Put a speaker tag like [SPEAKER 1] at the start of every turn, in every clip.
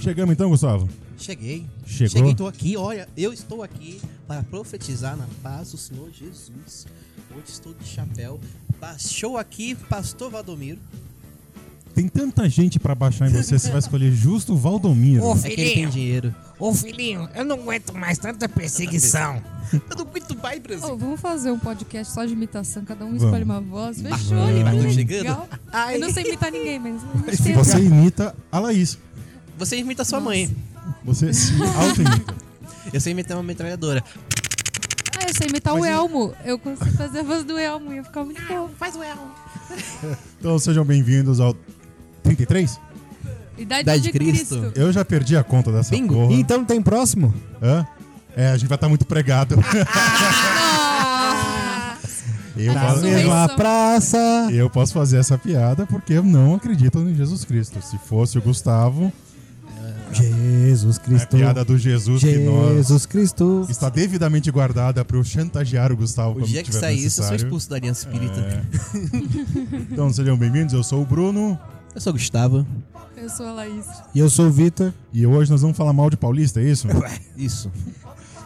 [SPEAKER 1] Chegamos então, Gustavo?
[SPEAKER 2] Cheguei.
[SPEAKER 1] Chegou?
[SPEAKER 2] Cheguei, estou aqui. Olha, eu estou aqui para profetizar na paz do Senhor Jesus. Hoje estou de chapéu. Baixou aqui Pastor Valdomiro.
[SPEAKER 1] Tem tanta gente pra baixar em você, você vai escolher justo o Valdomiro.
[SPEAKER 3] Ô,
[SPEAKER 2] É que ele tem
[SPEAKER 3] filhinho,
[SPEAKER 2] dinheiro.
[SPEAKER 3] ô, filhinho, eu não aguento mais tanta perseguição.
[SPEAKER 2] Eu
[SPEAKER 4] Tá
[SPEAKER 2] não aguento mais, Brasil.
[SPEAKER 5] Ô, vamos fazer um podcast só de imitação, cada um
[SPEAKER 1] Vamos.
[SPEAKER 5] escolhe uma voz. Fechou,
[SPEAKER 1] Vamos.
[SPEAKER 5] olha
[SPEAKER 1] Vai,
[SPEAKER 2] tô
[SPEAKER 5] que
[SPEAKER 2] Tá chegando.
[SPEAKER 5] legal.
[SPEAKER 2] Ai.
[SPEAKER 5] Eu não sei imitar ninguém, mas.
[SPEAKER 1] Se você imita a Laís,
[SPEAKER 2] Você imita sua
[SPEAKER 5] Nossa.
[SPEAKER 2] mãe.
[SPEAKER 1] você se auto-imita.
[SPEAKER 2] Eu sei imitar uma metralhadora.
[SPEAKER 1] Tá
[SPEAKER 5] Ah, eu sei imitar o Elmo. Eu consigo fazer a voz do Elmo, ia ficar muito bom.
[SPEAKER 2] Faz o erro.
[SPEAKER 1] Então sejam bem-vindos ao 33?
[SPEAKER 5] Idade,
[SPEAKER 2] Idade
[SPEAKER 5] de
[SPEAKER 2] de Cristo.
[SPEAKER 5] Cristo.
[SPEAKER 1] Eu já perdi a conta dessa
[SPEAKER 2] Bingo.
[SPEAKER 1] porra.
[SPEAKER 4] Então tem próximo?
[SPEAKER 1] Hã? É, a gente vai estar muito pregado.
[SPEAKER 5] Ah!
[SPEAKER 1] Eu,
[SPEAKER 5] Na
[SPEAKER 1] falo-
[SPEAKER 5] Ressurreição.
[SPEAKER 4] Mesma praça.
[SPEAKER 1] eu posso fazer essa piada porque eu não acredito em Jesus Cristo. Se fosse o Gustavo,
[SPEAKER 4] Jesus
[SPEAKER 1] a
[SPEAKER 4] Cristo.
[SPEAKER 1] piada do É Jesus, que nós
[SPEAKER 4] Jesus Cristo.
[SPEAKER 1] está devidamente guardada para eu chantagear o Gustavo
[SPEAKER 2] O
[SPEAKER 1] quando
[SPEAKER 2] dia que
[SPEAKER 1] tiver
[SPEAKER 2] sair isso, eu
[SPEAKER 1] necessário.
[SPEAKER 2] sou
[SPEAKER 1] É.
[SPEAKER 2] expulso da Aliança Espírita.
[SPEAKER 1] Então sejam bem-vindos, eu sou o Bruno
[SPEAKER 2] Eu sou o Gustavo.
[SPEAKER 5] Ah, Eu sou a Laís.
[SPEAKER 4] E eu sou o Vitor.
[SPEAKER 1] e hoje nós vamos falar mal de paulista, é isso?
[SPEAKER 2] Isso.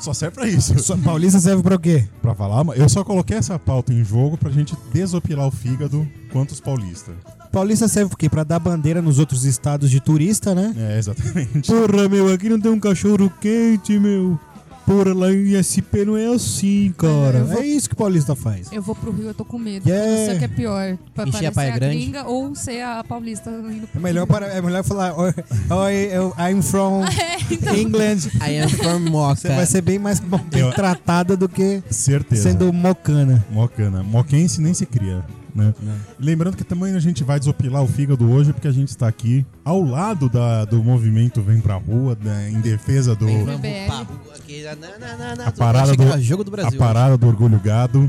[SPEAKER 1] Só serve pra isso.
[SPEAKER 4] Sua Paulista serve pra quê?
[SPEAKER 1] Pra falar, mas eu só coloquei essa pauta em jogo pra gente desopilar o fígado quanto os paulistas.
[SPEAKER 4] Paulista serve pra quê? Pra dar bandeira nos outros estados de turista, né?
[SPEAKER 1] É, exatamente.
[SPEAKER 4] Porra, meu, aqui não tem um cachorro quente, meu. Porra, lá em SP não é assim,
[SPEAKER 5] Eu vou-
[SPEAKER 4] cara. É isso que paulista faz.
[SPEAKER 5] Eu vou pro Rio, eu tô com medo.
[SPEAKER 4] Yeah.
[SPEAKER 5] Não sei o que é pior. Pra
[SPEAKER 2] Encher a
[SPEAKER 5] parecer
[SPEAKER 2] Praia
[SPEAKER 5] a
[SPEAKER 2] Grande.
[SPEAKER 5] gringa ou ser a paulista indo pro
[SPEAKER 4] É melhor, para, é melhor falar, "Oi, oi, eu- I'm from England.
[SPEAKER 2] I am from Moca.
[SPEAKER 4] Você vai ser bem mais bem
[SPEAKER 1] Eu-
[SPEAKER 4] tratada do que
[SPEAKER 1] Certeza.
[SPEAKER 4] sendo mocana.
[SPEAKER 1] Mocana. Moquense nem se cria, né? Lembrando que também a gente vai desopilar o fígado hoje porque a gente está aqui ao lado da, do movimento Vem Pra Rua, da- em defesa do...
[SPEAKER 5] Vem pra
[SPEAKER 2] Vamos
[SPEAKER 5] BL.
[SPEAKER 2] pra rua, aquele- na, na, na, na,
[SPEAKER 1] A parada
[SPEAKER 2] Chega
[SPEAKER 1] do-
[SPEAKER 2] lá, jogo do Brasil.
[SPEAKER 1] A parada do orgulho gado.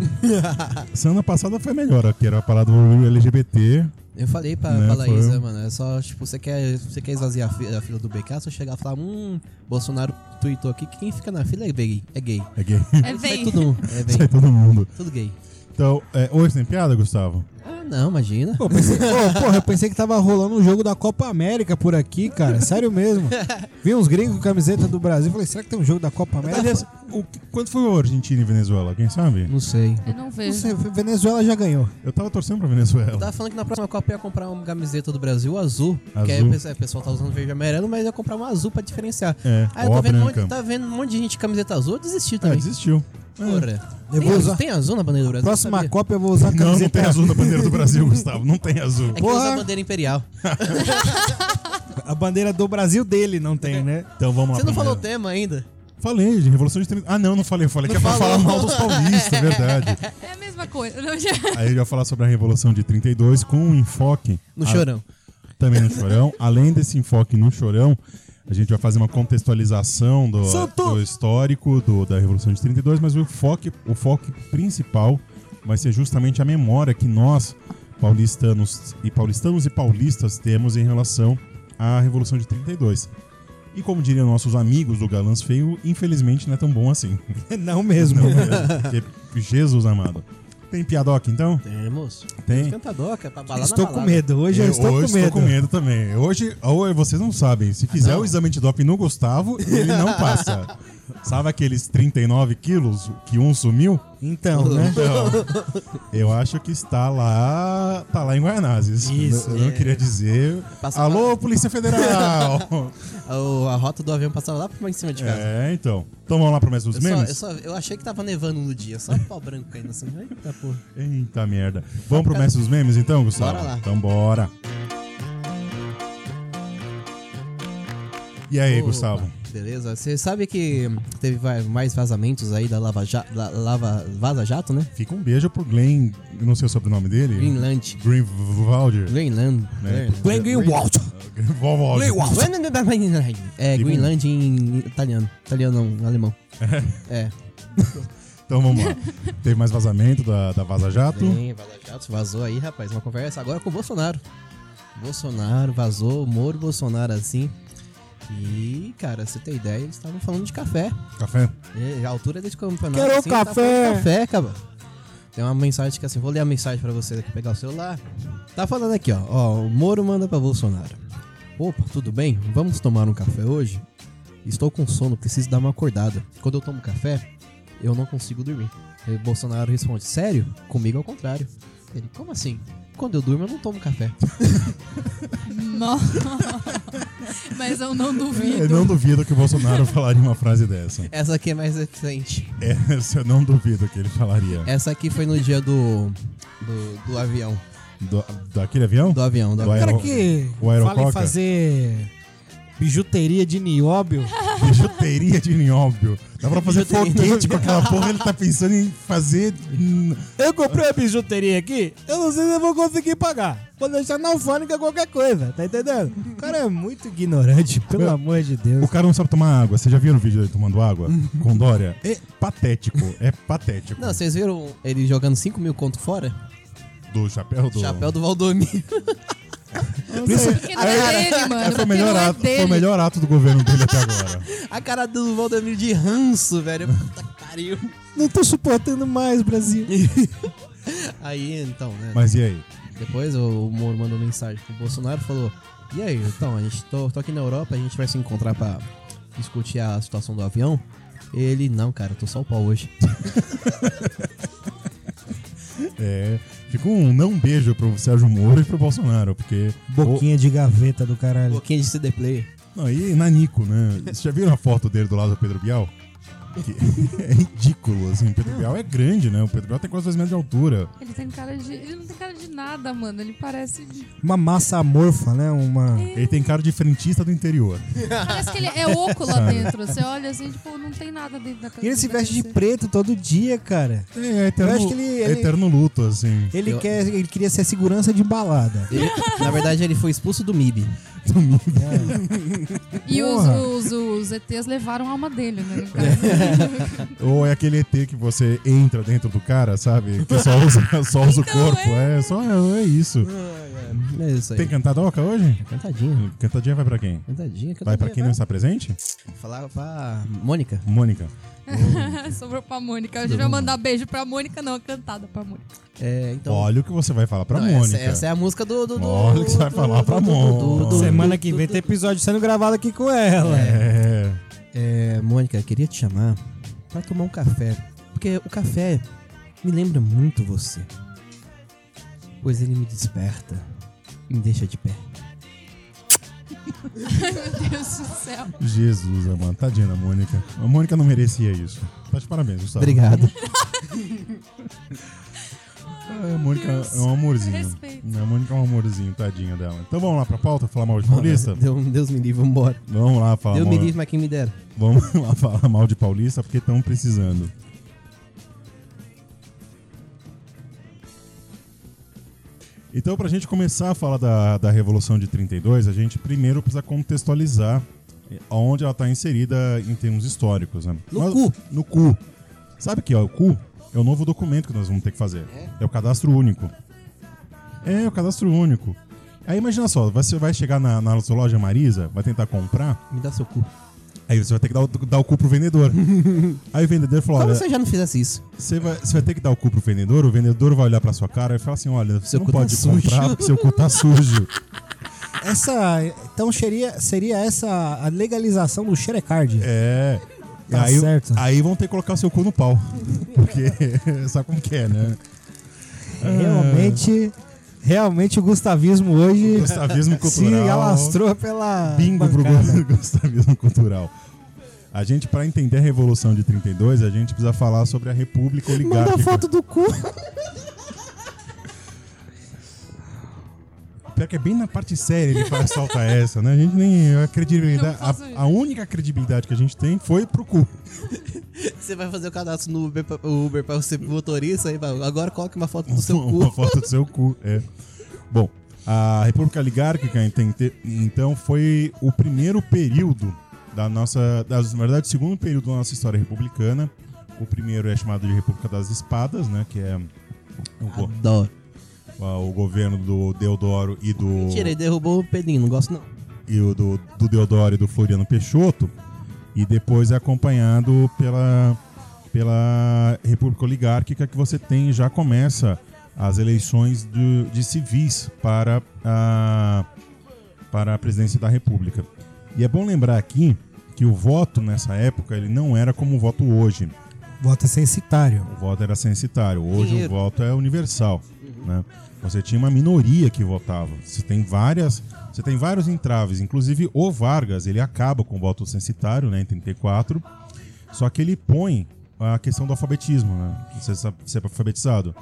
[SPEAKER 1] Semana passada foi melhor, que era a parada do orgulho LGBT.
[SPEAKER 2] Eu falei pra,
[SPEAKER 1] Né,
[SPEAKER 2] pra
[SPEAKER 1] foi
[SPEAKER 2] Laís, né,
[SPEAKER 1] eu.
[SPEAKER 2] mano? É só, tipo, você quer, você quer esvaziar a fi- a fila do BK, só chegar e falar, hum, Bolsonaro tweetou aqui que quem fica na fila é gay. É gay.
[SPEAKER 1] É gay.
[SPEAKER 5] É
[SPEAKER 2] Sai
[SPEAKER 5] vem.
[SPEAKER 2] tudo um. É
[SPEAKER 1] Sai
[SPEAKER 2] bem.
[SPEAKER 1] todo mundo.
[SPEAKER 2] Tudo gay.
[SPEAKER 1] Então, é, hoje tem piada, Gustavo?
[SPEAKER 2] Ah, não, imagina.
[SPEAKER 4] Pô, pensei, Ô, porra, eu pensei que tava rolando um jogo da Copa América por aqui, cara. Sério mesmo. Vi uns gringos com camiseta do Brasil. Falei, será que tem um jogo da Copa
[SPEAKER 2] Tá.
[SPEAKER 4] América?
[SPEAKER 1] Aliás, o, que- quando foi o Argentina e Venezuela? Quem sabe?
[SPEAKER 2] Não sei.
[SPEAKER 5] Eu não
[SPEAKER 4] Não
[SPEAKER 5] vejo.
[SPEAKER 4] sei, Venezuela já ganhou.
[SPEAKER 1] Eu tava torcendo pra
[SPEAKER 2] Eu
[SPEAKER 1] Venezuela.
[SPEAKER 2] tava falando que na próxima Copa eu ia comprar uma camiseta do Brasil azul. Que aí
[SPEAKER 1] Azul.
[SPEAKER 2] o pessoal- o pessoal tá usando verde e amarelo, mas eu ia comprar uma azul pra diferenciar.
[SPEAKER 1] É,
[SPEAKER 2] Aí eu
[SPEAKER 1] ou
[SPEAKER 2] tô
[SPEAKER 1] a
[SPEAKER 2] vendo, um
[SPEAKER 1] branca.
[SPEAKER 2] monte, tá vendo um monte de gente de camiseta azul, eu desisti
[SPEAKER 1] É,
[SPEAKER 2] também.
[SPEAKER 1] desistiu.
[SPEAKER 2] Porra.
[SPEAKER 4] Eu
[SPEAKER 2] Tem,
[SPEAKER 4] vou
[SPEAKER 2] azul,
[SPEAKER 4] usar-
[SPEAKER 2] tem azul na bandeira do Brasil?
[SPEAKER 4] Próxima
[SPEAKER 2] Sabia?
[SPEAKER 4] Copa eu vou usar a
[SPEAKER 1] Não,
[SPEAKER 4] camiseta
[SPEAKER 1] não tem azul na bandeira do Brasil, Gustavo. Não tem azul.
[SPEAKER 2] É que usa
[SPEAKER 4] Porra.
[SPEAKER 2] a bandeira imperial.
[SPEAKER 4] A bandeira do Brasil dele não tem, né?
[SPEAKER 1] Então vamos lá.
[SPEAKER 2] Você não
[SPEAKER 1] primeiro.
[SPEAKER 2] falou o tema ainda?
[SPEAKER 1] Falei, de Revolução de 30. Ah, não, não falei. Eu falei que ia falar mal dos paulistas, é verdade.
[SPEAKER 5] É a mesma coisa. Não, já...
[SPEAKER 1] Aí eu ia falar sobre a Revolução de 32 com um enfoque.
[SPEAKER 2] No
[SPEAKER 1] a-
[SPEAKER 2] chorão.
[SPEAKER 1] Também no chorão. Além desse enfoque no chorão, a gente vai fazer uma contextualização do,
[SPEAKER 4] Santo!
[SPEAKER 1] do histórico do- da Revolução de 32, mas o foco, o foco principal vai ser justamente a memória que nós, paulistanos e paulistanos e paulistas, temos em relação à Revolução de 32. E como diriam nossos amigos do Galãs Feio, infelizmente não é tão bom assim.
[SPEAKER 4] Não mesmo.
[SPEAKER 1] Não mesmo, porque Jesus amado. Tem piadoca então?
[SPEAKER 2] Temos.
[SPEAKER 1] Tem.
[SPEAKER 2] Cantadoca, pra balada
[SPEAKER 4] Estou com medo. Hoje eu,
[SPEAKER 2] tá
[SPEAKER 4] estou
[SPEAKER 1] É, hoje
[SPEAKER 4] com medo.
[SPEAKER 1] estou com medo também. Hoje, ou vocês não sabem, se fizer o exame de doping no Gustavo, ele não passa. Sabe aqueles 39 quilos que um sumiu?
[SPEAKER 4] Então, né?
[SPEAKER 1] Então, eu acho que está lá. tá lá em Guaianazes.
[SPEAKER 4] Isso,
[SPEAKER 1] Eu não
[SPEAKER 2] é.
[SPEAKER 1] queria dizer.
[SPEAKER 2] Passa
[SPEAKER 1] Alô, Polícia Federal!
[SPEAKER 2] A, a rota do avião passava lá pra em cima de casa.
[SPEAKER 1] é, então. Então vamos lá para mais uns
[SPEAKER 2] Eu, só, eu,
[SPEAKER 1] memes?
[SPEAKER 2] só- eu achei que tava nevando no dia, só pau branco caindo assim. Eita porra.
[SPEAKER 1] Eita merda. Vamos pro mestre dos memes então, Gustavo?
[SPEAKER 2] Bora lá.
[SPEAKER 1] Então bora. E aí,
[SPEAKER 2] Opa,
[SPEAKER 1] Gustavo?
[SPEAKER 2] Beleza. Você sabe que teve vai- mais vazamentos aí da Lava, ja da Lava Vaza Jato, né?
[SPEAKER 1] Fica um beijo pro Glenn, eu não sei o sobrenome dele.
[SPEAKER 2] Greenland.
[SPEAKER 1] Greenwalder.
[SPEAKER 2] Greenland.
[SPEAKER 1] Né?
[SPEAKER 4] Glenn Greenwald.
[SPEAKER 1] Greenwalder.
[SPEAKER 2] É, Greenland em italiano. Italiano não, em alemão. É.
[SPEAKER 1] Então vamos lá. Teve mais vazamento da, da Vaza Jato.
[SPEAKER 2] Bem, Vaza Jato vazou aí, rapaz. Uma conversa agora com o Bolsonaro. Bolsonaro vazou, Moro Bolsonaro assim. E, cara, você tem ideia, eles estavam falando de café.
[SPEAKER 1] Café.
[SPEAKER 2] É, a altura desse campeonato.
[SPEAKER 4] Quero
[SPEAKER 2] assim, tá
[SPEAKER 4] café.
[SPEAKER 2] falando café, cara. Tem uma mensagem que assim, vou ler a mensagem pra você aqui, pegar o celular. Tá falando aqui, ó. Ó, o Moro manda pra Bolsonaro. Opa, tudo bem? Vamos tomar um café hoje? Estou com sono, preciso dar uma acordada. Quando eu tomo café, eu não consigo dormir. Aí o Bolsonaro responde: Sério? Comigo é o contrário. Ele: Como assim? Quando eu durmo, eu não tomo café.
[SPEAKER 5] Nossa. Mas eu não duvido.
[SPEAKER 1] Eu não duvido que o Bolsonaro falaria uma frase dessa.
[SPEAKER 2] Essa aqui é mais eficiente.
[SPEAKER 1] Essa eu não duvido que ele falaria.
[SPEAKER 2] Essa aqui foi no dia do. do, do avião.
[SPEAKER 1] Do, daquele avião?
[SPEAKER 2] Do avião, do
[SPEAKER 1] Do
[SPEAKER 2] avião.
[SPEAKER 1] aer-
[SPEAKER 4] cara que
[SPEAKER 1] o Aerococa?
[SPEAKER 4] fala em fazer bijuteria de nióbio.
[SPEAKER 1] Bijuteria de nióbio. Dá pra fazer
[SPEAKER 2] Bijuteria.
[SPEAKER 1] foguete com aquela porra, ele tá pensando em fazer. hum,
[SPEAKER 4] Eu comprei a bijuteria aqui, eu não sei se eu vou conseguir pagar. Vou deixar na alfândega qualquer coisa, tá entendendo? O cara é muito ignorante, pelo
[SPEAKER 1] Meu,
[SPEAKER 4] amor de Deus.
[SPEAKER 1] O cara não sabe tomar água. Vocês já viram o vídeo dele tomando água? Com Dória? É patético. É patético.
[SPEAKER 2] Não, vocês viram ele jogando 5 mil conto fora?
[SPEAKER 1] Do chapéu do.
[SPEAKER 2] Chapéu do Valdomiro.
[SPEAKER 5] Porque não é dele, mano.
[SPEAKER 1] É, foi,
[SPEAKER 5] Porque
[SPEAKER 1] o melhor
[SPEAKER 5] não é
[SPEAKER 1] ato, foi o
[SPEAKER 5] dele.
[SPEAKER 1] melhor ato do governo dele até agora.
[SPEAKER 2] A cara do Valdomiro de ranço, velho. Puta que pariu.
[SPEAKER 4] Não tô suportando mais, Brasil.
[SPEAKER 2] Aí, então, né?
[SPEAKER 1] Mas e aí?
[SPEAKER 2] Depois o o Moro mandou mensagem pro Bolsonaro e falou: E aí, então, a gente tô, tô aqui na Europa, a gente vai se encontrar pra discutir a situação do avião. Ele, não, cara, tô só o pau hoje.
[SPEAKER 1] É, fica um não beijo pro Sérgio Moro e pro Bolsonaro, porque.
[SPEAKER 4] Boquinha de gaveta do
[SPEAKER 2] Um
[SPEAKER 4] caralho.
[SPEAKER 2] pouquinho de CD player.
[SPEAKER 1] Não, e Nanico, né? Vocês já viram a foto dele do lado do Pedro Bial? Que- é ridículo, assim. O Pedro Bial é grande, né? O Pedro Bial tem quase 2 metros de altura.
[SPEAKER 5] Ele tem cara de. Ele não tem cara de nada, mano. Ele parece.
[SPEAKER 4] Uma massa amorfa, né? Uma.
[SPEAKER 1] Ele tem cara de frentista do interior.
[SPEAKER 5] Parece que ele é oco lá dentro. Você olha assim, tipo, não tem nada dentro da cabeça.
[SPEAKER 4] E ele se veste de preto todo dia, cara.
[SPEAKER 1] É, é eterno,
[SPEAKER 4] Eu acho que ele-
[SPEAKER 1] é
[SPEAKER 4] ele-
[SPEAKER 1] eterno luto, assim.
[SPEAKER 4] Ele,
[SPEAKER 2] Eu-
[SPEAKER 4] quer, ele queria ser segurança de balada.
[SPEAKER 2] Ele- na verdade, ele foi expulso do MIB.
[SPEAKER 5] E os,
[SPEAKER 4] Porra.
[SPEAKER 5] os, os ETs levaram a alma dele, né?
[SPEAKER 1] Ou é aquele ET que você entra dentro do cara, sabe? Que só usa, só usa o corpo. É, só é, é isso.
[SPEAKER 2] É isso aí.
[SPEAKER 1] Tem cantadoca hoje?
[SPEAKER 2] Cantadinha.
[SPEAKER 1] Cantadinha vai pra quem?
[SPEAKER 2] Cantadinha que eu
[SPEAKER 1] Vai
[SPEAKER 2] tô
[SPEAKER 1] pra quem não
[SPEAKER 2] vendo.
[SPEAKER 1] está presente?
[SPEAKER 2] Falar pra Mônica.
[SPEAKER 1] Mônica.
[SPEAKER 5] Sobrou pra Mônica. A gente vai mandar beijo pra Mônica, não, a cantada pra Mônica.
[SPEAKER 2] É, então.
[SPEAKER 1] Olha o que você vai falar pra
[SPEAKER 2] Não,
[SPEAKER 1] Mônica.
[SPEAKER 2] Essa, essa é a música do. do, do
[SPEAKER 1] Olha o que você vai
[SPEAKER 2] do-
[SPEAKER 1] falar
[SPEAKER 2] do-
[SPEAKER 1] pra
[SPEAKER 2] do- do-
[SPEAKER 1] Mônica.
[SPEAKER 2] do-
[SPEAKER 4] Semana
[SPEAKER 2] do-
[SPEAKER 4] que
[SPEAKER 2] do-
[SPEAKER 4] vem
[SPEAKER 2] do-
[SPEAKER 4] tem episódio sendo gravado aqui com ela.
[SPEAKER 1] É.
[SPEAKER 2] É, Mônica, queria te chamar pra tomar um café. Porque o café me lembra muito você. Pois ele me desperta e me deixa de pé.
[SPEAKER 5] Meu Deus do céu.
[SPEAKER 1] Jesus, mano. Tadinha da Mônica. A Mônica não merecia isso. Tá de parabéns, Gustavo.
[SPEAKER 2] Obrigado.
[SPEAKER 1] Ah, A Mônica
[SPEAKER 5] Deus.
[SPEAKER 1] é um amorzinho.
[SPEAKER 5] Respeito.
[SPEAKER 1] A Mônica é um amorzinho, tadinha dela. Então vamos lá pra pauta, falar mal de paulista?
[SPEAKER 2] Deus, um, Deus me livre, vambora.
[SPEAKER 1] Vamos lá falar
[SPEAKER 2] Deus me
[SPEAKER 1] mal.
[SPEAKER 2] livre, mas quem me dera.
[SPEAKER 1] Vamos lá falar mal de paulista porque estão precisando. Então, para a gente começar a falar da, da Revolução de 32, a gente primeiro precisa contextualizar onde ela está inserida em termos históricos. Né?
[SPEAKER 2] No cu.
[SPEAKER 1] No cu. Sabe que ó, o cu é o novo documento que nós vamos ter que fazer. É o cadastro único. É, o cadastro único. Aí imagina só, você vai chegar na, na sua loja Marisa, vai tentar comprar,
[SPEAKER 2] Me dá seu cu.
[SPEAKER 1] Aí você vai ter que dar o, dar o cu pro vendedor. Aí o vendedor falou:
[SPEAKER 2] Como
[SPEAKER 1] olha,
[SPEAKER 4] assim?"
[SPEAKER 2] se eu já não fizesse isso?
[SPEAKER 1] você vai, você vai ter que dar o cu pro vendedor, o vendedor vai olhar pra sua cara e falar assim: olha, você
[SPEAKER 2] Seu
[SPEAKER 1] não
[SPEAKER 2] cu tá
[SPEAKER 1] pode
[SPEAKER 2] sujo.
[SPEAKER 1] comprar porque seu cu tá sujo.
[SPEAKER 4] Essa. Então seria, seria essa a legalização do Xerecard.
[SPEAKER 1] É.
[SPEAKER 4] Tá
[SPEAKER 1] aí,
[SPEAKER 4] certo.
[SPEAKER 1] aí vão ter que colocar o seu cu no pau. Porque sabe como que é, né?
[SPEAKER 4] É Realmente. Realmente o Gustavismo hoje
[SPEAKER 1] Gustavismo
[SPEAKER 4] se
[SPEAKER 1] cultural.
[SPEAKER 4] alastrou pela.
[SPEAKER 1] bingo pro
[SPEAKER 4] bancada.
[SPEAKER 1] gustavismo cultural. A gente, pra entender a Revolução de 32, a gente precisa falar sobre a República Oligárquica.
[SPEAKER 4] Manda foto do cu.
[SPEAKER 1] Pior que é bem na parte séria ele faz solta essa, né? A gente nem. A credibilidade.
[SPEAKER 5] Não faço
[SPEAKER 1] A, a única credibilidade que a gente tem foi pro cu.
[SPEAKER 2] Você vai fazer o cadastro no Uber, pra- o Uber pra você ser motorista aí, vai, agora coloque uma foto do seu
[SPEAKER 1] Uma
[SPEAKER 2] cu.
[SPEAKER 1] foto do seu cu, é. Bom, a República Oligárquica, enten- te- então, foi o primeiro período da nossa. Das, na verdade, o segundo período da nossa história republicana. O primeiro é chamado de República das Espadas, né? Que é. o go-
[SPEAKER 2] Adoro. Ah.
[SPEAKER 1] o governo do Deodoro e do.
[SPEAKER 2] Tirei, derrubou o Pedrinho, não gosto não.
[SPEAKER 1] e o do, do Deodoro e do Floriano Peixoto, e depois é acompanhado pela, pela República Oligárquica, que você tem já começa as eleições do- de civis para a, para a presidência da República. E é bom lembrar aqui que o voto nessa época ele não era como o voto hoje.
[SPEAKER 4] Voto é censitário.
[SPEAKER 1] O voto era censitário. Hoje
[SPEAKER 2] Dinheiro.
[SPEAKER 1] o voto é universal, né? Você tinha uma minoria que votava. Você tem várias, você tem vários entraves, inclusive o Vargas, ele acaba com o voto censitário, né, em 34. Só que ele põe a questão do alfabetismo, né? Você sa- ser alfabetizado.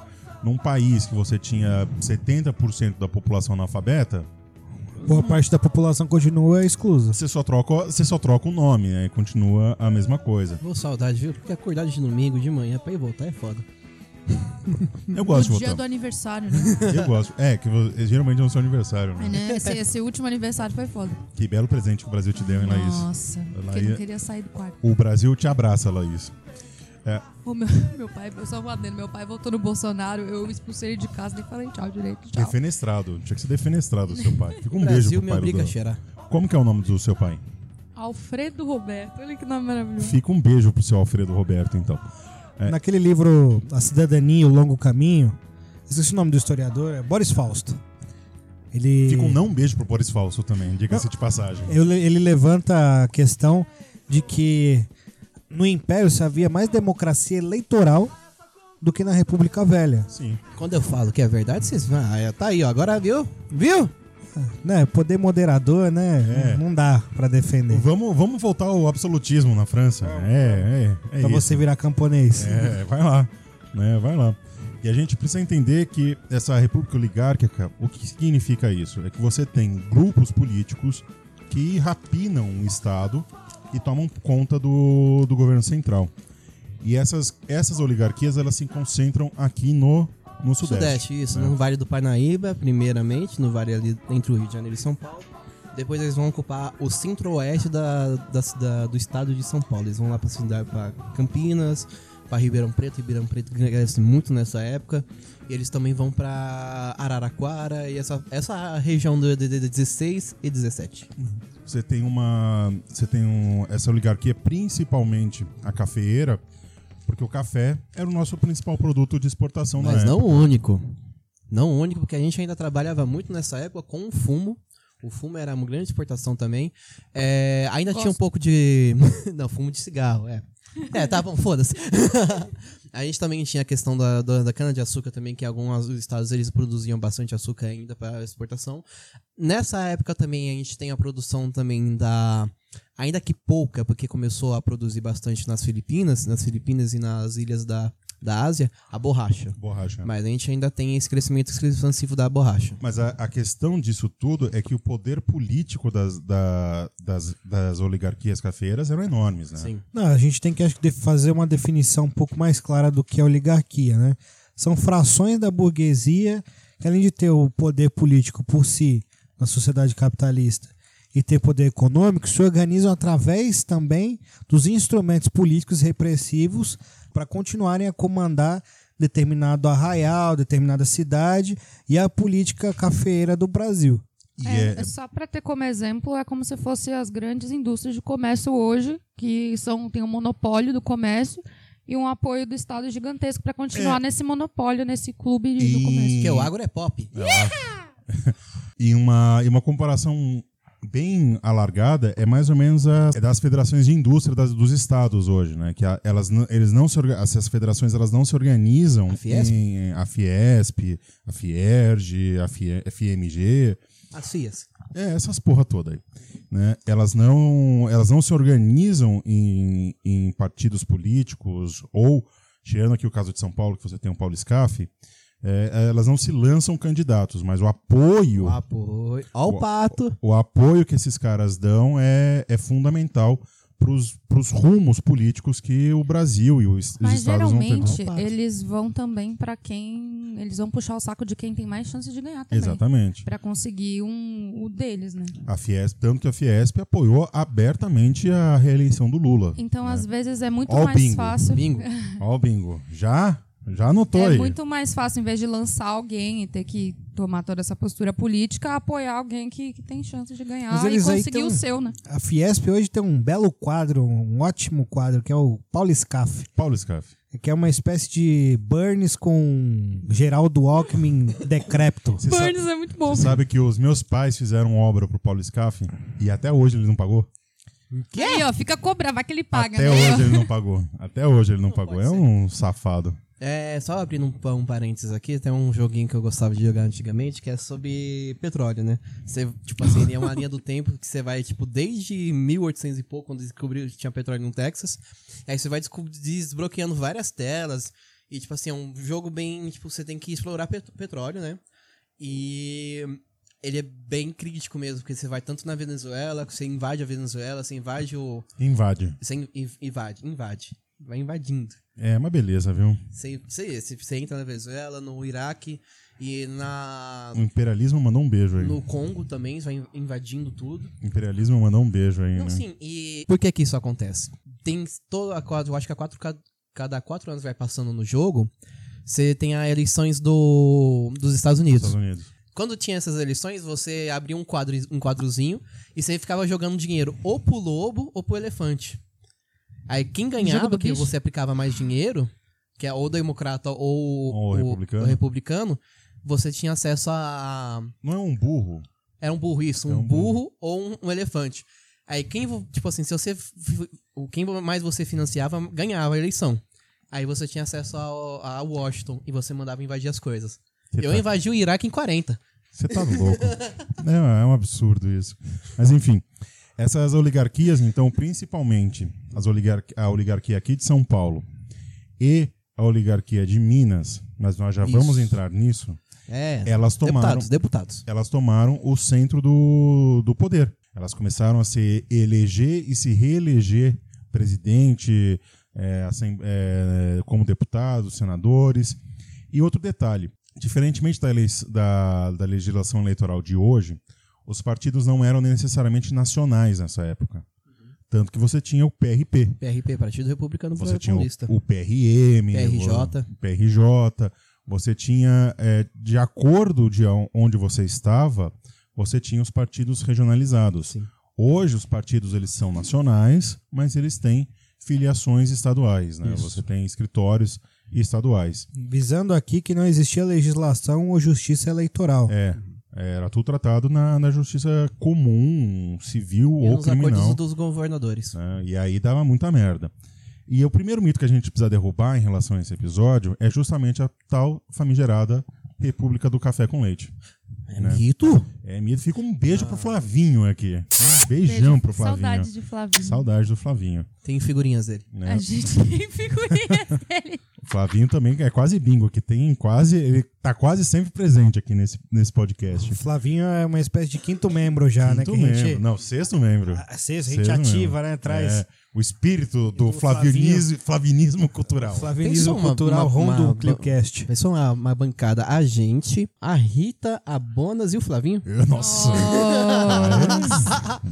[SPEAKER 1] Num país que você tinha 70% da população analfabeta,
[SPEAKER 4] Boa parte da população continua exclusa.
[SPEAKER 1] você só troca, você só troca o nome, né? E continua a mesma coisa.
[SPEAKER 2] Vou saudade, viu? Porque acordar de domingo de manhã pra ir voltar é foda.
[SPEAKER 1] Eu
[SPEAKER 5] No
[SPEAKER 1] gosto de
[SPEAKER 5] dia do
[SPEAKER 1] votar.
[SPEAKER 5] aniversário, né?
[SPEAKER 1] Eu gosto. É, que vo- geralmente é no seu aniversário, né?
[SPEAKER 5] É, né? Esse, esse último aniversário foi foda.
[SPEAKER 1] Que belo presente que o Brasil te deu, hein, Laís?
[SPEAKER 5] Nossa, porque
[SPEAKER 1] Laís-
[SPEAKER 5] eu não queria sair do quarto.
[SPEAKER 1] O Brasil te abraça, Laís.
[SPEAKER 5] Ô, meu, meu pai, eu só um adendo, meu pai voltou no Bolsonaro, eu expulsei ele de casa, nem falei tchau direito, tchau.
[SPEAKER 1] Defenestrado. Tinha que ser defenestrado o seu pai. Fica um
[SPEAKER 2] Brasil
[SPEAKER 1] beijo pro
[SPEAKER 2] me
[SPEAKER 1] pai
[SPEAKER 2] obriga
[SPEAKER 1] do
[SPEAKER 2] a cheirar.
[SPEAKER 1] Como que é o nome do seu pai?
[SPEAKER 5] Alfredo Roberto, olha que nome maravilhoso.
[SPEAKER 1] Fica um beijo pro seu Alfredo Roberto, então. É.
[SPEAKER 4] Naquele livro A Cidadania, O Longo Caminho, esqueci o nome do historiador, é Boris Fausto. Ele,
[SPEAKER 1] Fica um não beijo pro Boris Falso também, diga-se de passagem.
[SPEAKER 4] Eu le- ele levanta a questão de que no Império se havia mais democracia eleitoral do que na República Velha.
[SPEAKER 1] Sim.
[SPEAKER 2] Quando eu falo que é verdade, vocês vão. Ah, tá aí, ó. Agora viu? Viu?
[SPEAKER 4] Né, poder moderador, né?
[SPEAKER 1] É.
[SPEAKER 4] Não dá pra defender.
[SPEAKER 1] Vamos, vamos voltar ao absolutismo na França. É, é, é.
[SPEAKER 4] pra
[SPEAKER 1] isso.
[SPEAKER 4] você virar camponês.
[SPEAKER 1] É, vai lá. Né, vai lá. E a gente precisa entender que essa república oligárquica, o que significa isso? É que você tem grupos políticos que rapinam o Estado e tomam conta do, do governo central. E essas, essas oligarquias, elas se concentram aqui no, no Sudeste.
[SPEAKER 2] Sudeste, isso.
[SPEAKER 1] É.
[SPEAKER 2] No Vale do Parnaíba, primeiramente, no Vale ali entre o Rio de Janeiro e São Paulo. Depois eles vão ocupar o centro-oeste da, da cida- do estado de São Paulo. Eles vão lá pra cidade, pra Campinas, pra Ribeirão Preto. Ribeirão Preto cresce muito nessa época. E eles também vão pra Araraquara e essa, essa região do de, de- de 16 e 17.
[SPEAKER 1] Você tem uma. Você tem um, essa oligarquia, principalmente a cafeeira, porque o café era o nosso principal produto de exportação na
[SPEAKER 2] Mas não
[SPEAKER 1] época.
[SPEAKER 2] o único. Não o único, porque a gente ainda trabalhava muito nessa época com o fumo. O fumo era uma grande exportação também. É, ainda tinha um
[SPEAKER 5] Gosto.
[SPEAKER 2] pouco de. Não, fumo de cigarro, é. É, tá bom, foda-se. a gente também tinha a questão da, da, da cana-de-açúcar também, que alguns estados eles produziam bastante açúcar ainda para exportação. Nessa época também a gente tem a produção também da. Ainda que pouca, porque começou a produzir bastante nas Filipinas, nas Filipinas e nas ilhas da, da Ásia, a borracha.
[SPEAKER 1] Borracha. né?
[SPEAKER 2] Mas a gente ainda tem esse crescimento expansivo da borracha.
[SPEAKER 1] Mas a, a questão disso tudo é que o poder político das, da- das, das oligarquias cafeiras eram enormes, né?
[SPEAKER 2] Sim.
[SPEAKER 4] Não, a gente tem que acho que, def- fazer uma definição um pouco mais clara do que é oligarquia, né? São frações da burguesia que, além de ter o poder político por si na sociedade capitalista e ter poder econômico, se organizam através também dos instrumentos políticos repressivos para continuarem a comandar determinado arraial, determinada cidade e a política cafeeira do Brasil.
[SPEAKER 1] E
[SPEAKER 5] É,
[SPEAKER 1] é-
[SPEAKER 5] Só pra ter como exemplo, é como se fossem as grandes indústrias de comércio hoje, que são tem um monopólio do comércio e um apoio do Estado gigantesco pra continuar nesse monopólio, nesse clube de- do
[SPEAKER 1] É. E-
[SPEAKER 5] comércio.
[SPEAKER 2] Porque o agro é pop.
[SPEAKER 1] e, uma, e uma comparação bem alargada é mais ou menos a é das federações de indústria das- dos estados hoje, né? Que a- elas não- eles não se orga- essas federações elas não se organizam
[SPEAKER 2] A Fiesp?
[SPEAKER 1] em a Fiesp, a Fierg, a Fie- FMG,
[SPEAKER 2] As FIAs.
[SPEAKER 1] É, essas porra toda aí. Né? Elas, não, elas não se organizam em, em partidos políticos ou, tirando aqui o caso de São Paulo, que você tem o Paulo Scaff, é, elas não se lançam candidatos, mas o apoio,
[SPEAKER 2] O apoio. Ó
[SPEAKER 1] O-
[SPEAKER 2] o pato.
[SPEAKER 1] o apoio que esses caras dão é, é fundamental para os rumos políticos que o Brasil e os, os
[SPEAKER 5] Mas
[SPEAKER 1] estados vão ter.
[SPEAKER 5] geralmente eles vão também pra quem. Eles vão puxar o saco de quem tem mais chance de ganhar também.
[SPEAKER 1] Exatamente.
[SPEAKER 5] Pra conseguir um, o deles, né?
[SPEAKER 1] A Fiesp, tanto que a Fiesp apoiou abertamente a reeleição do Lula.
[SPEAKER 5] Então, às vezes, é muito
[SPEAKER 1] Ó o
[SPEAKER 5] mais
[SPEAKER 1] bingo.
[SPEAKER 5] fácil.
[SPEAKER 2] Bingo.
[SPEAKER 1] Ó o bingo. Já? Já anotou
[SPEAKER 5] É
[SPEAKER 1] aí.
[SPEAKER 5] muito mais fácil, em vez de lançar alguém e ter que tomar toda essa postura política, apoiar alguém que, que tem chance de ganhar
[SPEAKER 4] Mas
[SPEAKER 5] e
[SPEAKER 4] eles aí
[SPEAKER 5] conseguir
[SPEAKER 4] tão-
[SPEAKER 5] o seu, né?
[SPEAKER 4] A Fiesp hoje tem um belo quadro, um ótimo quadro, que é o Paulo Scaff.
[SPEAKER 1] Paulo Scaff.
[SPEAKER 4] que é uma espécie de Burns com Geraldo Alckmin decrépito.
[SPEAKER 1] Você sabe,
[SPEAKER 5] Burns é muito bom.
[SPEAKER 1] você sabe que os meus pais fizeram obra pro Paulo Scaff e até hoje ele não pagou?
[SPEAKER 5] Aí, ó, fica cobrar, vai que ele paga,
[SPEAKER 1] até
[SPEAKER 5] né?
[SPEAKER 1] hoje ele não pagou. Até hoje ele não, pagou.
[SPEAKER 2] pode
[SPEAKER 1] É um safado.
[SPEAKER 2] É, só abrindo um, pa- um parênteses aqui, tem um joguinho que eu gostava de jogar antigamente, que é sobre petróleo, né? Você, tipo assim, é uma linha do tempo que você vai, tipo, desde 1800 e pouco, quando descobriu que tinha petróleo no Texas, aí você vai descob- desbloqueando várias telas, e, tipo assim, é um jogo bem, tipo, você tem que explorar pet- petróleo, né? E ele é bem crítico mesmo, porque você vai tanto na Venezuela, que você invade a Venezuela, você invade o...
[SPEAKER 1] Invade.
[SPEAKER 2] Você in- inv- invade, invade. Vai invadindo.
[SPEAKER 1] É uma beleza, viu?
[SPEAKER 2] Você, você, você- você entra na Venezuela, no Iraque e na
[SPEAKER 1] O imperialismo mandou um beijo aí.
[SPEAKER 2] no Congo também, vai invadindo tudo.
[SPEAKER 1] O imperialismo mandou um beijo aí,
[SPEAKER 2] Não,
[SPEAKER 1] né?
[SPEAKER 2] sim, e por que que isso acontece? Tem toda a quadro, acho que a quatro, ca- cada quatro anos vai passando no jogo, você tem as eleições do, dos Estados Unidos.
[SPEAKER 1] Estados Unidos.
[SPEAKER 2] Quando tinha essas eleições, você abria um, quadro, um quadrozinho e você ficava jogando dinheiro ou pro lobo ou pro elefante. Aí quem
[SPEAKER 5] Jogo
[SPEAKER 2] ganhava,
[SPEAKER 5] do
[SPEAKER 2] que
[SPEAKER 5] bicho?
[SPEAKER 2] você aplicava mais dinheiro, que é ou democrata ou
[SPEAKER 1] Ou
[SPEAKER 2] o-
[SPEAKER 1] republicano.
[SPEAKER 2] o republicano, você tinha acesso a.
[SPEAKER 1] Não é um burro.
[SPEAKER 2] Era um burro, isso, um,
[SPEAKER 1] É um burro.
[SPEAKER 2] burro, ou um, um elefante. Aí quem, vo- tipo assim, se você. f- o Quem mais você financiava ganhava a eleição. Aí você tinha acesso ao- a Washington e você mandava invadir as coisas.
[SPEAKER 1] Você
[SPEAKER 2] Eu
[SPEAKER 1] tá-
[SPEAKER 2] invadi o Iraque em 40.
[SPEAKER 1] Você tá louco. Não, é um absurdo isso. Mas enfim, essas oligarquias, então, principalmente as oligar a oligarquia aqui de São Paulo e a oligarquia de Minas, mas nós já
[SPEAKER 2] Isso.
[SPEAKER 1] vamos entrar nisso,
[SPEAKER 2] É.
[SPEAKER 1] elas tomaram,
[SPEAKER 2] Deputados, deputados.
[SPEAKER 1] elas tomaram o centro do, do poder. Elas começaram a se eleger e se reeleger presidente, eh, assem- eh, como deputados, senadores. E outro detalhe: diferentemente da, elei- da- da legislação eleitoral de hoje, os partidos não eram necessariamente nacionais nessa época. Tanto que você tinha o PRP,
[SPEAKER 2] PRP, Partido Republicano
[SPEAKER 1] você tinha o,
[SPEAKER 2] Paulista.
[SPEAKER 1] o PRM,
[SPEAKER 2] PRJ.
[SPEAKER 1] o PRJ, você tinha, é, de acordo de on- onde você estava, você tinha os partidos regionalizados.
[SPEAKER 2] Sim.
[SPEAKER 1] Hoje os partidos eles são nacionais, mas eles têm filiações estaduais, né? Você tem escritórios estaduais.
[SPEAKER 4] Visando aqui que não existia legislação ou justiça eleitoral.
[SPEAKER 1] É, era tudo tratado na, na justiça comum, civil
[SPEAKER 2] E
[SPEAKER 1] ou
[SPEAKER 2] nos acordos
[SPEAKER 1] criminal.
[SPEAKER 2] dos governadores.
[SPEAKER 1] né? E aí dava muita merda. E o primeiro mito que a gente precisa derrubar em relação a esse episódio é justamente a tal famigerada República do Café com Leite.
[SPEAKER 2] É
[SPEAKER 1] né?
[SPEAKER 2] mito?
[SPEAKER 1] É mito. Fica um beijo pro Flavinho aqui. Um beijão pro Flavinho.
[SPEAKER 5] Saudades de Flavinho.
[SPEAKER 1] Saudades do Flavinho.
[SPEAKER 2] Tem figurinhas dele.
[SPEAKER 1] né?
[SPEAKER 5] A gente tem figurinha dele.
[SPEAKER 1] O Flavinho também é quase bingo, que tem quase. Ele tá quase sempre presente aqui nesse, nesse podcast.
[SPEAKER 4] O Flavinho é uma espécie de quinto membro já, né?
[SPEAKER 1] Quinto
[SPEAKER 4] Que a gente,
[SPEAKER 1] membro. Não, sexto membro.
[SPEAKER 4] a sexta, a gente
[SPEAKER 1] Sexto
[SPEAKER 4] ativa,
[SPEAKER 1] membro.
[SPEAKER 4] né? Traz
[SPEAKER 1] É, o espírito do,
[SPEAKER 4] Do
[SPEAKER 1] flavinismo, flavinismo cultural.
[SPEAKER 4] Flavinismo
[SPEAKER 2] Tem só uma-
[SPEAKER 4] Cultural
[SPEAKER 2] uma-
[SPEAKER 4] Rondo
[SPEAKER 2] uma-
[SPEAKER 4] Clipcast.
[SPEAKER 2] Pensou uma, uma bancada. A gente, a Rita, a Bonas e o Flavinho.
[SPEAKER 1] Nossa!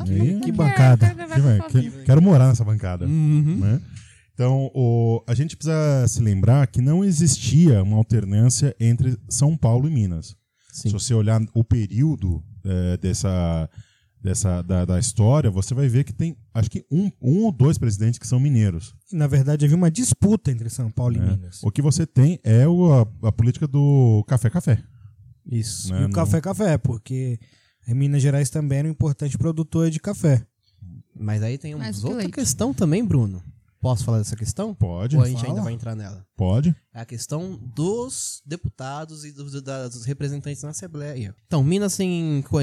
[SPEAKER 1] É.
[SPEAKER 4] Que bancada.
[SPEAKER 1] Que vai- que- quero morar nessa bancada.
[SPEAKER 2] Uhum.
[SPEAKER 1] né? Então, o- a gente precisa se lembrar que não existia uma alternância entre São Paulo e Minas.
[SPEAKER 2] Sim.
[SPEAKER 1] Se você olhar o período eh, dessa, dessa da, da história, você vai ver que tem, acho que um, um ou dois presidentes que são mineiros.
[SPEAKER 4] Na verdade, havia uma disputa entre São Paulo e
[SPEAKER 1] né?
[SPEAKER 4] Minas.
[SPEAKER 1] O que você tem é o- a, a política do café-café.
[SPEAKER 2] Isso.
[SPEAKER 1] né?
[SPEAKER 4] E o
[SPEAKER 1] Não-
[SPEAKER 4] café café, porque em Minas Gerais também era um importante produtor de café.
[SPEAKER 2] Mas aí tem uma
[SPEAKER 5] Mais que
[SPEAKER 2] outra
[SPEAKER 5] leite.
[SPEAKER 2] questão também, Bruno. Posso falar dessa questão?
[SPEAKER 1] Pode,
[SPEAKER 2] Ou a gente
[SPEAKER 1] fala.
[SPEAKER 2] ainda vai entrar nela?
[SPEAKER 1] pode.
[SPEAKER 2] É a questão dos deputados e dos, da- dos representantes na Assembleia. Então, Minas tem co-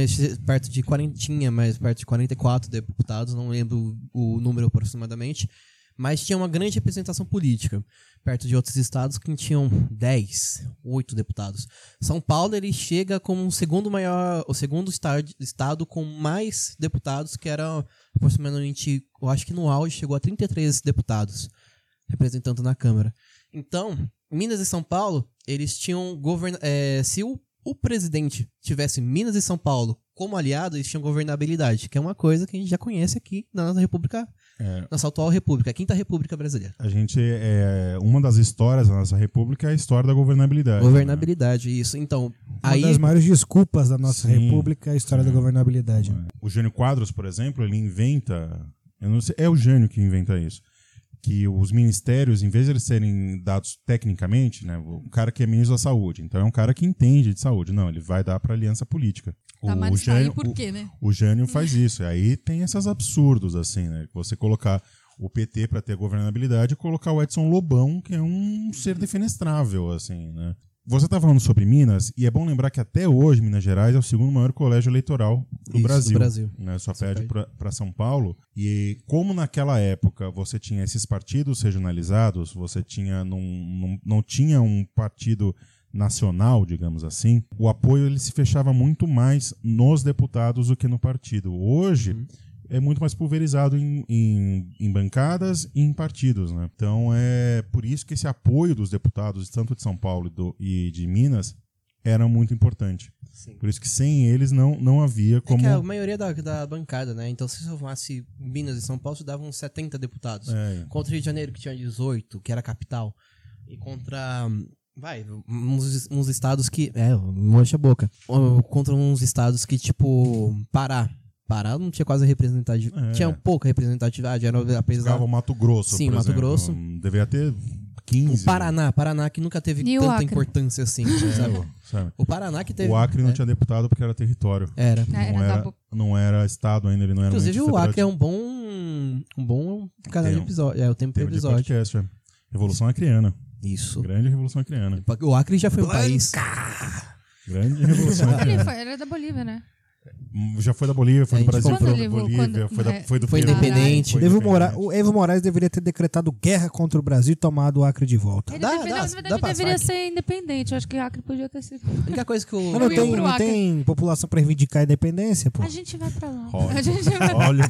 [SPEAKER 2] perto de quarentinha, mas perto de 44 deputados, não lembro o número aproximadamente, mas tinha uma grande representação política, perto de outros estados que tinham 10, 8 deputados. São Paulo, ele chega como o segundo maior, o segundo esta- estado com mais deputados, que era aproximadamente, eu acho que no auge chegou a 33 deputados representando na Câmara. Então, Minas e São Paulo, eles tinham governa eh, se o, o presidente tivesse Minas e São Paulo como aliado, eles tinham governabilidade, que é uma coisa que a gente já conhece aqui na nossa República,
[SPEAKER 1] É.
[SPEAKER 2] nossa atual República, a Quinta República Brasileira.
[SPEAKER 1] A gente é uma das histórias da nossa república é a história da governabilidade. né?
[SPEAKER 2] Governabilidade, isso. Então,
[SPEAKER 4] Uma
[SPEAKER 2] aí
[SPEAKER 4] das maiores desculpas da nossa
[SPEAKER 1] Sim.
[SPEAKER 4] república é a história da governabilidade.
[SPEAKER 1] O Jânio Quadros, por exemplo, ele inventa. Eu não sei, é o Jânio que inventa isso. que os ministérios, em vez de eles serem dados tecnicamente, né, o cara que é ministro da saúde, então é um cara que entende de saúde, não, ele vai dar para aliança política.
[SPEAKER 5] Tá mais de
[SPEAKER 1] Jânio-
[SPEAKER 5] sair por quê, né?
[SPEAKER 1] o Jânio faz isso. E aí tem esses absurdos, assim, né? Você colocar o PT para ter governabilidade e colocar o Edson Lobão, que é um ser defenestrável, assim, né? Você tá falando sobre Minas, e é bom lembrar que até hoje Minas Gerais é o segundo maior colégio eleitoral do
[SPEAKER 2] Isso, do
[SPEAKER 1] Brasil.
[SPEAKER 2] Brasil.
[SPEAKER 1] Né? Só
[SPEAKER 2] Só
[SPEAKER 1] pede
[SPEAKER 2] pede.
[SPEAKER 1] para São Paulo. E como naquela época você tinha esses partidos regionalizados, você tinha num, num- não tinha um partido nacional, digamos assim, o apoio ele se fechava muito mais nos deputados do que no partido. Hoje é muito mais pulverizado em, em- em bancadas e em partidos, né? Então é por isso que esse apoio dos deputados, tanto de São Paulo e, do- e de Minas, era muito importante.
[SPEAKER 2] Sim.
[SPEAKER 1] Por isso que sem eles não, não havia
[SPEAKER 2] É
[SPEAKER 1] como.
[SPEAKER 2] que a maioria da, da bancada, né? Então, se somasse Minas e São Paulo, se davam uns 70 deputados.
[SPEAKER 1] É.
[SPEAKER 2] Contra o Rio de Janeiro, que tinha 18, que era a capital. E contra. hum, Vai, uns, uns estados que. É, mancha a boca. Ou Contra uns estados que, tipo, Pará. Pará não tinha quase representatividade.
[SPEAKER 1] É.
[SPEAKER 2] Tinha pouca representatividade, era apenas.
[SPEAKER 1] Ficava o Mato Grosso,
[SPEAKER 2] Sim,
[SPEAKER 1] por
[SPEAKER 2] Mato
[SPEAKER 1] exemplo.
[SPEAKER 2] Grosso.
[SPEAKER 1] Deveria ter 15.
[SPEAKER 2] O Paraná, Paraná que nunca teve
[SPEAKER 5] E o
[SPEAKER 2] tanta
[SPEAKER 5] Acre?
[SPEAKER 2] importância assim, sabe?
[SPEAKER 1] né? Sabe?
[SPEAKER 2] O Paraná que teve.
[SPEAKER 1] O Acre não
[SPEAKER 2] é,
[SPEAKER 1] tinha deputado porque era território.
[SPEAKER 2] Era.
[SPEAKER 5] É,
[SPEAKER 1] não,
[SPEAKER 5] era da
[SPEAKER 1] era,
[SPEAKER 5] bo-
[SPEAKER 1] não era estado ainda, ele não era um
[SPEAKER 2] Inclusive,
[SPEAKER 1] ente
[SPEAKER 2] o Acre é
[SPEAKER 1] federativo.
[SPEAKER 2] um bom. Um bom canal de
[SPEAKER 1] Tema.
[SPEAKER 2] episódio. É, o tempo de
[SPEAKER 1] Tema de
[SPEAKER 2] episódio.
[SPEAKER 1] podcast, é. Revolução Acreana.
[SPEAKER 2] Isso.
[SPEAKER 1] Grande Revolução Acreana.
[SPEAKER 2] O Acre já foi um país.
[SPEAKER 1] Grande Revolução
[SPEAKER 5] Ele,
[SPEAKER 1] Acreana.
[SPEAKER 5] foi, ele é da Bolívia, né?
[SPEAKER 1] Hum, Já foi da Bolívia, foi
[SPEAKER 2] É,
[SPEAKER 1] do
[SPEAKER 2] a gente
[SPEAKER 1] Brasil,
[SPEAKER 5] quando
[SPEAKER 1] foi da
[SPEAKER 5] ele vo-
[SPEAKER 1] Bolívia,
[SPEAKER 5] quando-
[SPEAKER 1] foi, da,
[SPEAKER 5] é.
[SPEAKER 1] foi do
[SPEAKER 2] né, Foi
[SPEAKER 1] Peru,
[SPEAKER 2] independente.
[SPEAKER 1] foi
[SPEAKER 4] Evo,
[SPEAKER 1] independente.
[SPEAKER 4] Mora- o Evo Moraes deveria ter decretado guerra contra o Brasil e tomado o Acre de volta.
[SPEAKER 5] Ele
[SPEAKER 2] Dá-
[SPEAKER 5] deveria,
[SPEAKER 2] dá-
[SPEAKER 5] na
[SPEAKER 2] dá
[SPEAKER 5] verdade,
[SPEAKER 2] pra
[SPEAKER 5] deveria
[SPEAKER 2] Acre.
[SPEAKER 5] ser independente. Eu acho que Acre podia ter sido.
[SPEAKER 2] A única coisa que o.
[SPEAKER 4] Mas não
[SPEAKER 5] Eu ia
[SPEAKER 4] tem,
[SPEAKER 5] pro
[SPEAKER 4] não
[SPEAKER 5] Acre.
[SPEAKER 4] tem população pra reivindicar a independência, pô.
[SPEAKER 5] A gente vai pra lá.
[SPEAKER 1] Olha.
[SPEAKER 5] A gente vai pra
[SPEAKER 1] Olha o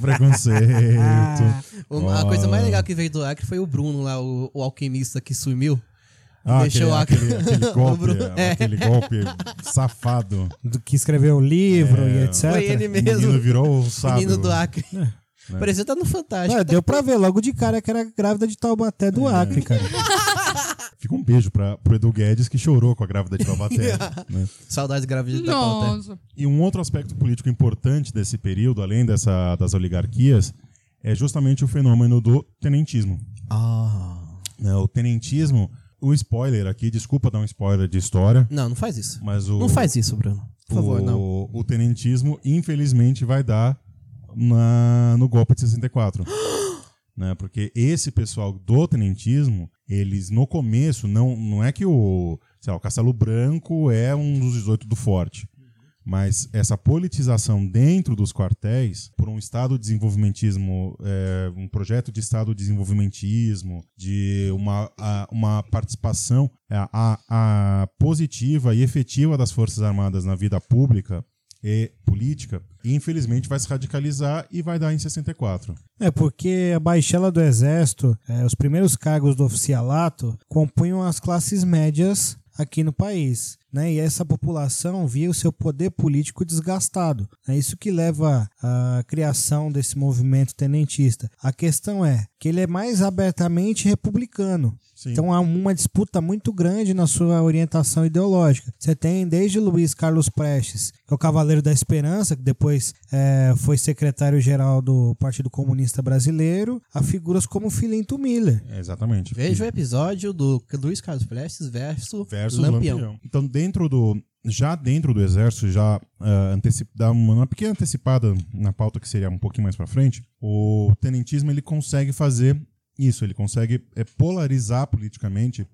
[SPEAKER 1] preconceito.
[SPEAKER 2] Uma- A
[SPEAKER 1] Ah.
[SPEAKER 2] coisa mais legal que veio do Acre foi o Bruno lá, o, o alquimista que sumiu.
[SPEAKER 1] Ah,
[SPEAKER 2] Deixou
[SPEAKER 1] aquele, aquele, aquele golpe,
[SPEAKER 2] Bruno- É.
[SPEAKER 1] aquele golpe safado.
[SPEAKER 4] Do que escreveu o livro
[SPEAKER 1] É,
[SPEAKER 4] e etc.
[SPEAKER 2] Foi ele
[SPEAKER 1] O menino
[SPEAKER 2] mesmo.
[SPEAKER 1] virou o
[SPEAKER 2] O
[SPEAKER 1] sábio. É, né?
[SPEAKER 2] menino do Acre. Parecia tá no Fantástico.
[SPEAKER 4] Ah, deu pra ver logo de cara que era grávida de Taubaté do Acre, cara.
[SPEAKER 1] Fica um beijo pra, pro Edu Guedes, que chorou com a grávida de Taubaté. né?
[SPEAKER 2] Saudades graves da pauta.
[SPEAKER 5] Nossa.
[SPEAKER 1] E um outro aspecto político importante desse período, além dessa, das oligarquias, é justamente o fenômeno do tenentismo.
[SPEAKER 2] Ah.
[SPEAKER 1] né? O tenentismo, o spoiler aqui, desculpa dar um spoiler de história,
[SPEAKER 2] Não, não faz isso.
[SPEAKER 1] mas o,
[SPEAKER 2] Não faz isso, Bruno. Por favor,
[SPEAKER 1] o,
[SPEAKER 2] não.
[SPEAKER 1] o tenentismo, infelizmente, vai dar na, no golpe de 64. né? Porque esse pessoal do tenentismo, eles no começo, não, não é que o, sei lá, o Castelo Branco é um dos 18 do Forte. Mas essa politização dentro dos quartéis, por um Estado desenvolvimentismo, é, um projeto de Estado desenvolvimentismo, de uma, a- uma participação é, a- a positiva e efetiva das Forças Armadas na vida pública e política, infelizmente vai se radicalizar e vai dar em 64.
[SPEAKER 4] É, porque a baixela do exército, é, os primeiros cargos do oficialato, compunham as classes médias aqui no país. Né? E essa população via o seu poder político desgastado. É isso que leva à criação desse movimento tenentista. A questão é que ele é mais abertamente republicano.
[SPEAKER 1] Sim.
[SPEAKER 4] Então há uma disputa muito grande na sua orientação ideológica. Você tem desde Luiz Carlos Prestes, que é o Cavaleiro da Esperança, que depois eh, foi secretário-geral do Partido Comunista Brasileiro, a figuras como Filinto Miller.
[SPEAKER 1] É, exatamente.
[SPEAKER 2] Veja o episódio do Luiz Carlos Prestes versus,
[SPEAKER 1] versus
[SPEAKER 2] Lampião.
[SPEAKER 1] Lampião. Então, dentro do. Já dentro do exército, já ah, anteci- dá uma, uma pequena antecipada na pauta que seria um pouquinho mais pra frente, o tenentismo ele consegue fazer isso, ele consegue é, polarizar politicamente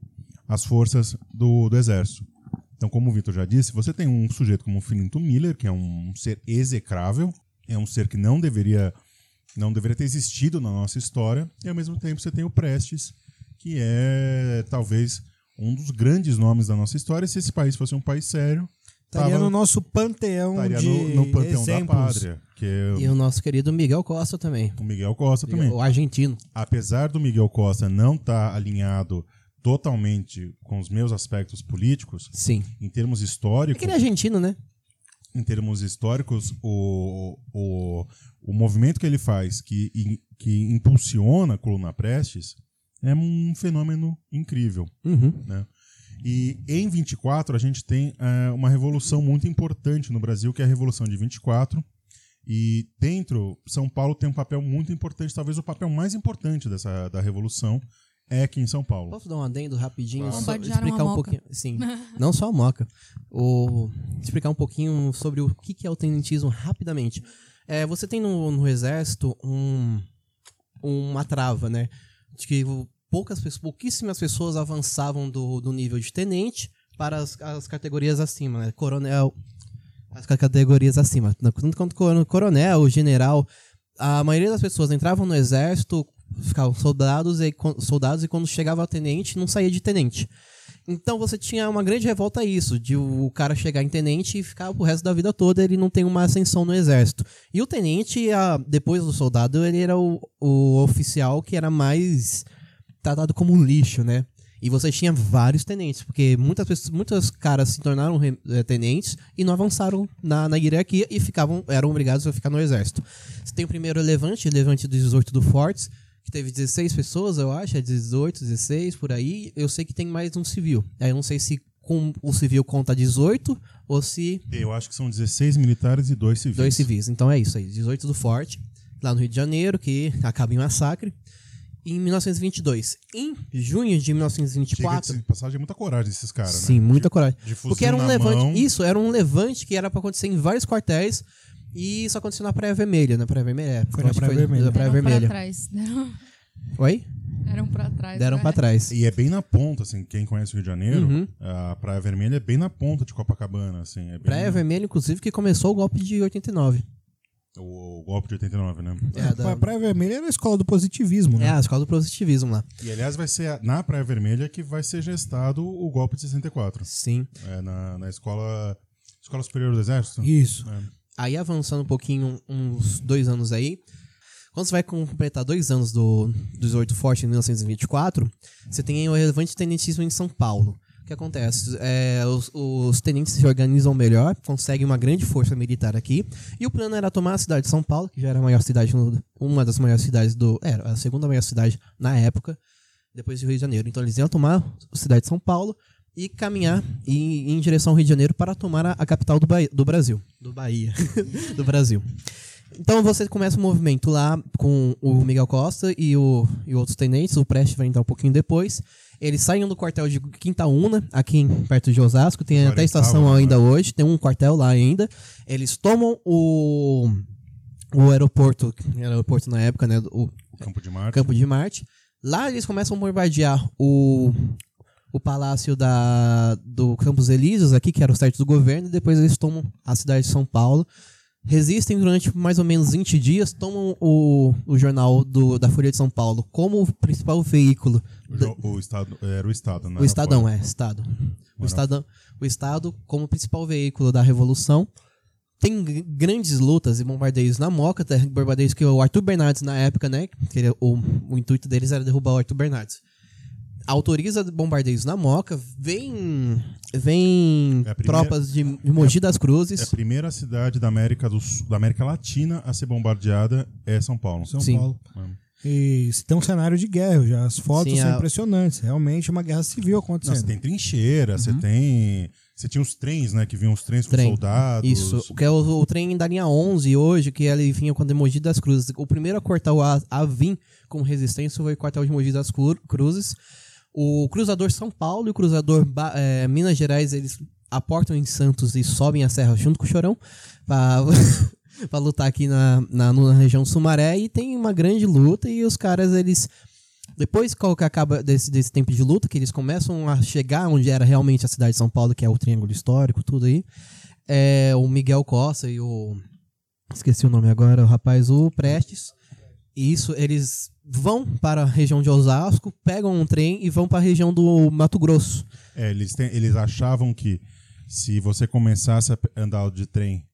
[SPEAKER 1] as forças do, do exército. Então, como o Vitor já disse, você tem um sujeito como o Filinto Miller, que é um ser execrável, é um ser que não deveria não deveria ter existido na nossa história, e ao mesmo tempo você tem o Prestes, que é talvez um dos grandes nomes da nossa história, e se esse país fosse um país sério,
[SPEAKER 4] Estaria
[SPEAKER 1] tava-
[SPEAKER 4] no nosso panteão
[SPEAKER 1] estaria
[SPEAKER 4] Um de
[SPEAKER 1] no, no panteão da
[SPEAKER 4] exemplos.
[SPEAKER 1] pátria, que é
[SPEAKER 2] E o nosso querido Miguel Costa também.
[SPEAKER 1] o Miguel Costa também.
[SPEAKER 2] O argentino.
[SPEAKER 1] Apesar do Miguel Costa não estar alinhado totalmente com os meus aspectos políticos,
[SPEAKER 2] Sim.
[SPEAKER 1] em termos
[SPEAKER 2] Porque
[SPEAKER 1] históricos,
[SPEAKER 2] ele é argentino, né?
[SPEAKER 1] em termos históricos, o, o, o movimento que ele faz, que, in- que impulsiona a coluna Prestes, é um fenômeno incrível.
[SPEAKER 2] Uhum.
[SPEAKER 1] E em é 24 a gente tem eh, uma revolução muito importante no Brasil, que é a Revolução de 24. E dentro, São Paulo tem um papel muito importante, talvez o papel mais importante dessa da revolução é aqui em São Paulo.
[SPEAKER 2] Posso dar um adendo rapidinho?
[SPEAKER 1] Claro.
[SPEAKER 2] Só
[SPEAKER 5] Bombardearam
[SPEAKER 2] explicar
[SPEAKER 5] a
[SPEAKER 2] um
[SPEAKER 5] Moca.
[SPEAKER 2] pouquinho. Sim, não só a moca. O, explicar um pouquinho sobre o que que é o tenentismo rapidamente. É, você tem no, no exército um, uma trava, né? De que o- poucas pessoas, pouquíssimas pessoas avançavam do, do nível de tenente para as, as categorias acima, né? Coronel. As ca- categorias acima. Tanto quanto coro- coronel, general. A maioria das pessoas entravam no exército, ficavam soldados e, quan- soldados, e quando chegava a tenente, não saía de tenente. Então você tinha uma grande revolta a isso, de o cara chegar em tenente e ficar pro resto da vida toda ele não tem uma ascensão no exército. E o tenente, a- depois do soldado, ele era o, o oficial que era mais tratado como um lixo, né? E você tinha vários tenentes, porque muitas pessoas, muitos caras se tornaram re- eh, tenentes e não avançaram na, na hierarquia e ficavam, eram obrigados a ficar no exército. Você tem o primeiro levante, levante dos 18 do Fortes, que teve 16 pessoas, eu acho, é 18, 16, por aí. Eu sei que tem mais um civil. Aí eu não sei se com, o civil conta 18 ou se
[SPEAKER 1] Eu acho que são 16 militares e dois civis.
[SPEAKER 2] Dois civis. Então é isso aí. 18 do Forte, lá no Rio de Janeiro, que acaba em massacre. Em 1922. Em junho de
[SPEAKER 1] Diga
[SPEAKER 2] 1924.
[SPEAKER 1] de passagem, é muita coragem desses caras, né?
[SPEAKER 2] Sim, muita coragem.
[SPEAKER 1] De fuzil
[SPEAKER 2] Porque era um
[SPEAKER 1] na
[SPEAKER 2] levante.
[SPEAKER 1] mão.
[SPEAKER 2] Isso, era um levante que era pra acontecer em vários quartéis. E isso aconteceu na Praia Vermelha, né? Praia Vermelha. é.
[SPEAKER 4] Foi na
[SPEAKER 2] Acho que
[SPEAKER 4] Praia Vermelha.
[SPEAKER 2] Na Praia
[SPEAKER 5] Deram pra
[SPEAKER 2] Vermelha.
[SPEAKER 5] trás. Deram,
[SPEAKER 2] Oi?
[SPEAKER 5] deram pra trás.
[SPEAKER 2] Deram
[SPEAKER 5] né?
[SPEAKER 2] pra trás.
[SPEAKER 1] E é bem na ponta, assim, quem conhece o Rio de Janeiro,
[SPEAKER 2] Uhum.
[SPEAKER 1] a Praia Vermelha é bem na ponta de Copacabana, assim. É bem-
[SPEAKER 2] Praia Vermelha, inclusive, que começou o golpe de 89.
[SPEAKER 1] O, o golpe de 89, né?
[SPEAKER 2] É,
[SPEAKER 4] A
[SPEAKER 2] da,
[SPEAKER 4] Praia Vermelha era a escola do positivismo,
[SPEAKER 2] é
[SPEAKER 4] né?
[SPEAKER 2] a escola do positivismo lá.
[SPEAKER 1] E aliás, vai ser a- na Praia Vermelha que vai ser gestado o golpe de 64.
[SPEAKER 2] Sim.
[SPEAKER 1] É, na, na escola. Escola Superior do Exército?
[SPEAKER 4] Isso.
[SPEAKER 1] É.
[SPEAKER 2] Aí avançando um pouquinho, uns dois anos aí. Quando você vai completar dois anos do 18 Forte em 1924, você tem o relevante tenentismo em São Paulo. O que acontece? É, os, os tenentes se organizam melhor, conseguem uma grande força militar aqui. E o plano era tomar a cidade de São Paulo, que já era a maior cidade, no- uma das maiores cidades do. Era a segunda maior cidade na época, depois do Rio de Janeiro. Então eles iam tomar a cidade de São Paulo e caminhar em, em direção ao Rio de Janeiro para tomar a, a capital do, Bahia- do Brasil. Do Bahia. do Brasil. Então você começa o movimento lá com o Miguel Costa e, o, e outros tenentes. O Preste vai entrar um pouquinho depois. Eles saem do quartel de Quintaúna, aqui em- perto de Osasco. Tem até
[SPEAKER 1] Quarentava,
[SPEAKER 2] estação
[SPEAKER 1] né?
[SPEAKER 2] ainda hoje, tem um quartel lá ainda. Eles tomam o, o aeroporto, aeroporto na época, né? O
[SPEAKER 1] O Campo de Marte.
[SPEAKER 2] Campo de Marte. Lá eles começam a bombardear o, o palácio da, do Campos Elíseos, aqui, que era o site do governo, e depois eles tomam a cidade de São Paulo. Resistem durante mais ou menos 20 dias, tomam o, o jornal do, da Folha de São Paulo como o principal veículo
[SPEAKER 1] O, jo- o estado, era o Estado, né?
[SPEAKER 2] o Estadão, é, Estado. O,
[SPEAKER 1] Moral.
[SPEAKER 2] Estadão, o Estado, como principal veículo da Revolução, tem gr- grandes lutas e bombardeios na Moca, até bombardeios que o Arthur Bernardes, na época, né? Que ele- o, o intuito deles era derrubar o Arthur Bernardes. Autoriza bombardeios na Moca, vem, vem
[SPEAKER 1] É a primeira-
[SPEAKER 2] tropas de Mogi
[SPEAKER 1] É
[SPEAKER 2] das
[SPEAKER 1] a
[SPEAKER 2] Cruzes.
[SPEAKER 1] primeira cidade da América, do, Sul- da América Latina a ser bombardeada é São Paulo.
[SPEAKER 4] São
[SPEAKER 2] Sim.
[SPEAKER 4] Paulo.
[SPEAKER 1] Hum.
[SPEAKER 4] E se tem um cenário de guerra já. As fotos
[SPEAKER 2] Sim,
[SPEAKER 4] são
[SPEAKER 2] a-
[SPEAKER 4] impressionantes. Realmente é uma guerra civil
[SPEAKER 1] Não,
[SPEAKER 4] acontecendo.
[SPEAKER 1] você tem trincheira, você tem. Você tinha os trens, né? Que vinham os trens com
[SPEAKER 2] Uhum. Trem.
[SPEAKER 1] soldados.
[SPEAKER 2] Isso, o que é o, o trem da linha 11 hoje, que ele vinha com o de Mogi das Cruzes. O primeiro a cortar o a, a vir como resistência foi o quartel de Mogi das Cru- Cruzes. O cruzador São Paulo e o cruzador Ba- eh, Minas Gerais, eles aportam em Santos e sobem a serra junto com o Chorão pra, pra lutar aqui na, na, na região Sumaré. E tem uma grande luta e os caras, eles... Depois qual que acaba desse, desse tempo de luta, que eles começam a chegar onde era realmente a cidade de São Paulo, que é o Triângulo Histórico, tudo aí é, o Miguel Costa e o. Esqueci o nome agora, o rapaz, o Prestes. Isso, eles vão para a região de Osasco, pegam um trem e vão para a região do Mato Grosso.
[SPEAKER 1] É, eles, têm- eles achavam que se você começasse a p- andar de trem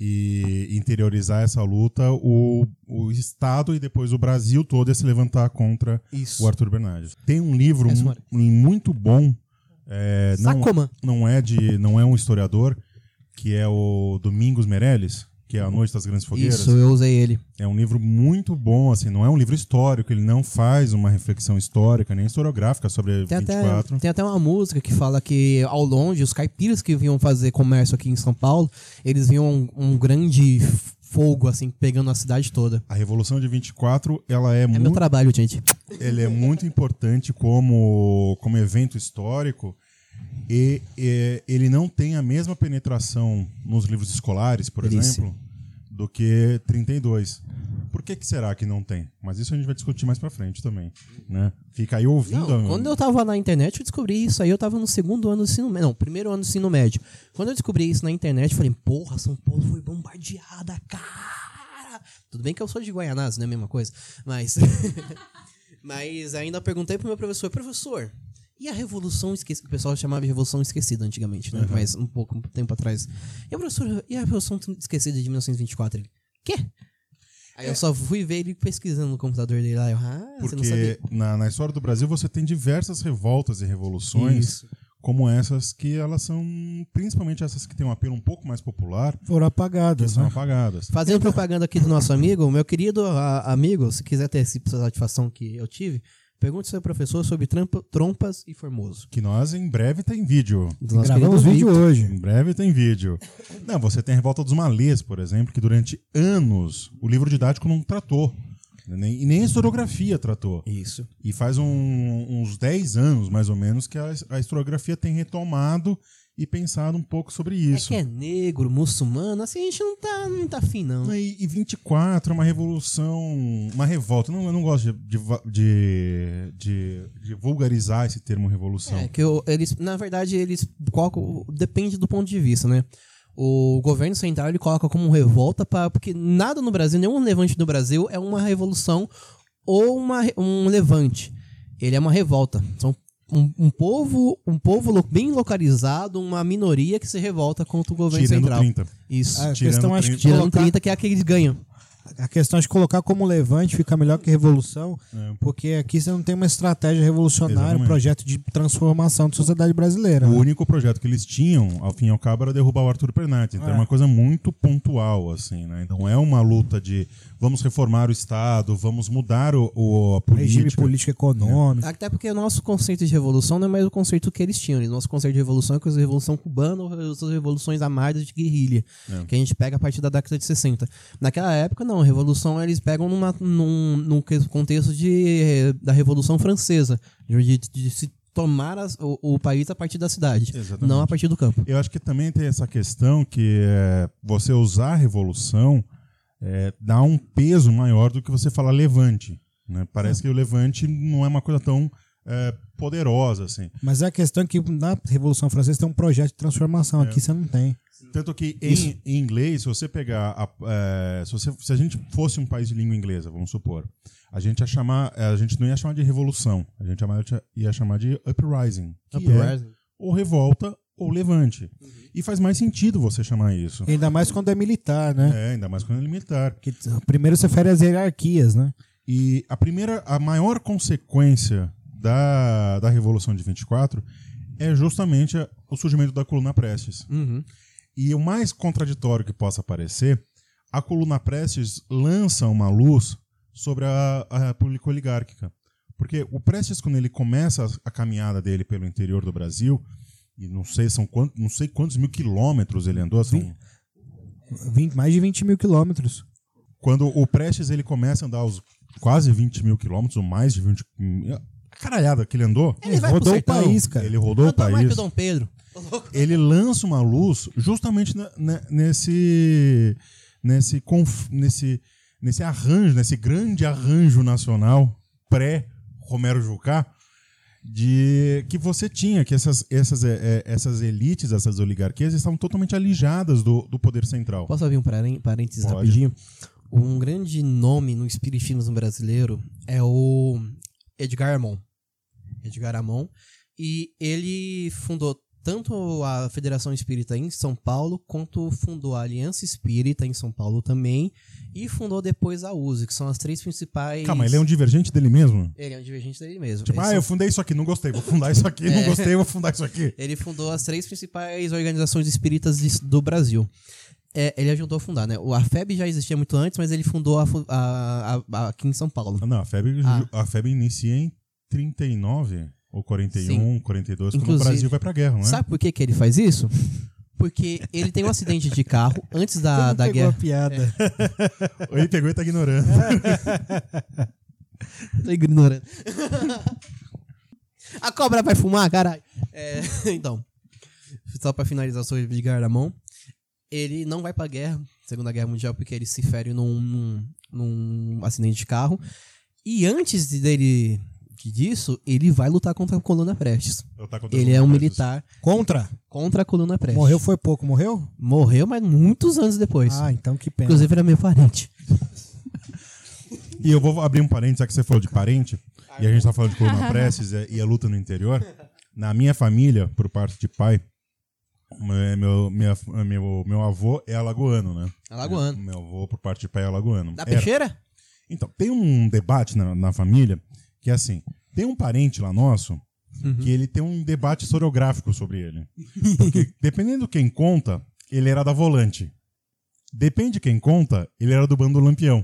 [SPEAKER 1] e interiorizar essa luta, o, o Estado e depois o Brasil todo ia se levantar contra
[SPEAKER 2] Isso.
[SPEAKER 1] o Arthur Bernardes. Tem um livro
[SPEAKER 2] Essa
[SPEAKER 1] mu-
[SPEAKER 2] hora.
[SPEAKER 1] muito bom. é, não,
[SPEAKER 2] Sacoma.
[SPEAKER 1] não é de não é um historiador, que é o Domingos Meirelles, que é A Noite das Grandes Fogueiras.
[SPEAKER 2] Isso, eu usei ele.
[SPEAKER 1] É um livro muito bom, assim, não é um livro histórico, ele não faz uma reflexão histórica nem historiográfica sobre
[SPEAKER 2] Tem até,
[SPEAKER 1] 24.
[SPEAKER 2] tem até uma música que fala que ao longe os caipiras que vinham fazer comércio aqui em São Paulo, eles viam um, um grande f- fogo, assim, pegando a cidade toda.
[SPEAKER 1] A Revolução de 24, ela é,
[SPEAKER 2] É meu
[SPEAKER 1] muito,
[SPEAKER 2] trabalho, gente.
[SPEAKER 1] ela é muito importante como, como evento histórico e, é, ele não tem a mesma penetração nos livros escolares, por
[SPEAKER 2] Delícia.
[SPEAKER 1] exemplo, do que 32. Por que, que será que não tem? Mas isso a gente vai discutir mais pra frente também, né? Fica aí ouvindo.
[SPEAKER 2] Não,
[SPEAKER 1] a-
[SPEAKER 2] quando eu tava na internet, eu descobri isso aí. Eu tava no segundo ano do ensino médio. Não, primeiro ano do ensino médio. Quando eu descobri isso na internet, eu falei, porra, São Paulo foi bombardeada, cara. Tudo bem que eu sou de Guaianás, não é a mesma coisa. Mas. mas ainda perguntei pro meu professor, professor. E a Revolução Esquecida? O pessoal chamava de Revolução Esquecida antigamente, né? Mas um pouco um tempo atrás. E o professor, e a Revolução Esquecida de 1924? Ele, quê? Aí eu só fui ver ele pesquisando no computador dele lá. Eu, ah, você não sabia.
[SPEAKER 1] Porque na, na história do Brasil você tem diversas revoltas e revoluções como essas que elas são, principalmente essas que têm um apelo um pouco mais popular,
[SPEAKER 4] Foram
[SPEAKER 1] que
[SPEAKER 4] apagadas,
[SPEAKER 1] são
[SPEAKER 4] né?
[SPEAKER 1] apagadas.
[SPEAKER 2] Fazendo propaganda aqui do nosso amigo, meu querido a- amigo, se quiser ter essa satisfação que eu tive, pergunte ao seu professor sobre trampa- trompas e formoso.
[SPEAKER 1] Que nós em breve tem vídeo.
[SPEAKER 2] Do nosso
[SPEAKER 4] Gravamos
[SPEAKER 2] querido
[SPEAKER 4] vídeo
[SPEAKER 2] Vitor.
[SPEAKER 4] hoje.
[SPEAKER 1] Em breve tem vídeo. Não, você tem a Revolta dos Malês, por exemplo, que durante anos o livro didático não tratou. Nem, e nem a historiografia tratou.
[SPEAKER 2] Isso.
[SPEAKER 1] E faz um- uns 10 anos, mais ou menos, que a, a historiografia tem retomado e pensado um pouco sobre isso.
[SPEAKER 2] É que é negro, muçulmano, assim a gente não tá, não tá afim, não.
[SPEAKER 1] E, e 24 é uma revolução, uma revolta. Não, eu não gosto de, de, va- de, de- de vulgarizar esse termo revolução.
[SPEAKER 2] É, que eu- eles, na verdade, eles colocam. Depende do ponto de vista, né? O governo central ele coloca como revolta para porque nada no Brasil, nenhum levante do Brasil é uma revolução ou uma, re- um levante. Ele é uma revolta. São um, um povo, um povo lo- bem localizado, uma minoria que se revolta contra o governo
[SPEAKER 1] Tirando
[SPEAKER 2] central.
[SPEAKER 1] 30.
[SPEAKER 2] Isso.
[SPEAKER 4] É, A
[SPEAKER 1] Tirando
[SPEAKER 4] questão, acho que
[SPEAKER 1] 30.
[SPEAKER 2] Tirando
[SPEAKER 4] colocar-
[SPEAKER 2] 30 que é a que eles ganham.
[SPEAKER 4] a questão é de colocar como levante fica melhor que revolução,
[SPEAKER 1] É.
[SPEAKER 4] porque aqui você não tem uma estratégia revolucionária,
[SPEAKER 1] Exatamente.
[SPEAKER 4] um projeto de transformação da sociedade brasileira.
[SPEAKER 1] O
[SPEAKER 4] né?
[SPEAKER 1] único projeto que eles tinham, ao fim e ao cabo, era derrubar o Arthur Bernardi. Então é,
[SPEAKER 4] É.
[SPEAKER 1] uma coisa muito pontual, assim, né? Não é uma luta de vamos reformar o Estado, vamos mudar o, o- a
[SPEAKER 4] Regime
[SPEAKER 1] política.
[SPEAKER 4] político econômico.
[SPEAKER 1] É.
[SPEAKER 2] Até porque o nosso conceito de revolução não é mais o conceito que eles tinham. O nosso conceito de revolução é que a Revolução Cubana ou as revoluções armadas de guerrilha,
[SPEAKER 1] É.
[SPEAKER 2] que a gente pega a partir da década de 60. Naquela época, não. a Revolução eles pegam numa, num, num que- contexto de, da Revolução Francesa, de, de- de se tomar as- o, o país a partir da cidade,
[SPEAKER 1] Exatamente.
[SPEAKER 2] não a partir do campo.
[SPEAKER 1] Eu acho que também tem essa questão que é, você usar a revolução é, dá um peso maior do que você falar levante. né?
[SPEAKER 4] É.
[SPEAKER 1] Parece que o levante não é uma coisa tão é, poderosa, assim.
[SPEAKER 4] Mas a questão é que na Revolução Francesa tem um projeto de transformação,
[SPEAKER 1] É.
[SPEAKER 4] aqui você não tem.
[SPEAKER 1] Tanto que em, em inglês, se você pegar. A, eh, se, você- se a gente fosse um país de língua inglesa, vamos supor, a gente ia chamar. eh, A gente não ia chamar de revolução. A gente ia- ia chamar de uprising. Que
[SPEAKER 2] Tá
[SPEAKER 1] É ou revolta ou levante. E faz mais sentido você chamar isso.
[SPEAKER 4] Ainda mais quando é militar, né?
[SPEAKER 1] É, ainda mais quando é militar.
[SPEAKER 4] Que primeiro você fere as hierarquias, né?
[SPEAKER 1] E a primeira, a maior consequência da, da Revolução de 24 é justamente a- o surgimento da coluna Prestes.
[SPEAKER 2] Uhum.
[SPEAKER 1] E o mais contraditório que possa parecer, a coluna Prestes lança uma luz sobre a, a República Oligárquica. Porque o Prestes, quando ele começa a- a caminhada dele pelo interior do Brasil, e não sei, são quant, não sei quantos mil quilômetros ele andou, assim, são,
[SPEAKER 4] Vinte- mais de 20 mil quilômetros.
[SPEAKER 1] quando o Prestes ele começa a andar os quase 20 mil quilômetros, ou mais de 20 mil. a Caralhada que ele andou.
[SPEAKER 2] Ele vai pro
[SPEAKER 4] rodou o
[SPEAKER 2] sertão.
[SPEAKER 4] país, cara.
[SPEAKER 1] Ele rodou o
[SPEAKER 2] Doutor
[SPEAKER 1] país.
[SPEAKER 2] Marco é Dom Pedro.
[SPEAKER 1] ele lança uma luz justamente na- na- nesse nesse conf- nesse nesse arranjo, nesse grande arranjo nacional pré Romero Jucá de que você tinha que essas essas eh, eh, essas elites, essas oligarquias estavam totalmente alijadas do, do poder central.
[SPEAKER 2] Posso abrir um paren- parênteses
[SPEAKER 1] Pode.
[SPEAKER 2] rapidinho? Um grande nome no espiritismo brasileiro é o Edgar Amon. Edgar Amon. E ele fundou tanto a Federação Espírita em São Paulo, quanto fundou a Aliança Espírita em São Paulo também. E fundou depois a USE, que são as três principais.
[SPEAKER 1] Calma, ele é um divergente dele mesmo?
[SPEAKER 2] Ele é um divergente dele mesmo.
[SPEAKER 1] Tipo,
[SPEAKER 2] Eles
[SPEAKER 1] ah,
[SPEAKER 2] são-
[SPEAKER 1] eu fundei isso aqui, não gostei, vou fundar isso aqui,
[SPEAKER 2] É.
[SPEAKER 1] não gostei, vou fundar isso aqui.
[SPEAKER 2] Ele fundou as três principais organizações espíritas de- do Brasil. É, ele ajudou a fundar, né? O- A FEB já existia muito antes, mas ele fundou a fu- a- a- a- aqui em São Paulo.
[SPEAKER 1] Ah, Não, a FEB,
[SPEAKER 2] Ah.
[SPEAKER 1] a FEB inicia em 39 ou 41, 42, quando o
[SPEAKER 2] Inclusive.
[SPEAKER 1] Brasil vai pra guerra, não é?
[SPEAKER 2] Sabe por que, que ele faz isso? Porque ele tem um acidente de carro antes Ah, da, da
[SPEAKER 4] pegou a
[SPEAKER 2] guerra. É.
[SPEAKER 4] piada.
[SPEAKER 1] Ele pegou e tá ignorando.
[SPEAKER 2] Tô ignorando. a cobra vai fumar, caralho. É, então, só pra finalizar sobre o Edgar Ramon, ele não vai pra guerra, Segunda Guerra Mundial, porque ele se fere num, num, num acidente de carro. E antes de- dele de- disso, ele vai lutar contra a Coluna Prestes.
[SPEAKER 1] tá
[SPEAKER 2] Ele é um militar
[SPEAKER 4] Contra?
[SPEAKER 2] contra a Coluna Prestes.
[SPEAKER 4] Morreu foi pouco, morreu?
[SPEAKER 2] Morreu, mas muitos anos depois.
[SPEAKER 4] Ah, então que pena.
[SPEAKER 2] Inclusive era meu parente.
[SPEAKER 1] E eu vou abrir um parênteses, já que você falou de parente, e a gente tá falando de coluna Prestes é, e a luta no interior. Na minha família, por parte de pai, é, meu, minha- meu, meu avô é alagoano, né?
[SPEAKER 2] Alagoano.
[SPEAKER 1] Meu avô, por parte de pai, é alagoano.
[SPEAKER 2] Da
[SPEAKER 1] Era.
[SPEAKER 2] peixeira?
[SPEAKER 1] Então, tem um debate na, na família que é assim: tem um parente lá nosso que ele tem um debate historiográfico sobre ele. Porque, dependendo de quem conta, ele era da volante. Depende de quem conta, ele era do bando Lampião.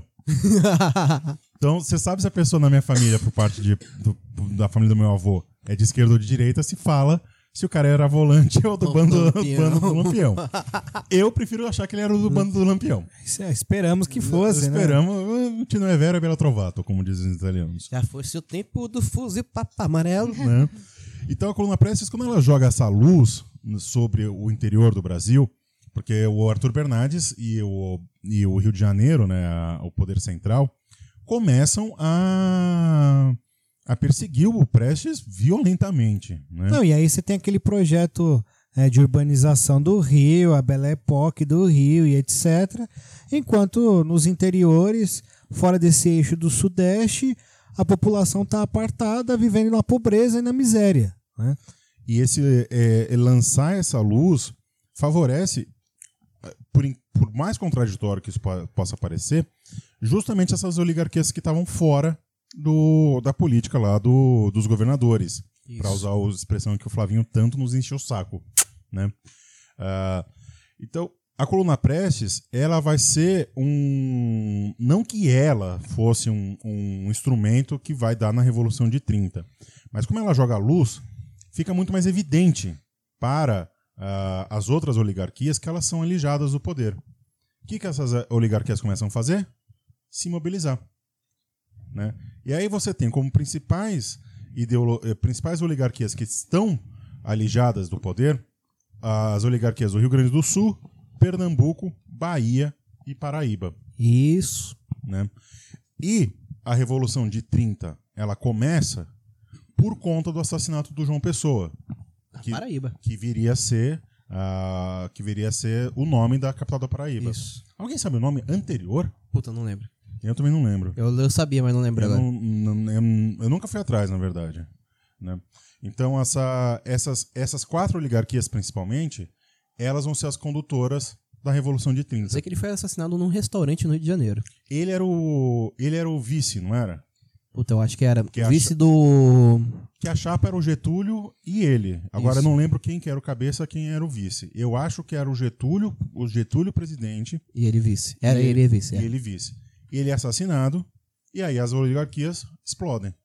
[SPEAKER 1] Então, você sabe se a pessoa na minha família, por parte de- do- da família do meu avô, é de esquerda ou de direita, se fala se o cara era volante ou do
[SPEAKER 2] Ou
[SPEAKER 1] bando,
[SPEAKER 2] Lampião.
[SPEAKER 1] bando do Lampião. Eu prefiro achar que ele era do bando do Lampião.
[SPEAKER 4] Isso é, Esperamos que fosse, né?
[SPEAKER 1] Esperamos, eh, Tino é vero e bela trovato, como dizem os italianos.
[SPEAKER 2] Já foi seu tempo do fuzil papa amarelo.
[SPEAKER 1] né? Então a coluna Prestes, quando ela joga essa luz sobre o interior do Brasil, porque o Arthur Bernardes e o, e o Rio de Janeiro, né, a- o poder central, começam a, a perseguir o Prestes violentamente. Né?
[SPEAKER 4] Não, e aí você tem aquele projeto é, de urbanização do Rio, a Belle Époque do Rio e etc. Enquanto nos interiores, fora desse eixo do Sudeste, a população está apartada, vivendo na pobreza e na miséria. Né?
[SPEAKER 1] E esse é, é, lançar essa luz favorece, eh, por, in- por mais contraditório que isso po- possa parecer, justamente essas oligarquias que estavam fora do, da política lá do, dos governadores. Pra usar a expressão que o Flavinho tanto nos encheu o saco, né? Ah, então, a coluna Prestes, ela vai ser um... Não que ela fosse um, um instrumento que vai dar na Revolução de 30, mas como ela joga a luz, fica muito mais evidente para ah, as outras oligarquias que elas são alijadas do poder. O que, que essas ah, oligarquias começam a fazer? Se mobilizar. Né? E aí você tem como principais, ideolo- eh, principais oligarquias que estão alijadas do poder as oligarquias do Rio Grande do Sul, Pernambuco, Bahia e Paraíba.
[SPEAKER 2] Isso.
[SPEAKER 1] Né? E a Revolução de 30 ela começa por conta do assassinato do João Pessoa, Que-
[SPEAKER 2] Paraíba.
[SPEAKER 1] que viria a ser, ah, que viria a ser o nome da capital da Paraíba.
[SPEAKER 2] Isso.
[SPEAKER 1] Alguém sabe o nome anterior?
[SPEAKER 2] Puta, não lembro.
[SPEAKER 1] Eu também não lembro.
[SPEAKER 2] Eu, eu sabia, mas não lembro
[SPEAKER 1] Eu,
[SPEAKER 2] agora.
[SPEAKER 1] não- não- eu- eu nunca fui atrás, na verdade. né? Então, essa- essas, essas quatro oligarquias, principalmente, elas vão ser as condutoras da Revolução de
[SPEAKER 2] Eu sei
[SPEAKER 1] 30.
[SPEAKER 2] que ele foi assassinado num restaurante no Rio de Janeiro.
[SPEAKER 1] Ele era o, ele era o vice, não era?
[SPEAKER 2] Puta, eu acho que era
[SPEAKER 1] Que
[SPEAKER 2] vice do.
[SPEAKER 1] Que a chapa era o Getúlio e ele. Agora,
[SPEAKER 2] Isso.
[SPEAKER 1] eu não lembro quem que era o cabeça, quem era o vice. Eu acho que era o Getúlio, o Getúlio presidente,
[SPEAKER 2] E ele vice. Era
[SPEAKER 1] E
[SPEAKER 2] ele, e vice. é.
[SPEAKER 1] e ele vice. Ele é assassinado, e aí as oligarquias explodem.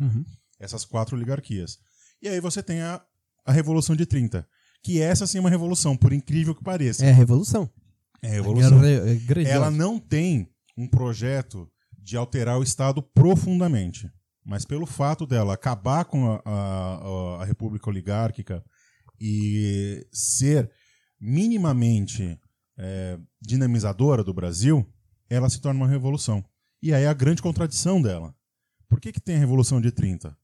[SPEAKER 2] Uhum.
[SPEAKER 1] essas quatro oligarquias. E aí você tem a, a Revolução de 30, que essa sim é uma revolução, por incrível que pareça.
[SPEAKER 2] É a revolução.
[SPEAKER 1] É, revolução.
[SPEAKER 2] Era- é grande.
[SPEAKER 1] Ela não tem um projeto de alterar o Estado profundamente, mas pelo fato dela acabar com a, a- a- a República Oligárquica e ser minimamente é, dinamizadora do Brasil, ela se torna uma revolução. E aí é a grande contradição dela. Por que, que tem a Revolução de 30?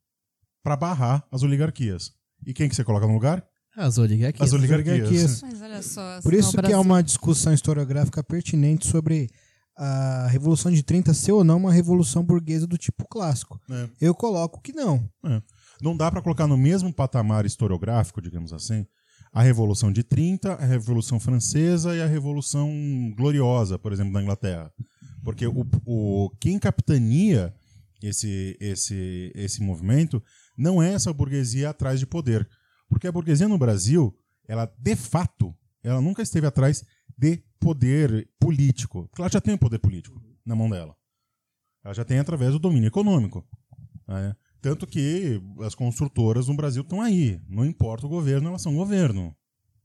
[SPEAKER 1] Para barrar as oligarquias. E quem que você coloca no lugar?
[SPEAKER 2] As oligarquias.
[SPEAKER 1] As oligarquias.
[SPEAKER 4] Oligarquias.
[SPEAKER 5] Mas olha só.
[SPEAKER 4] Por
[SPEAKER 5] senão
[SPEAKER 4] isso
[SPEAKER 5] o
[SPEAKER 4] que é
[SPEAKER 5] Brasil-
[SPEAKER 4] uma discussão historiográfica pertinente sobre a Revolução de 30 ser ou não uma revolução burguesa do tipo clássico.
[SPEAKER 1] É.
[SPEAKER 4] Eu coloco que não.
[SPEAKER 1] Não dá para colocar no mesmo patamar historiográfico, digamos assim, a Revolução de 30, a Revolução Francesa e a Revolução Gloriosa, por exemplo, da Inglaterra. Porque o, o- quem capitania esse, esse, esse movimento não é essa burguesia atrás de poder. Porque a burguesia no Brasil, ela de fato, ela nunca esteve atrás de poder político. Porque ela já tem o poder político na mão dela. Ela já tem através do domínio econômico. né? Tanto que as construtoras no Brasil estão aí. Não importa o governo, elas são governo.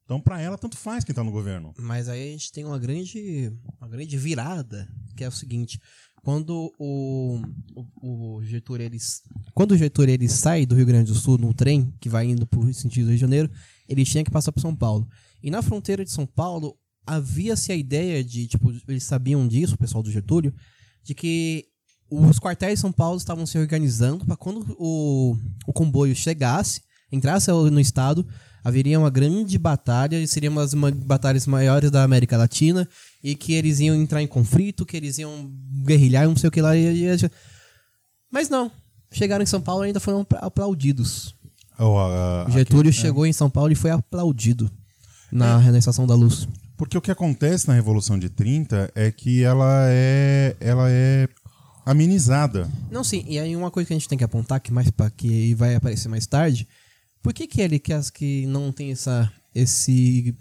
[SPEAKER 1] Então, para ela, tanto faz quem tá no governo.
[SPEAKER 2] Mas aí a gente tem uma grande, uma grande virada, que é o seguinte, quando o, o, o Getúlio ele, s- quando o Getúlio ele sai do Rio Grande do Sul num trem que vai indo pro sentido do Rio de Janeiro, ele tinha que passar por São Paulo. E na fronteira de São Paulo havia-se a ideia de, tipo, eles sabiam disso, o pessoal do Getúlio, de que os quartéis de São Paulo estavam se organizando para quando o, o comboio chegasse, entrasse ao- no estado, haveria uma grande batalha e seria uma das ma- batalhas maiores da América Latina e que eles iam entrar em conflito, que eles iam guerrilhar, não sei o que lá. e- e- e- Mas não. Chegaram em São Paulo e ainda foram apla- aplaudidos.
[SPEAKER 1] Ou a- a-
[SPEAKER 2] O Getúlio chegou em São Paulo e foi aplaudido na, na Estação da Luz.
[SPEAKER 1] Porque o que acontece na Revolução de 30 é que ela é, ela é amenizada.
[SPEAKER 2] Não, sim, e aí uma coisa que a gente tem que apontar, que mais pra, que vai aparecer mais tarde, por que que ele que as que não tem essa esse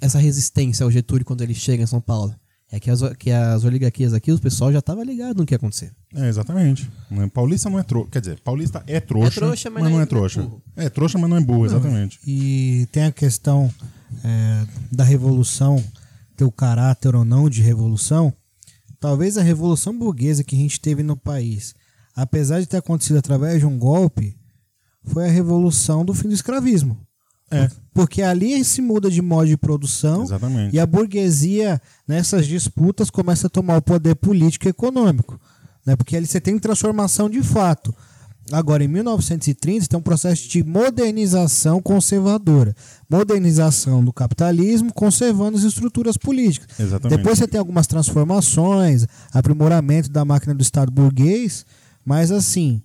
[SPEAKER 2] essa resistência ao Getúlio quando ele chega em São Paulo? É que as, o- que as oligarquias aqui, o pessoal já tava ligado no que ia acontecer.
[SPEAKER 1] É, exatamente. Não é- Paulista não é trouxa. Quer dizer, paulista é trouxa,
[SPEAKER 2] trouxa, mas
[SPEAKER 1] mas não
[SPEAKER 2] não
[SPEAKER 1] é
[SPEAKER 2] é
[SPEAKER 1] trouxa.
[SPEAKER 2] burro.
[SPEAKER 1] É trouxa, mas não é burro, exatamente.
[SPEAKER 4] E tem a questão é, da revolução ter o caráter ou não de revolução. Talvez a revolução burguesa que a gente teve no país, apesar de ter acontecido através de um golpe, foi a revolução do fim do escravismo.
[SPEAKER 1] É.
[SPEAKER 4] Porque ali se muda de modo de produção
[SPEAKER 1] Exatamente.
[SPEAKER 4] e a burguesia, nessas disputas, começa a tomar o poder político e econômico. Né? Porque ali você tem transformação de fato. Agora, em 1930, tem um processo de modernização conservadora. Modernização do capitalismo, conservando as estruturas políticas.
[SPEAKER 1] Exatamente.
[SPEAKER 4] Depois você tem algumas transformações, aprimoramento da máquina do Estado burguês, mas assim,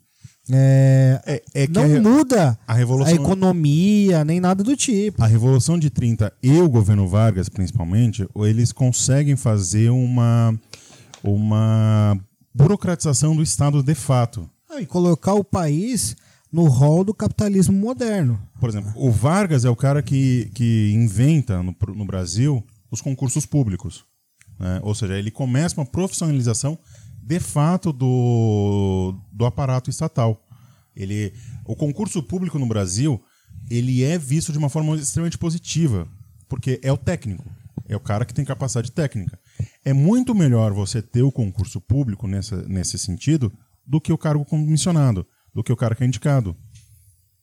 [SPEAKER 4] é,
[SPEAKER 1] É, é que
[SPEAKER 4] não
[SPEAKER 1] a re-
[SPEAKER 4] muda
[SPEAKER 1] a revolução-
[SPEAKER 4] economia, nem nada do tipo.
[SPEAKER 1] A Revolução de 30 e o governo Vargas, principalmente, ou eles conseguem fazer uma, uma burocratização do Estado de fato.
[SPEAKER 4] Ah, E colocar o país no rol do capitalismo moderno.
[SPEAKER 1] Por exemplo, o Vargas é o cara que, que inventa no, pro- no Brasil os concursos públicos. né? Ou seja, ele começa uma profissionalização de fato do, do aparato estatal. Ele, o concurso público no Brasil ele é visto de uma forma extremamente positiva, porque é o técnico, é o cara que tem capacidade técnica. É muito melhor você ter o concurso público nessa, nesse sentido do que o cargo comissionado, do que o cara que é indicado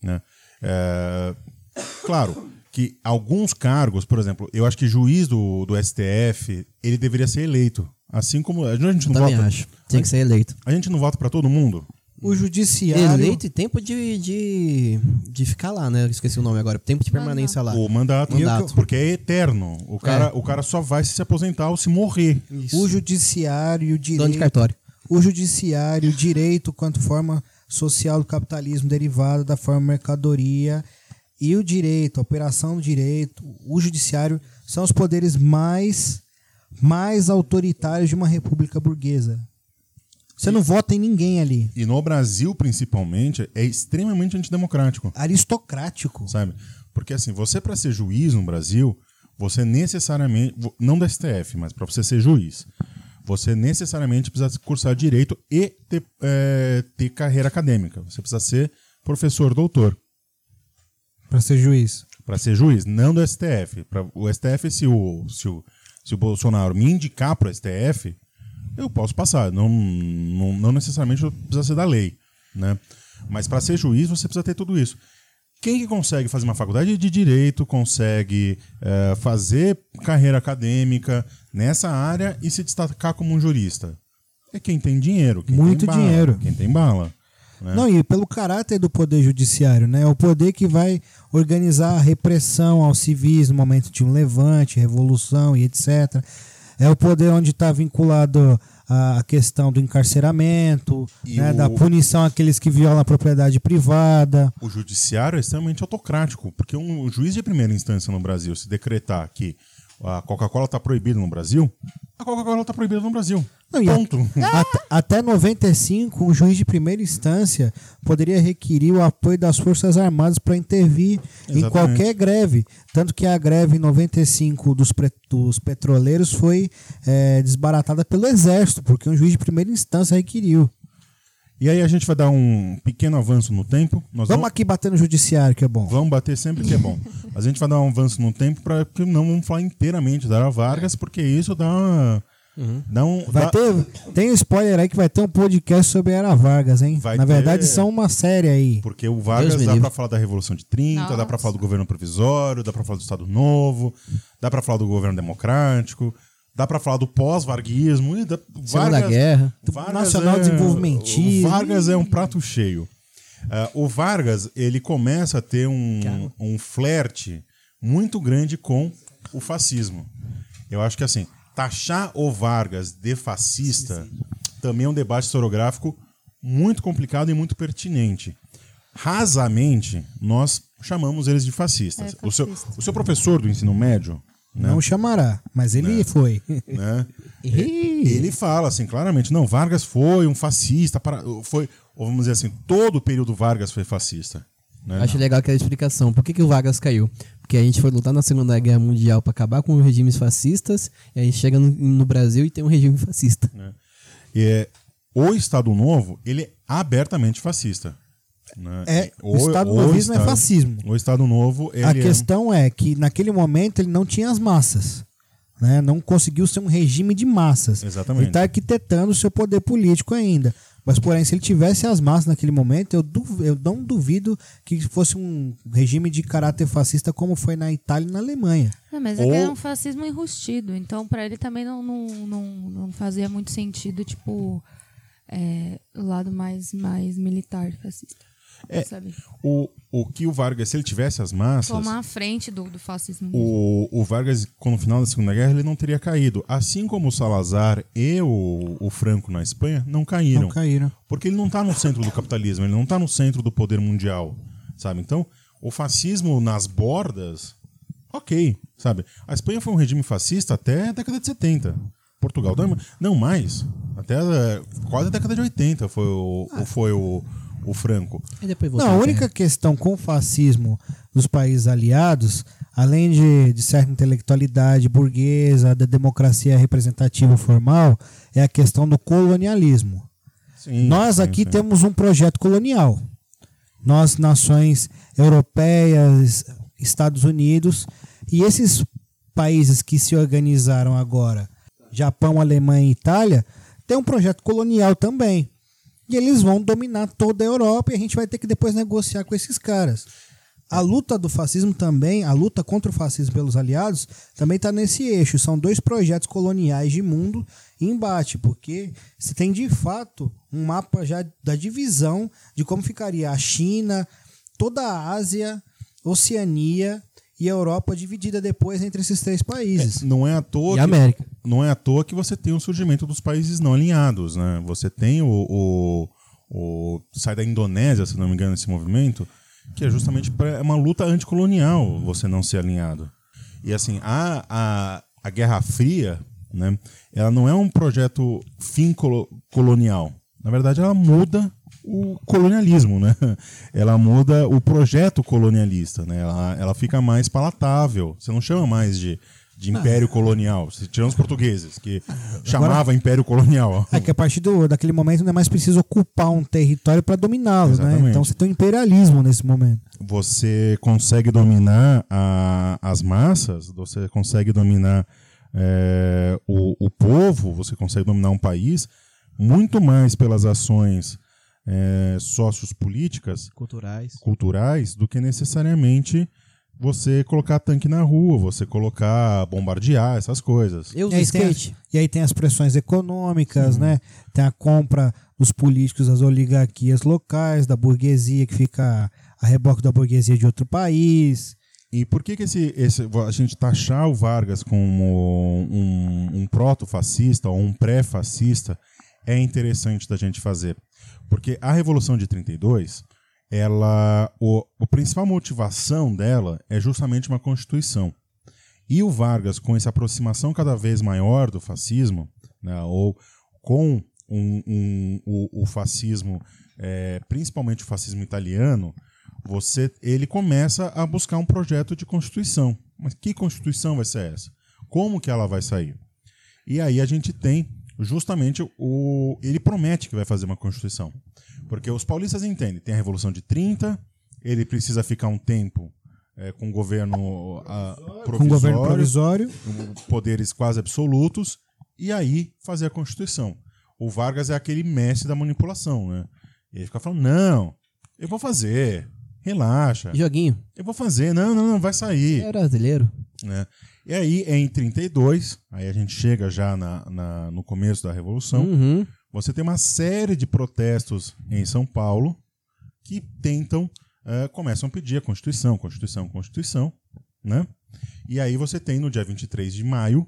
[SPEAKER 1] né? É, claro que alguns cargos, por exemplo, eu acho que juiz do, do STF, ele deveria ser eleito. Assim como a gente não
[SPEAKER 2] Também
[SPEAKER 1] vota,
[SPEAKER 2] acho. Tem que ser eleito.
[SPEAKER 1] a gente não vota para todo mundo.
[SPEAKER 4] O judiciário.
[SPEAKER 2] Eleito e tempo de, de, de ficar lá, né? Eu esqueci o nome agora. Tempo de permanência lá.
[SPEAKER 1] O mandato,
[SPEAKER 2] Mandato.
[SPEAKER 1] porque é eterno. O cara, o cara só vai se aposentar ou se morrer.
[SPEAKER 4] O judiciário,
[SPEAKER 2] Dono
[SPEAKER 4] o
[SPEAKER 2] de
[SPEAKER 4] direito.
[SPEAKER 2] cartório.
[SPEAKER 4] O judiciário, o direito quanto forma social do capitalismo derivada da forma mercadoria e o direito, a operação do direito, o judiciário são os poderes mais mais autoritários de uma república burguesa. Você não vota em ninguém ali.
[SPEAKER 1] E no Brasil, principalmente, é extremamente antidemocrático.
[SPEAKER 4] Aristocrático.
[SPEAKER 1] sabe? Porque assim, você para ser juiz no Brasil, você necessariamente, vo- não da STF, mas para você ser juiz, você necessariamente precisa cursar direito e ter, eh, ter carreira acadêmica. Você precisa ser professor, doutor,
[SPEAKER 4] Para ser juiz.
[SPEAKER 1] para ser juiz, não do STF. Pra, o STF, se o, se o, se o Bolsonaro me indicar para o STF, eu posso passar. Não, não, não necessariamente eu precisa ser da lei. Né? Mas para ser juiz, você precisa ter tudo isso. Quem que consegue fazer uma faculdade de direito, consegue eh, fazer carreira acadêmica nessa área e se destacar como um jurista? É quem tem dinheiro. Quem
[SPEAKER 4] Muito
[SPEAKER 1] tem bala,
[SPEAKER 4] dinheiro.
[SPEAKER 1] Quem tem bala. né?
[SPEAKER 4] Não, e pelo caráter do poder judiciário, né? É o poder que vai organizar a repressão aos civis no momento de um levante, revolução e etc. É o poder onde está vinculado a a questão do encarceramento,
[SPEAKER 1] E
[SPEAKER 4] né,
[SPEAKER 1] o-
[SPEAKER 4] da punição àqueles que violam a propriedade privada.
[SPEAKER 1] O judiciário é extremamente autocrático, porque um juiz de primeira instância no Brasil, se decretar que a Coca-Cola está proibida no Brasil, a Coca-Cola está proibida no Brasil.
[SPEAKER 4] Não, e a-
[SPEAKER 1] Ponto.
[SPEAKER 4] At- até 95, o um juiz de primeira instância poderia requerir o apoio das Forças Armadas para intervir
[SPEAKER 1] Exatamente.
[SPEAKER 4] em qualquer greve. Tanto que a greve em 95 dos, pre- dos petroleiros é, foi eh, desbaratada pelo Exército, porque um juiz de primeira instância requeriu.
[SPEAKER 1] E aí a gente vai dar um pequeno avanço no tempo. Nós
[SPEAKER 4] Vamos
[SPEAKER 1] vamos,
[SPEAKER 4] aqui bater no judiciário, que é bom.
[SPEAKER 1] vamos bater sempre que é bom. A gente vai dar um avanço no tempo para que não vamos falar inteiramente da Vargas, porque isso dá uma. Dá um,
[SPEAKER 4] Vai
[SPEAKER 1] dá-
[SPEAKER 4] ter. Tem um spoiler aí que vai ter um podcast sobre Era Vargas, hein?
[SPEAKER 1] Vai
[SPEAKER 4] Na verdade,
[SPEAKER 1] ter.
[SPEAKER 4] são uma série aí.
[SPEAKER 1] Porque o Vargas
[SPEAKER 2] Deus me
[SPEAKER 1] dá
[SPEAKER 2] livre.
[SPEAKER 1] pra falar da Revolução de 30, dá pra
[SPEAKER 5] Nossa.
[SPEAKER 1] falar do governo provisório, dá pra falar do Estado Novo, dá pra falar do governo democrático, dá pra falar do pós-varguismo, e da-
[SPEAKER 2] Segunda
[SPEAKER 1] Vargas- é
[SPEAKER 2] Guerra.
[SPEAKER 4] Nacional desenvolvimentismo.
[SPEAKER 1] o Vargas é um prato cheio. Ah, o Vargas, ele começa a ter um, um flerte muito grande com o fascismo. Eu acho que assim, taxar o Vargas de fascista também é um debate historiográfico muito complicado e muito pertinente. Rasamente, nós chamamos eles de fascistas.
[SPEAKER 5] É,
[SPEAKER 1] O, seu,
[SPEAKER 5] fascista.
[SPEAKER 1] o seu professor do ensino médio, né,
[SPEAKER 4] Não, chamará, mas ele foi.
[SPEAKER 1] né,
[SPEAKER 2] Ih,
[SPEAKER 1] ele fala assim claramente, não, Vargas foi um fascista, para, foi, ou vamos dizer assim, todo o período Vargas foi fascista. Né?
[SPEAKER 2] Acho legal aquela explicação. Por que, que o Vargas caiu? Porque a gente foi lutar na Segunda Guerra Mundial pra acabar com os regimes fascistas, e a gente chega no, no Brasil e tem um regime fascista.
[SPEAKER 1] É, o Estado Novo, ele é abertamente fascista. né?
[SPEAKER 4] É, o Estado Novismo é fascismo.
[SPEAKER 1] O Estado Novo, ele
[SPEAKER 4] A
[SPEAKER 1] é-
[SPEAKER 4] questão é que naquele momento ele não tinha as massas. Né? Não conseguiu ser um regime de massas.
[SPEAKER 1] Exatamente.
[SPEAKER 4] Ele está arquitetando o seu poder político ainda. Mas, porém, se ele tivesse as massas naquele momento, eu, duv- eu não duvido que fosse um regime de caráter fascista como foi na Itália e na Alemanha.
[SPEAKER 5] Não, mas é
[SPEAKER 1] Ou-
[SPEAKER 5] que era um fascismo enrustido, então pra ele também não, não, não, não fazia muito sentido, tipo, é, o lado mais, mais militar fascista.
[SPEAKER 2] É,
[SPEAKER 5] Sabe?
[SPEAKER 1] o, o que o Vargas, se ele tivesse as massas,
[SPEAKER 5] Tomar a frente do, do fascismo.
[SPEAKER 1] o, o Vargas, com o final da Segunda Guerra, ele não teria caído. Assim como o Salazar e o, o Franco na Espanha não caíram.
[SPEAKER 4] Não caíram.
[SPEAKER 1] Porque ele não está no centro do capitalismo, ele não está no centro do poder mundial, sabe? Então, o fascismo nas bordas, ok, sabe? A Espanha foi um regime fascista até a década de 70. Portugal também, não mais, até eh, quase a década de 80 foi o,
[SPEAKER 4] Ah.
[SPEAKER 1] o- foi o, o Franco.
[SPEAKER 2] E depois volta
[SPEAKER 4] Não, a
[SPEAKER 2] na
[SPEAKER 4] única
[SPEAKER 2] Terra.
[SPEAKER 4] questão com o fascismo dos países aliados, além de, de certa intelectualidade burguesa, da democracia representativa formal, é a questão do colonialismo.
[SPEAKER 1] Sim,
[SPEAKER 4] Nós
[SPEAKER 1] sim,
[SPEAKER 4] aqui
[SPEAKER 1] sim.
[SPEAKER 4] temos um projeto colonial. Nós, nações europeias, Estados Unidos, e esses países que se organizaram agora, Japão, Alemanha e Itália, têm um projeto colonial também. E eles vão dominar toda a Europa e a gente vai ter que depois negociar com esses caras. A luta do fascismo também, a luta contra o fascismo pelos aliados, também está nesse eixo. São dois projetos coloniais de mundo em embate, porque você tem de fato um mapa já da divisão de como ficaria a China, toda a Ásia, Oceania e a Europa dividida depois entre esses três países.
[SPEAKER 1] Não é à toa
[SPEAKER 2] E
[SPEAKER 1] que-
[SPEAKER 2] a América.
[SPEAKER 1] não é à toa que você tem o surgimento dos países não alinhados, né? Você tem o, o- o- sai da Indonésia, se não me engano, esse movimento, que é justamente pra, é uma luta anticolonial você não ser alinhado. E assim, a, a, a Guerra Fria, né? Ela não é um projeto fim colo- colonial. Na verdade, ela muda o colonialismo, né? Ela muda o projeto colonialista, né? Ela, ela fica mais palatável. Você não chama mais de, de império colonial. Se Tirando os portugueses, que chamava império colonial.
[SPEAKER 4] É que a partir do, daquele momento não é mais preciso ocupar um território para dominá-lo, né?
[SPEAKER 1] Exatamente.
[SPEAKER 4] Então você tem um imperialismo nesse momento.
[SPEAKER 1] Você consegue dominar a- as massas, você consegue dominar é, o, o povo, você consegue dominar um país muito mais pelas ações é, sociopolíticas
[SPEAKER 2] Culturais.
[SPEAKER 1] culturais do que necessariamente você colocar tanque na rua, você colocar, bombardear, essas coisas.
[SPEAKER 2] Eu uso
[SPEAKER 4] E aí tem
[SPEAKER 2] É skate.
[SPEAKER 4] as- e aí tem as pressões econômicas, né? Tem a compra dos políticos, das oligarquias locais, da burguesia que fica a reboque da burguesia de outro país.
[SPEAKER 1] E por que, que esse, esse- a gente taxar o Vargas como um, um proto-fascista ou um pré-fascista é interessante da gente fazer? Porque a Revolução de 32, ela, o, a principal motivação dela é justamente uma Constituição. E o Vargas, com essa aproximação cada vez maior do fascismo, né, ou com um- um- o, o fascismo, eh, principalmente o fascismo italiano, você ele começa a buscar um projeto de constituição. Mas que constituição vai ser essa? Como que ela vai sair? E aí a gente tem justamente o ele promete que vai fazer uma constituição. Porque os paulistas entendem, tem a Revolução de 30, ele precisa ficar um tempo eh, com o governo ah,
[SPEAKER 4] Com o governo
[SPEAKER 1] provisório
[SPEAKER 4] provisório.
[SPEAKER 1] um- poderes quase absolutos e aí fazer a Constituição. O Vargas é aquele mestre da manipulação, né? E ele fica falando: não, eu vou fazer, relaxa,
[SPEAKER 2] Joguinho,
[SPEAKER 1] eu vou fazer, não, não, não, vai sair.
[SPEAKER 2] é brasileiro.
[SPEAKER 1] Né? E aí, em 32, aí a gente chega já na, na- no começo da Revolução,
[SPEAKER 2] Uhum.
[SPEAKER 1] você tem uma série de protestos em São Paulo que tentam, eh, começam a pedir a Constituição, Constituição, Constituição, né? E aí você tem no dia 23 de maio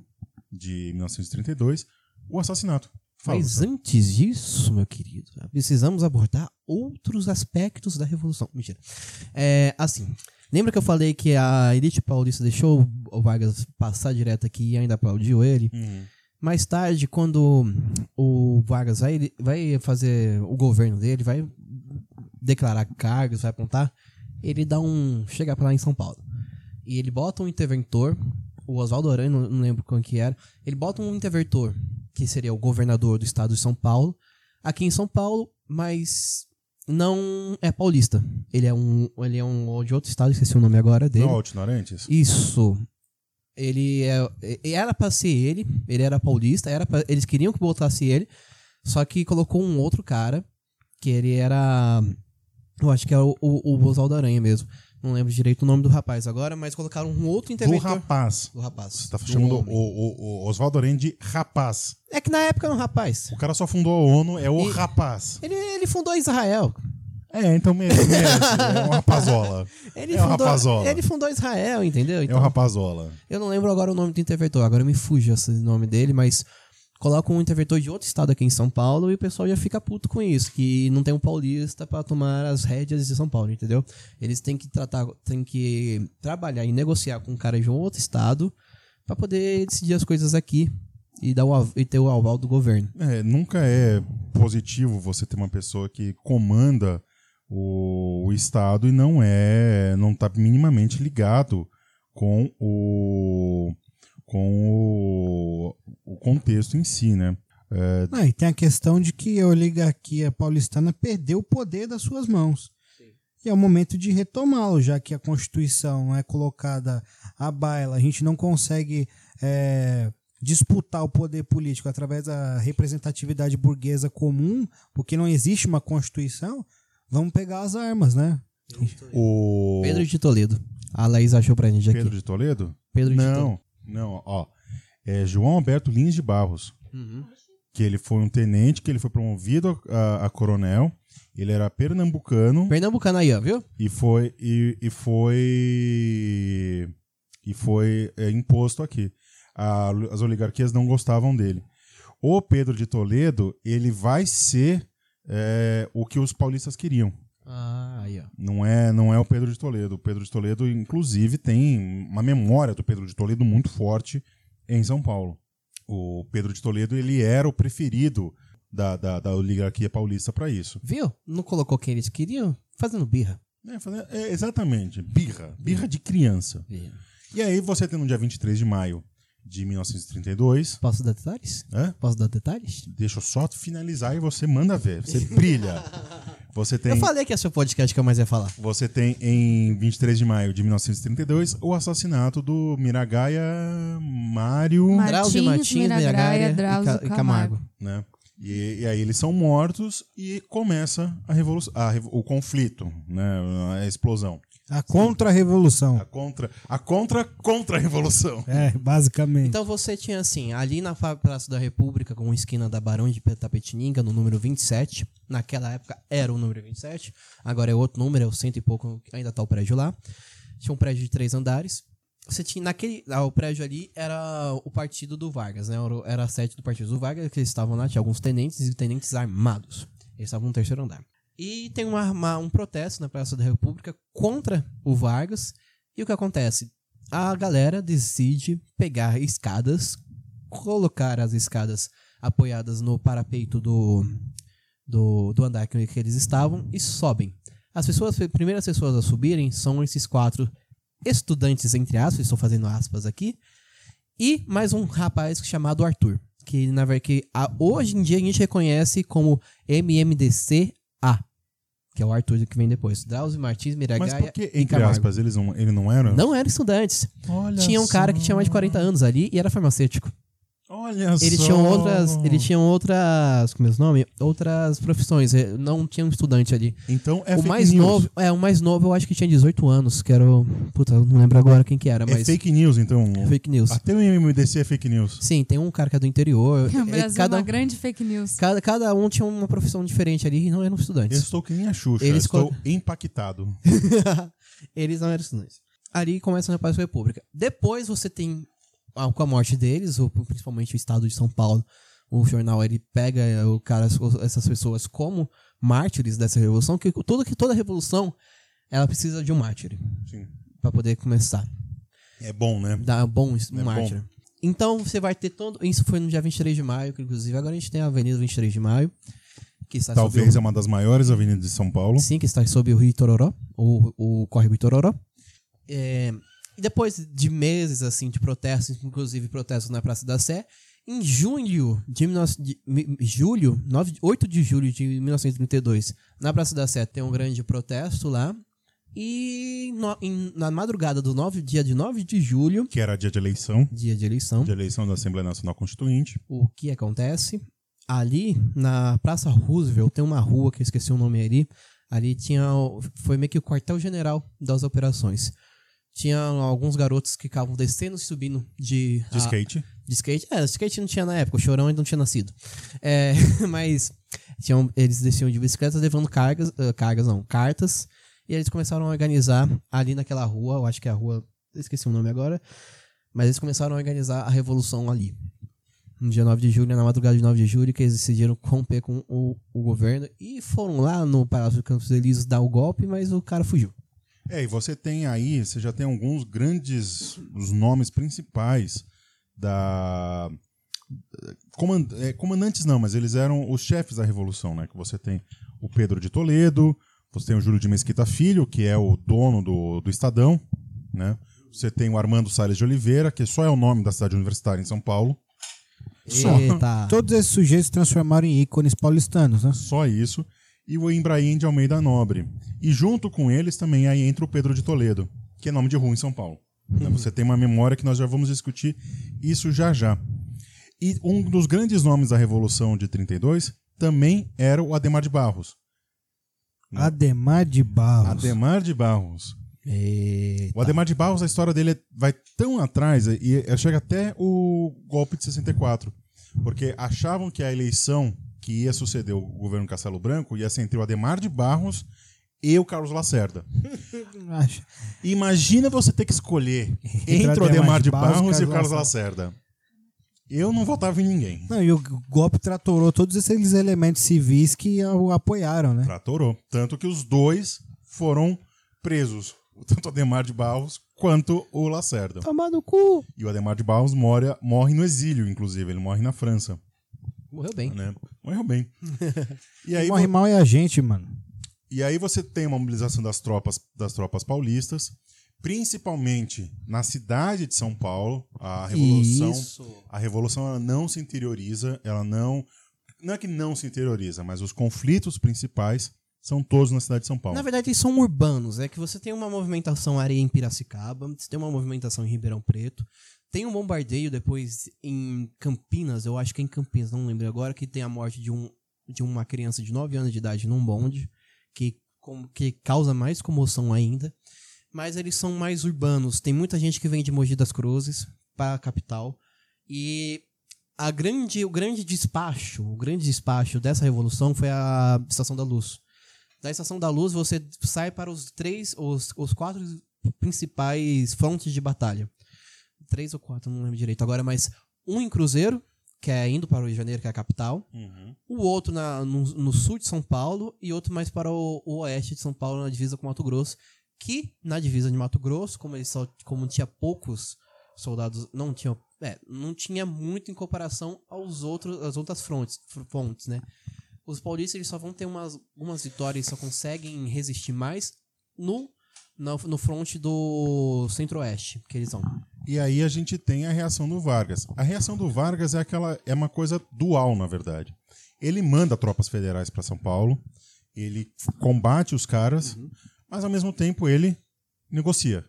[SPEAKER 1] de 1932 o assassinato. Fala,
[SPEAKER 2] Mas
[SPEAKER 1] Gustavo.
[SPEAKER 2] antes disso, meu querido, precisamos abordar outros aspectos da Revolução. Mentira. É, assim, lembra que eu falei que a elite paulista deixou o Vargas passar direto aqui e ainda aplaudiu ele?
[SPEAKER 1] Uhum.
[SPEAKER 2] Mais tarde, quando o Vargas vai, vai fazer o governo dele, vai declarar cargos, vai apontar, ele dá um. chega pra lá em São Paulo. E ele bota um interventor, o Oswaldo Aranha, não, não lembro quem que era, ele bota um interventor, que seria o governador do estado de São Paulo, aqui em São Paulo, mas não é paulista. Ele é um. Ele é um de outro estado, esqueci o nome agora é dele.
[SPEAKER 1] Não, Altino Arantes?
[SPEAKER 2] Isso. Ele é, e- era pra ser ele, ele era paulista, era pra- eles queriam que botasse ele, só que colocou um outro cara, que ele era. Eu acho que era o, o, o Oswaldo Aranha mesmo. Não lembro direito o nome do rapaz agora, mas colocaram um outro
[SPEAKER 1] Do
[SPEAKER 2] interventor.
[SPEAKER 1] rapaz.
[SPEAKER 2] do rapaz.
[SPEAKER 1] Você tá
[SPEAKER 2] do
[SPEAKER 1] chamando o,
[SPEAKER 2] homem.
[SPEAKER 1] o, o Oswaldo Arantes de rapaz.
[SPEAKER 2] É que na época era um rapaz.
[SPEAKER 1] O cara só fundou a ONU, é o
[SPEAKER 2] E-
[SPEAKER 1] rapaz.
[SPEAKER 2] Ele, ele fundou Israel.
[SPEAKER 1] É, então merece, merece. É um rapazola.
[SPEAKER 2] Ele
[SPEAKER 1] É o
[SPEAKER 2] fundou,
[SPEAKER 1] rapazola.
[SPEAKER 2] Ele fundou Israel, entendeu? Então,
[SPEAKER 1] É um rapazola.
[SPEAKER 2] Eu não lembro agora o nome do interventor, agora me fuge esse nome dele, mas coloca um interventor de outro estado aqui em São Paulo e o pessoal já fica puto com isso, que não tem um paulista pra tomar as rédeas de São Paulo, entendeu? Eles têm que tratar, têm que trabalhar e negociar com um cara de um outro estado pra poder decidir as coisas aqui e dar o av- e ter o aval do governo.
[SPEAKER 1] É, nunca é positivo você ter uma pessoa que comanda o, o Estado e não é, não está minimamente ligado com o, com o, o contexto em si, né?
[SPEAKER 4] Ah, e tem a questão de que a oligarquia paulistana perdeu o poder das suas mãos. E é o momento de retomá-lo, já que a Constituição é colocada à baila, a gente não consegue é, disputar o poder político através da representatividade burguesa comum, porque não existe uma Constituição, vamos pegar as armas, né?
[SPEAKER 1] O
[SPEAKER 2] Pedro de Toledo. A Laís achou pra gente aqui.
[SPEAKER 1] Pedro de Toledo?
[SPEAKER 2] Pedro de Toledo.
[SPEAKER 1] Não, não, ó. É João Alberto Lins de Barros.
[SPEAKER 2] Uhum.
[SPEAKER 1] Que ele foi um tenente, que ele foi promovido a, a coronel. Ele era pernambucano.
[SPEAKER 2] Pernambucano aí, ó, viu?
[SPEAKER 1] E foi. E, e foi. E foi é, imposto aqui. A- as oligarquias não gostavam dele. O Pedro de Toledo, ele vai ser é, o que os paulistas queriam.
[SPEAKER 2] Ah, aí, ó.
[SPEAKER 1] Não é, não é o Pedro de Toledo. O Pedro de Toledo, inclusive, tem uma memória do Pedro de Toledo muito forte em São Paulo. O Pedro de Toledo, ele era o preferido da, da, da oligarquia paulista para isso.
[SPEAKER 2] Viu? Não colocou quem eles queriam? Fazendo birra.
[SPEAKER 1] É, fazer- é, exatamente, birra. Birra de criança.
[SPEAKER 2] Birra.
[SPEAKER 1] E aí você tem no dia 23 de maio de 1932,
[SPEAKER 2] Posso dar detalhes?
[SPEAKER 1] né?
[SPEAKER 2] Posso dar detalhes?
[SPEAKER 1] Deixa eu só finalizar e você manda ver. Você brilha. Você tem,
[SPEAKER 2] Eu falei que esse é o podcast que eu mais ia falar.
[SPEAKER 1] você tem em 23 de maio de 1932 o assassinato do Miragaia Mário,
[SPEAKER 5] Mar-
[SPEAKER 2] Drauzio
[SPEAKER 5] Martins,
[SPEAKER 2] Martins,
[SPEAKER 5] Miragaia,
[SPEAKER 2] Miragaia e
[SPEAKER 5] Drauzio
[SPEAKER 2] Ca- e
[SPEAKER 5] Camargo.
[SPEAKER 2] Camargo.
[SPEAKER 1] né? E, e aí eles são mortos e começa a revolução, a revo- o conflito, né? A explosão,
[SPEAKER 4] A contra-revolução.
[SPEAKER 1] a contra, a contra contra revolução.
[SPEAKER 4] É, basicamente.
[SPEAKER 2] Então você tinha assim, ali na Fa- Praça da República, com esquina da Barão de Tapetininga, no número 27. Naquela época era o número 27, agora é outro número, é o cento e pouco, ainda tá o prédio lá. Tinha um prédio de três andares. Você tinha naquele. ah, o prédio ali era o partido do Vargas, né? Era o- Era a sede do partido do Vargas, que eles estavam lá, tinha alguns tenentes e tenentes armados. Eles estavam no terceiro andar. E tem uma- uma- um protesto na Praça da República contra o Vargas. E o que acontece? A galera decide pegar escadas, colocar as escadas apoiadas no parapeito do, do, do andar que, que eles estavam e sobem. As pessoas, as primeiras pessoas a subirem são esses quatro estudantes, entre aspas, estou fazendo aspas aqui, e mais um rapaz chamado Arthur, que que, na ver- que a- hoje em dia a gente reconhece como MMDCA, que é o Arthur que vem depois. Drauzio Martins
[SPEAKER 1] Mas
[SPEAKER 2] Miragaia
[SPEAKER 1] por que,
[SPEAKER 2] É, e
[SPEAKER 1] entre
[SPEAKER 2] Camargo.
[SPEAKER 1] aspas, eles não, ele não era?
[SPEAKER 2] Não eram estudantes.
[SPEAKER 1] Olha
[SPEAKER 2] tinha um cara que
[SPEAKER 1] só.
[SPEAKER 2] tinha mais de 40 anos ali e era farmacêutico.
[SPEAKER 1] Olha
[SPEAKER 2] Eles
[SPEAKER 1] só.
[SPEAKER 2] tinham outras, eles tinham outras, como é o nome? Outras profissões, eh, não tinha um estudante ali.
[SPEAKER 1] Então é
[SPEAKER 2] o
[SPEAKER 1] fake
[SPEAKER 2] mais
[SPEAKER 1] news.
[SPEAKER 2] novo, é, o mais novo eu acho que tinha 18 anos, que era o, puta, eu não lembro agora quem que era,
[SPEAKER 1] É
[SPEAKER 2] mas
[SPEAKER 1] fake news, então.
[SPEAKER 2] É fake news.
[SPEAKER 1] Até o MMDC é fake news.
[SPEAKER 2] Sim, tem um cara que é do interior,
[SPEAKER 5] O
[SPEAKER 2] eh,
[SPEAKER 5] Brasil é
[SPEAKER 2] cada
[SPEAKER 5] uma
[SPEAKER 2] um,
[SPEAKER 5] grande fake news.
[SPEAKER 2] cada, cada um tinha uma profissão diferente ali e não um eram
[SPEAKER 1] Eu
[SPEAKER 2] estudantes.
[SPEAKER 1] estou que nem a Xuxa,
[SPEAKER 2] Eles
[SPEAKER 1] estou
[SPEAKER 2] co-
[SPEAKER 1] impactado.
[SPEAKER 2] Eles não eram estudantes. Ali começa a República da República. Depois você tem, ah, com a morte deles, ou principalmente o estado de São Paulo, o jornal ele pega eh, o cara, essas pessoas como mártires dessa revolução, que tudo que toda revolução ela precisa de um mártir
[SPEAKER 1] Sim.
[SPEAKER 2] para poder começar.
[SPEAKER 1] É bom, né?
[SPEAKER 2] Dá bom isso, um
[SPEAKER 1] É
[SPEAKER 2] mártir.
[SPEAKER 1] bom.
[SPEAKER 2] Então você vai ter todo. Isso foi no dia 23 de maio, que inclusive agora a gente tem a Avenida 23 de Maio. Que está sob
[SPEAKER 1] Talvez
[SPEAKER 2] o-
[SPEAKER 1] é uma das maiores avenidas de São Paulo.
[SPEAKER 2] Sim, que está sob o Rio Itororó, ou o córrego Itororó. É, e depois de meses assim de protestos, inclusive protestos na Praça da Sé, em junho de, 19 de mi- julho, 9 de- 8 de julho de 1932, na Praça da Sé tem um grande protesto lá. E no- em- na madrugada do nove dia de 9 de julho,
[SPEAKER 1] Que era dia de eleição.
[SPEAKER 2] dia de eleição,
[SPEAKER 1] De eleição da Assembleia Nacional Constituinte.
[SPEAKER 2] tipo, o que acontece. Ali, na Praça Roosevelt, tem uma rua que eu esqueci o nome ali. Ali tinha. o- Foi meio que o quartel-general das operações. Tinha alguns garotos que ficavam descendo e subindo de.
[SPEAKER 1] De
[SPEAKER 2] a-
[SPEAKER 1] skate.
[SPEAKER 2] de skate. É, skate não tinha na época, o chorão ainda não tinha nascido. É, mas tinham, eles desciam de bicicleta levando cargas, ah, cargas não, cartas. E eles começaram a organizar ali naquela rua, eu acho que é a rua, eu esqueci o nome agora. Mas eles começaram a organizar a revolução ali. No dia 9 de julho, na madrugada de 9 de julho, que eles decidiram romper com o, o governo. E foram lá no Palácio dos Campos Elíseos dar o golpe, mas o cara fugiu.
[SPEAKER 1] É, e você tem aí, você já tem alguns grandes os nomes principais da coman- é, comandantes não, mas eles eram os chefes da revolução, né? Que você tem o Pedro de Toledo, você tem o Júlio de Mesquita Filho, que é o dono do, do Estadão, né? Você tem o Armando Salles de Oliveira, que só é o nome da cidade universitária em São Paulo.
[SPEAKER 4] Só.
[SPEAKER 2] Eita.
[SPEAKER 4] Ah. Todos esses sujeitos se transformaram em ícones paulistanos, né?
[SPEAKER 1] só isso, e o Embraim de Almeida Nobre. E junto com eles também aí entra o Pedro de Toledo, que é nome de rua em São Paulo. Né, Você tem uma memória que nós já vamos discutir isso já já. E um dos grandes nomes da Revolução de 32 também era o Ademar de Barros. Não.
[SPEAKER 4] Ademar de Barros.
[SPEAKER 1] Ademar de Barros.
[SPEAKER 2] Eita.
[SPEAKER 1] O Ademar de Barros, a história dele é- vai tão atrás e e chega até o golpe de 64. Porque achavam que a eleição que ia suceder o governo Castelo Branco ia ser entre o Ademar de Barros e o Carlos Lacerda.
[SPEAKER 4] Acha-
[SPEAKER 1] Imagina você ter que escolher entre, o Ademar de Barros, e o Carlos Lacerda. Eu não votava em ninguém.
[SPEAKER 4] Não, e o golpe tratorou todos esses elementos civis que o apoiaram, né?
[SPEAKER 1] Tratorou. Tanto que os dois foram presos. Tanto o Ademar de Barros quanto o Lacerda.
[SPEAKER 2] Tomar no cu.
[SPEAKER 1] E o Ademar de Barros mora, morre no exílio, inclusive. Ele morre na França.
[SPEAKER 2] Morreu bem.
[SPEAKER 1] né? Morreu bem. e, aí,
[SPEAKER 4] Morre
[SPEAKER 1] vo-
[SPEAKER 4] mal é a gente, mano.
[SPEAKER 1] e aí você tem uma mobilização das tropas, das tropas paulistas, principalmente na cidade de São Paulo. A revolução, a revolução ela não se interioriza, ela não não é que não se interioriza, mas os conflitos principais são todos na cidade de São Paulo.
[SPEAKER 2] Na verdade, eles são urbanos. É que você tem uma movimentação areia em Piracicaba, você tem uma movimentação em Ribeirão Preto, tem um bombardeio depois em Campinas, eu acho que é em Campinas, não lembro agora, que tem a morte de, um, de uma criança de 9 anos de idade num bonde, que, com- que causa mais comoção ainda. Mas eles são mais urbanos. Tem muita gente que vem de Mogi das Cruzes para a capital. E a grande, o grande despacho, o grande despacho dessa revolução foi a Estação da Luz. Da Estação da Luz, você sai para os três, os, os quatro principais frontes de batalha. Três ou quatro, não lembro direito agora, mas um em Cruzeiro, que é indo para o Rio de Janeiro, que é a capital.
[SPEAKER 1] Uhum.
[SPEAKER 2] O outro na- no, no sul de São Paulo e outro mais para o, o oeste de São Paulo, na divisa com Mato Grosso. Que na divisa de Mato Grosso, como, eles só, como tinha poucos soldados, não tinha, é, não tinha muito em comparação aos outros, às outras frontes, fr- frontes, né? Os paulistas eles só vão ter umas, umas vitórias, só conseguem resistir mais no, na- no fronte do centro-oeste, que eles vão.
[SPEAKER 1] E aí a gente tem a reação do Vargas. A reação do Vargas é aquela é uma coisa dual, na verdade. Ele manda tropas federais para São Paulo, ele combate os caras,
[SPEAKER 4] Uhum.
[SPEAKER 1] mas ao mesmo tempo ele negocia.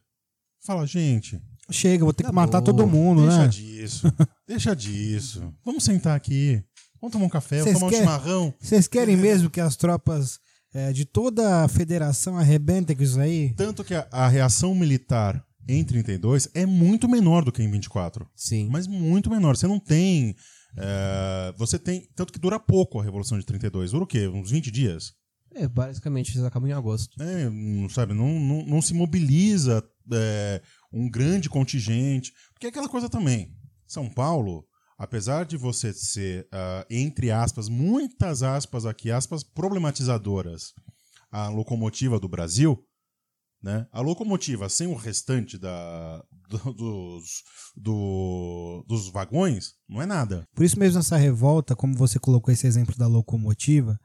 [SPEAKER 1] Fala, gente,
[SPEAKER 4] Chega, vou ter que
[SPEAKER 2] Na
[SPEAKER 4] matar
[SPEAKER 2] boa.
[SPEAKER 4] todo mundo,
[SPEAKER 1] Tá deixa
[SPEAKER 4] né?
[SPEAKER 1] disso, deixa disso. Vamos sentar aqui, vamos tomar um café, vamos
[SPEAKER 4] Vocês
[SPEAKER 1] tomar um
[SPEAKER 4] querem-
[SPEAKER 1] chimarrão.
[SPEAKER 4] Vocês querem mesmo que as tropas eh, de toda a federação arrebentem com isso aí?
[SPEAKER 1] Tanto que a, a reação militar em 32 é muito menor do que em 24.
[SPEAKER 2] Sim.
[SPEAKER 1] Mas muito menor. Você não tem. eh, você tem. Tanto que dura pouco a Revolução de 32. Dura o quê? Uns 20 dias?
[SPEAKER 2] É, basicamente, eles acabam em agosto.
[SPEAKER 1] É, não sabe? Não, não, não se mobiliza eh, um grande contingente. Porque é aquela coisa também. São Paulo, apesar de você ser, ah, entre aspas, muitas aspas aqui, aspas, problematizadoras, a locomotiva do Brasil, né? A locomotiva sem o restante da, do- dos, do- dos vagões não é nada.
[SPEAKER 4] Por isso mesmo nessa revolta, como você colocou esse exemplo da locomotiva,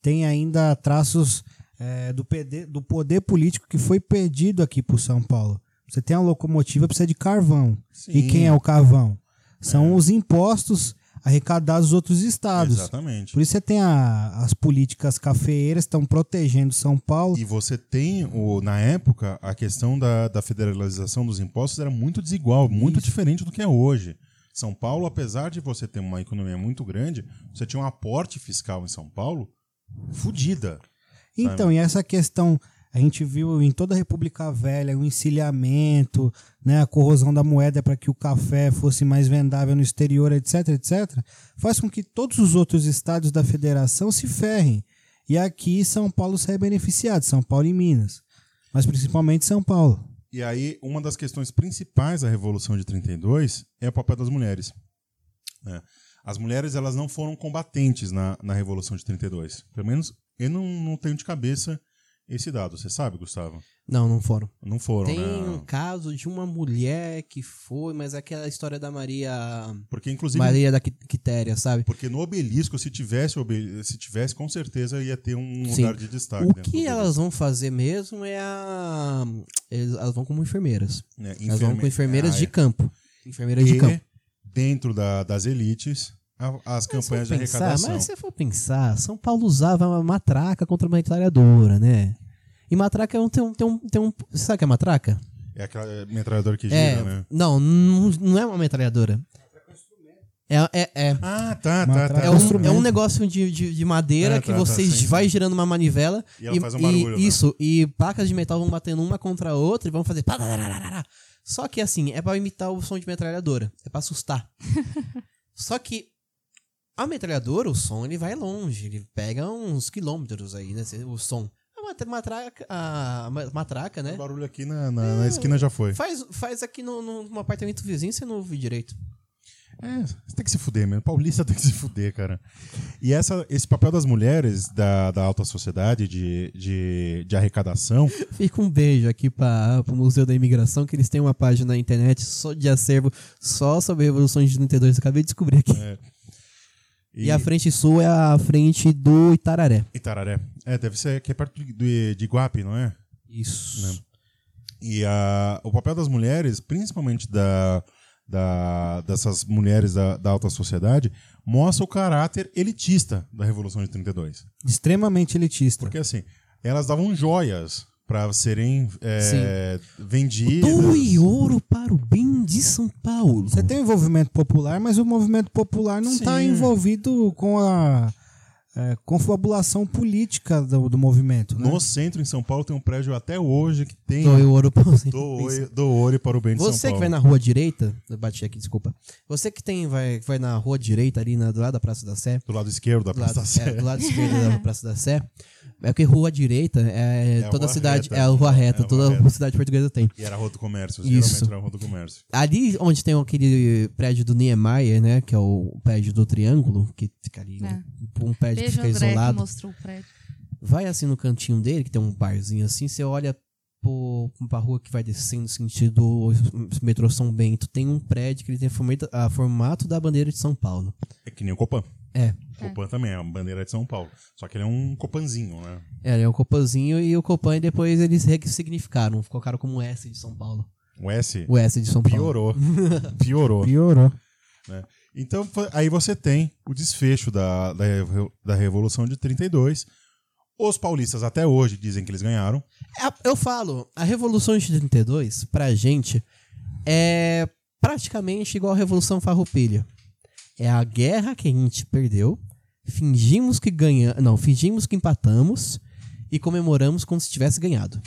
[SPEAKER 4] tem ainda traços eh, do, PD do poder político que foi perdido aqui por São Paulo. Você tem a locomotiva, precisa de carvão. E quem é o carvão?
[SPEAKER 1] É.
[SPEAKER 4] São os impostos arrecadados dos outros estados.
[SPEAKER 1] Exatamente.
[SPEAKER 4] Por isso você tem a- as políticas cafeeiras que estão protegendo São Paulo.
[SPEAKER 1] E você tem, o, na época, a questão da, da federalização dos impostos era muito desigual, muito diferente do que é hoje. São Paulo, apesar de você ter uma economia muito grande, você tinha um aporte fiscal em São Paulo fodida.
[SPEAKER 4] Então, e essa questão, a gente viu em toda a República Velha o encilhamento, né, a corrosão da moeda para que o café fosse mais vendável no exterior, etc, etc, faz com que todos os outros estados da federação se ferrem. E aqui São Paulo sai beneficiado, São Paulo e Minas, mas principalmente São Paulo.
[SPEAKER 1] E aí, uma das questões principais da Revolução de 32 é o papel das mulheres. né? As mulheres elas não foram combatentes na, na Revolução de 32. Pelo menos eu não, não tenho de cabeça esse dado. Você sabe, Gustavo?
[SPEAKER 2] Não, não foram.
[SPEAKER 1] Não foram,
[SPEAKER 2] Tem
[SPEAKER 1] né?
[SPEAKER 2] um caso de uma mulher que foi, mas é aquela história da Maria.
[SPEAKER 1] Porque, inclusive,
[SPEAKER 2] Maria da Qui- Quitéria, sabe?
[SPEAKER 1] Porque no obelisco, se tivesse, obel- se tivesse, com certeza ia ter um
[SPEAKER 2] Sim.
[SPEAKER 1] lugar de destaque.
[SPEAKER 2] O
[SPEAKER 1] dentro do
[SPEAKER 2] que
[SPEAKER 1] obelisco,
[SPEAKER 2] elas vão fazer mesmo é a. eles- elas vão como enfermeiras.
[SPEAKER 1] né?
[SPEAKER 2] Elas vão com
[SPEAKER 1] Enferme-
[SPEAKER 2] enfermeiras
[SPEAKER 1] Ah,
[SPEAKER 2] de
[SPEAKER 1] é.
[SPEAKER 2] campo. Enfermeiras de
[SPEAKER 1] E
[SPEAKER 2] campo.
[SPEAKER 1] Dentro da- das elites, a- as campanhas de arrecadação.
[SPEAKER 2] Mas se você for pensar, São Paulo usava uma matraca contra uma metralhadora, né? E matraca é um- tem um. Tem um, tem um você sabe o que é matraca?
[SPEAKER 1] É aquela metralhadora que gira,
[SPEAKER 2] é.
[SPEAKER 1] né?
[SPEAKER 2] Não, não não é uma metralhadora. É, é, é.
[SPEAKER 1] Ah, tá, tá,
[SPEAKER 4] Uma
[SPEAKER 1] tá.
[SPEAKER 4] tra-
[SPEAKER 2] É
[SPEAKER 1] tá.
[SPEAKER 4] um
[SPEAKER 2] um, é
[SPEAKER 4] instrumento.
[SPEAKER 2] um negócio de, de, de madeira
[SPEAKER 1] É,
[SPEAKER 2] que
[SPEAKER 1] tá, tá,
[SPEAKER 2] você
[SPEAKER 1] sim,
[SPEAKER 2] vai girando uma manivela
[SPEAKER 1] E ela faz um barulho, né?
[SPEAKER 2] Isso, e placas de metal vão batendo uma contra a outra e vão fazer. pararararará. Só que assim, é pra imitar o som de metralhadora. É pra assustar. Só que a metralhadora, o som, ele vai longe. Ele pega uns quilômetros aí, né? O som. A matra- matraca, a ma- matraca
[SPEAKER 1] O
[SPEAKER 2] né?
[SPEAKER 1] Um barulho aqui na, na- na esquina já foi.
[SPEAKER 2] Faz, faz aqui no, no, num apartamento vizinho, você não ouve direito.
[SPEAKER 1] É, você tem que se fuder mesmo. Paulista tem que se fuder, cara. E essa, esse papel das mulheres da, da alta sociedade, de, de, de arrecadação,
[SPEAKER 2] Fica um beijo aqui para o Museu da Imigração, que eles têm uma página na internet só de acervo só sobre a Revolução de 32. Eu acabei de descobrir aqui.
[SPEAKER 1] É,
[SPEAKER 2] E, a frente sul é a frente do Itararé.
[SPEAKER 1] Itararé. É, deve ser que é perto de, de, de Iguape, não é?
[SPEAKER 2] Isso.
[SPEAKER 1] Né? E a, o papel das mulheres, principalmente da, da, dessas mulheres da, da alta sociedade, mostra o caráter elitista da Revolução de 32.
[SPEAKER 4] Extremamente elitista.
[SPEAKER 1] Porque assim, elas davam joias para serem é, vendidas.
[SPEAKER 2] Doe ouro para o né? bem de São Paulo.
[SPEAKER 4] Você tem o envolvimento popular, mas o movimento popular não está
[SPEAKER 1] Sim.
[SPEAKER 4] envolvido com a eh, confabulação política do, do movimento. Né?
[SPEAKER 1] No centro, em São Paulo, tem um prédio até hoje que tem
[SPEAKER 2] Doe ouro para o
[SPEAKER 1] doe, doe para o bem de São
[SPEAKER 2] Você que
[SPEAKER 1] Paulo.
[SPEAKER 2] vai na rua direita, eu bati aqui, desculpa. Você que tem vai, vai na rua direita ali na, do lado da Praça da Sé,
[SPEAKER 1] Do lado esquerdo da
[SPEAKER 2] do
[SPEAKER 1] Praça da
[SPEAKER 2] lado,
[SPEAKER 1] Sé.
[SPEAKER 2] é, do lado esquerdo da Praça da Sé. É que rua direita é,
[SPEAKER 1] É a
[SPEAKER 2] toda a
[SPEAKER 1] rua
[SPEAKER 2] cidade,
[SPEAKER 1] reta.
[SPEAKER 2] é a rua
[SPEAKER 1] É a
[SPEAKER 2] reta,
[SPEAKER 1] rua
[SPEAKER 2] toda
[SPEAKER 1] reta.
[SPEAKER 2] cidade portuguesa tem.
[SPEAKER 1] E era a Rua do Comércio, geralmente
[SPEAKER 2] Isso.
[SPEAKER 1] era a Rua do Comércio.
[SPEAKER 2] Ali onde tem aquele prédio do Niemeyer, né, que é o prédio do Triângulo, que fica ali,
[SPEAKER 5] É.
[SPEAKER 2] um, um prédio que
[SPEAKER 5] Beijo,
[SPEAKER 2] fica
[SPEAKER 5] André, que
[SPEAKER 2] isolado.
[SPEAKER 5] mostrou o prédio.
[SPEAKER 2] Vai assim no cantinho dele, que tem um barzinho assim, você olha pro, pra rua que vai descendo sentido metrô São Bento, tem um prédio que ele tem formato, ah, formato da bandeira de São Paulo.
[SPEAKER 1] É que nem o Copan.
[SPEAKER 2] É.
[SPEAKER 1] O Copan também é uma bandeira de São Paulo. Só que ele é um Copanzinho, né?
[SPEAKER 2] É, é o Copanzinho e o Copan e depois eles ressignificaram, colocaram como S de São Paulo.
[SPEAKER 1] O S
[SPEAKER 2] O S de São Paulo.
[SPEAKER 1] piorou. Piorou.
[SPEAKER 4] Piorou.
[SPEAKER 1] Então, fa- aí você tem o desfecho da, da, revo- da Revolução de 32. Os paulistas até hoje dizem que eles ganharam.
[SPEAKER 2] A- É, Eu falo, a Revolução de 32, pra gente, é praticamente igual a Revolução Farroupilha. É a guerra que a gente perdeu, fingimos que ganhamos, não, fingimos que empatamos e comemoramos como se tivesse ganhado.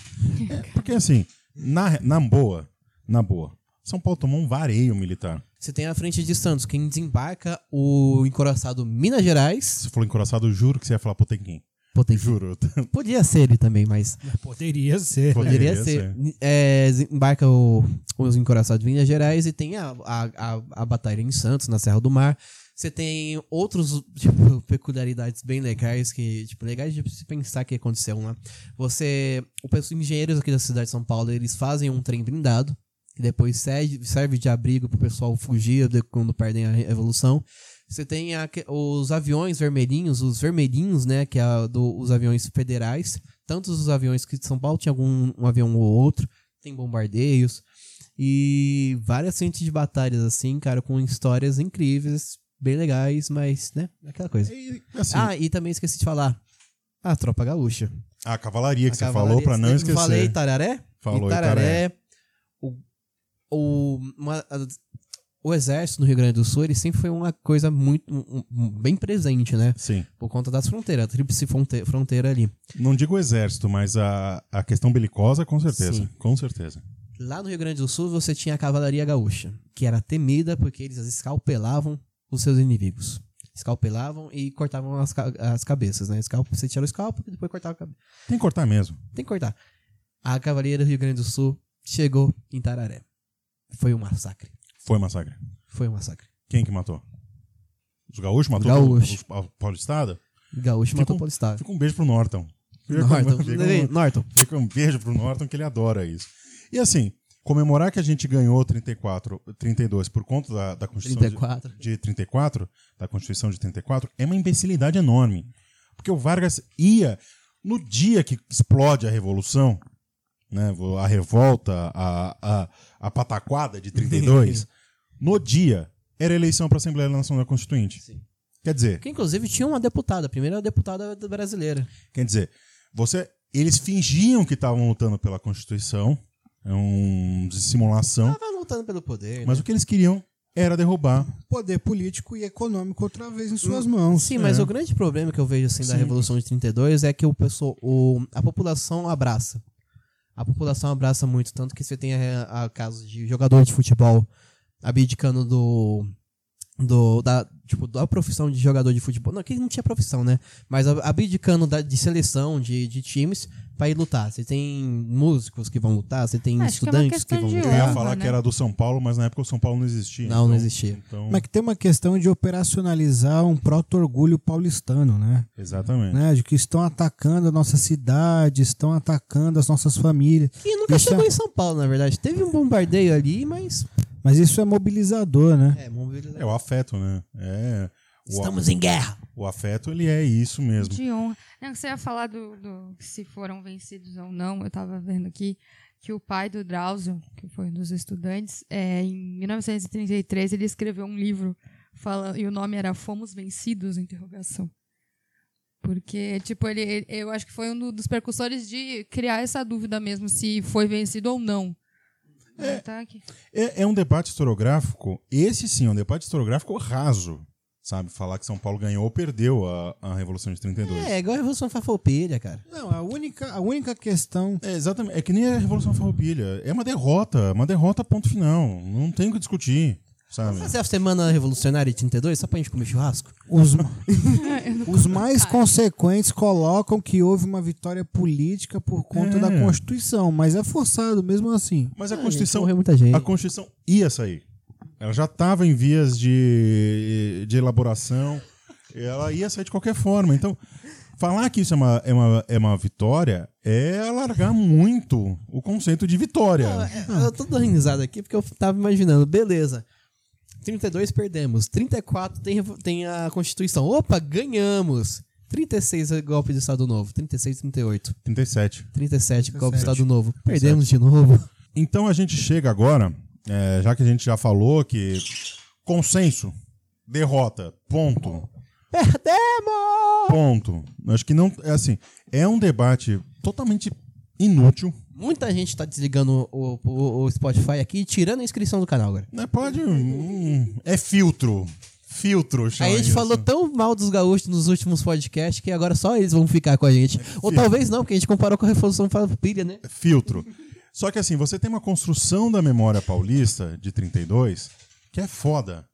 [SPEAKER 1] Porque assim, na, na boa, na boa, São Paulo tomou um vareio militar.
[SPEAKER 2] Você tem a frente de Santos, quem desembarca o encoraçado Minas Gerais.
[SPEAKER 1] Você falou encoraçado, juro que você ia falar Potemkin.
[SPEAKER 2] Pô, tem-
[SPEAKER 1] Juro.
[SPEAKER 2] Podia ser ele também, mas
[SPEAKER 4] Poderia ser.
[SPEAKER 2] Poderia ser. É, embarca o, os encoraçados de Minas Gerais e tem a, a, a, a batalha em Santos, na Serra do Mar. Você tem outros, tipo, peculiaridades bem legais que, tipo, legais de se pensar que aconteceu lá. Você, o pessoal- os engenheiros aqui da cidade de São Paulo, eles fazem um trem blindado, que depois serve, serve de abrigo pro pessoal fugir de- quando perdem a revolução. Você tem a que- os aviões vermelhinhos, os vermelhinhos, né, que é a do- os aviões federais, tantos os aviões que de São Paulo tinha algum um avião ou outro, tem bombardeios e várias frentes de batalhas assim, cara, com histórias incríveis, bem legais, mas né, aquela coisa.
[SPEAKER 1] E, assim,
[SPEAKER 2] Ah, e também esqueci de falar. A tropa gaúcha.
[SPEAKER 1] a cavalaria que
[SPEAKER 2] Ah, A
[SPEAKER 1] você
[SPEAKER 2] cavalaria-
[SPEAKER 1] falou pra não
[SPEAKER 2] eu
[SPEAKER 1] esquecer.
[SPEAKER 2] Falei Tararé?
[SPEAKER 1] Falou Itararé.
[SPEAKER 2] Itararé. O, o, uma- a- o exército no Rio Grande do Sul, ele sempre foi uma coisa muito um- um- bem presente, né?
[SPEAKER 1] Sim.
[SPEAKER 2] Por conta das fronteiras, a tríplice fronte- fronteira ali.
[SPEAKER 1] Não digo o exército, mas a, a questão belicosa, com certeza.
[SPEAKER 2] Sim.
[SPEAKER 1] Com certeza.
[SPEAKER 2] Lá no Rio Grande do Sul você tinha a Cavalaria Gaúcha, que era temida porque eles escalpelavam os seus inimigos. Escalpelavam e cortavam as, ca- as cabeças, né? Escal- você tirava o escalpo e depois cortava a cabeça.
[SPEAKER 1] Tem que cortar mesmo.
[SPEAKER 2] Tem que cortar. A Cavalaria do Rio Grande do Sul chegou em Tararé. Foi um massacre.
[SPEAKER 1] Foi massacre.
[SPEAKER 2] Foi um massacre.
[SPEAKER 1] Quem que matou? Os gaúchos matou
[SPEAKER 2] gaúchos.
[SPEAKER 1] os- a paulistada?
[SPEAKER 2] Gaúcho
[SPEAKER 1] Fica
[SPEAKER 2] matou
[SPEAKER 1] um-
[SPEAKER 2] o Paulistável.
[SPEAKER 1] Fica um beijo pro Norton. Fica um-
[SPEAKER 2] Norton.
[SPEAKER 1] fica um-
[SPEAKER 2] Norton.
[SPEAKER 1] Fica um beijo pro Norton, que ele adora isso. E assim, comemorar que a gente ganhou 34, 32 por conta da, da Constituição de-
[SPEAKER 2] 34.
[SPEAKER 1] De, 34, da Constituição de 34, é uma imbecilidade enorme. Porque o Vargas ia, no dia que explode a Revolução, né, vo- a revolta, a, a, a pataquada de 32, no dia era eleição para a Assembleia Nacional Constituinte.
[SPEAKER 2] Sim.
[SPEAKER 1] Quer dizer,
[SPEAKER 2] Que inclusive tinha uma deputada, a primeira deputada brasileira.
[SPEAKER 1] Quer dizer, você, eles fingiam que estavam lutando pela Constituição, é uma simulação,
[SPEAKER 2] Tava lutando pelo poder.
[SPEAKER 1] mas o que eles queriam era derrubar.
[SPEAKER 4] Poder político e econômico outra vez em suas mãos. É.
[SPEAKER 2] Sim,
[SPEAKER 5] É.
[SPEAKER 2] mas o grande problema que eu vejo assim da
[SPEAKER 1] Sim.
[SPEAKER 2] Revolução de 32 é que o pessoal, o, a população abraça. A população abraça muito, tanto que você tem a, a casos de jogador de futebol abdicando do do da tipo da profissão de jogador de futebol. Não, que não tinha profissão, né? Mas ab- abdicando da, de seleção de, de times pra ir lutar. Você tem músicos que vão lutar, você tem
[SPEAKER 5] Acho que é uma
[SPEAKER 2] estudantes que,
[SPEAKER 5] questão
[SPEAKER 2] vão
[SPEAKER 5] de
[SPEAKER 1] Eu
[SPEAKER 2] lutar.
[SPEAKER 1] ia
[SPEAKER 5] honra,
[SPEAKER 1] falar que
[SPEAKER 5] né?
[SPEAKER 1] era do São Paulo, mas na época o São Paulo não existia.
[SPEAKER 2] Não, não
[SPEAKER 1] então-
[SPEAKER 2] existia.
[SPEAKER 1] Então,
[SPEAKER 4] Mas que tem uma questão de operacionalizar um proto-orgulho paulistano, né?
[SPEAKER 1] exatamente.
[SPEAKER 4] né? De que estão atacando a nossa cidade, estão atacando as nossas famílias.
[SPEAKER 2] Que nunca
[SPEAKER 4] Isso é-
[SPEAKER 2] chegou em São Paulo, na verdade. Teve um bombardeio ali, mas
[SPEAKER 4] Mas isso é mobilizador, né?
[SPEAKER 2] é, mobilidade-
[SPEAKER 1] É o afeto, né? É, o,
[SPEAKER 2] Estamos em guerra.
[SPEAKER 1] o afeto, ele é isso mesmo.
[SPEAKER 5] De honra. Não, você ia falar do, do se foram vencidos ou não. Eu tava vendo aqui que o pai do Drauzio, que foi um dos estudantes, é, em 1933 ele escreveu um livro falando, e o nome era Fomos Vencidos, interrogação. Porque, tipo, ele, ele- eu acho que foi um do- dos precursores de criar essa dúvida mesmo, se foi vencido ou não. É. Tá aqui.
[SPEAKER 1] É, é um debate historiográfico, esse sim, é um debate historiográfico raso. Sabe, falar que São Paulo ganhou ou perdeu a, a Revolução de 32.
[SPEAKER 2] É, igual a Revolução Farroupilha, cara.
[SPEAKER 4] Não, a única, a única questão
[SPEAKER 1] É, exatamente. É que nem a Revolução Farroupilha. É uma derrota. Uma derrota, ponto final. Não tem o que discutir, sabe?
[SPEAKER 2] Fazer a Semana Revolucionária de 32 só pra gente comer churrasco?
[SPEAKER 4] Os,
[SPEAKER 1] É,
[SPEAKER 4] os mais consequentes colocam que houve uma vitória política por conta
[SPEAKER 1] É.
[SPEAKER 4] da Constituição, mas é forçado mesmo assim.
[SPEAKER 1] Mas a
[SPEAKER 2] Ah, Gente,
[SPEAKER 1] Constituição...
[SPEAKER 2] morreu muita gente.
[SPEAKER 1] A Constituição ia sair. Ela já estava em vias de, de elaboração. Ela ia sair de qualquer forma. Então, falar que isso é uma, é uma, é uma vitória é alargar muito o conceito de vitória.
[SPEAKER 2] É, Eu tô dando risada aqui porque eu tava imaginando. Beleza. 32 perdemos. 34 tem, revo- tem a Constituição. Opa, ganhamos. 36 é golpe do Estado Novo. 36, 38.
[SPEAKER 1] 37.
[SPEAKER 2] 37, golpe do
[SPEAKER 4] 37.
[SPEAKER 2] Estado Novo. Perdemos de novo.
[SPEAKER 1] Então a gente chega agora, é, já que a gente já falou que consenso, derrota, ponto,
[SPEAKER 2] Perdemos!
[SPEAKER 1] ponto. Acho que não é assim. É um debate totalmente inútil.
[SPEAKER 2] Muita gente tá desligando o, o- o Spotify aqui e tirando a inscrição do canal, cara.
[SPEAKER 1] Né? Pode. hum, é filtro. Filtro. chama
[SPEAKER 2] Aí a gente
[SPEAKER 1] isso.
[SPEAKER 2] falou tão mal dos gaúchos nos últimos podcasts que agora só eles vão ficar com a gente. Ou talvez não, porque a gente comparou com a Revolução Farroupilha, né?
[SPEAKER 1] É filtro. Só que assim, você tem uma construção da memória paulista de 32 que é foda,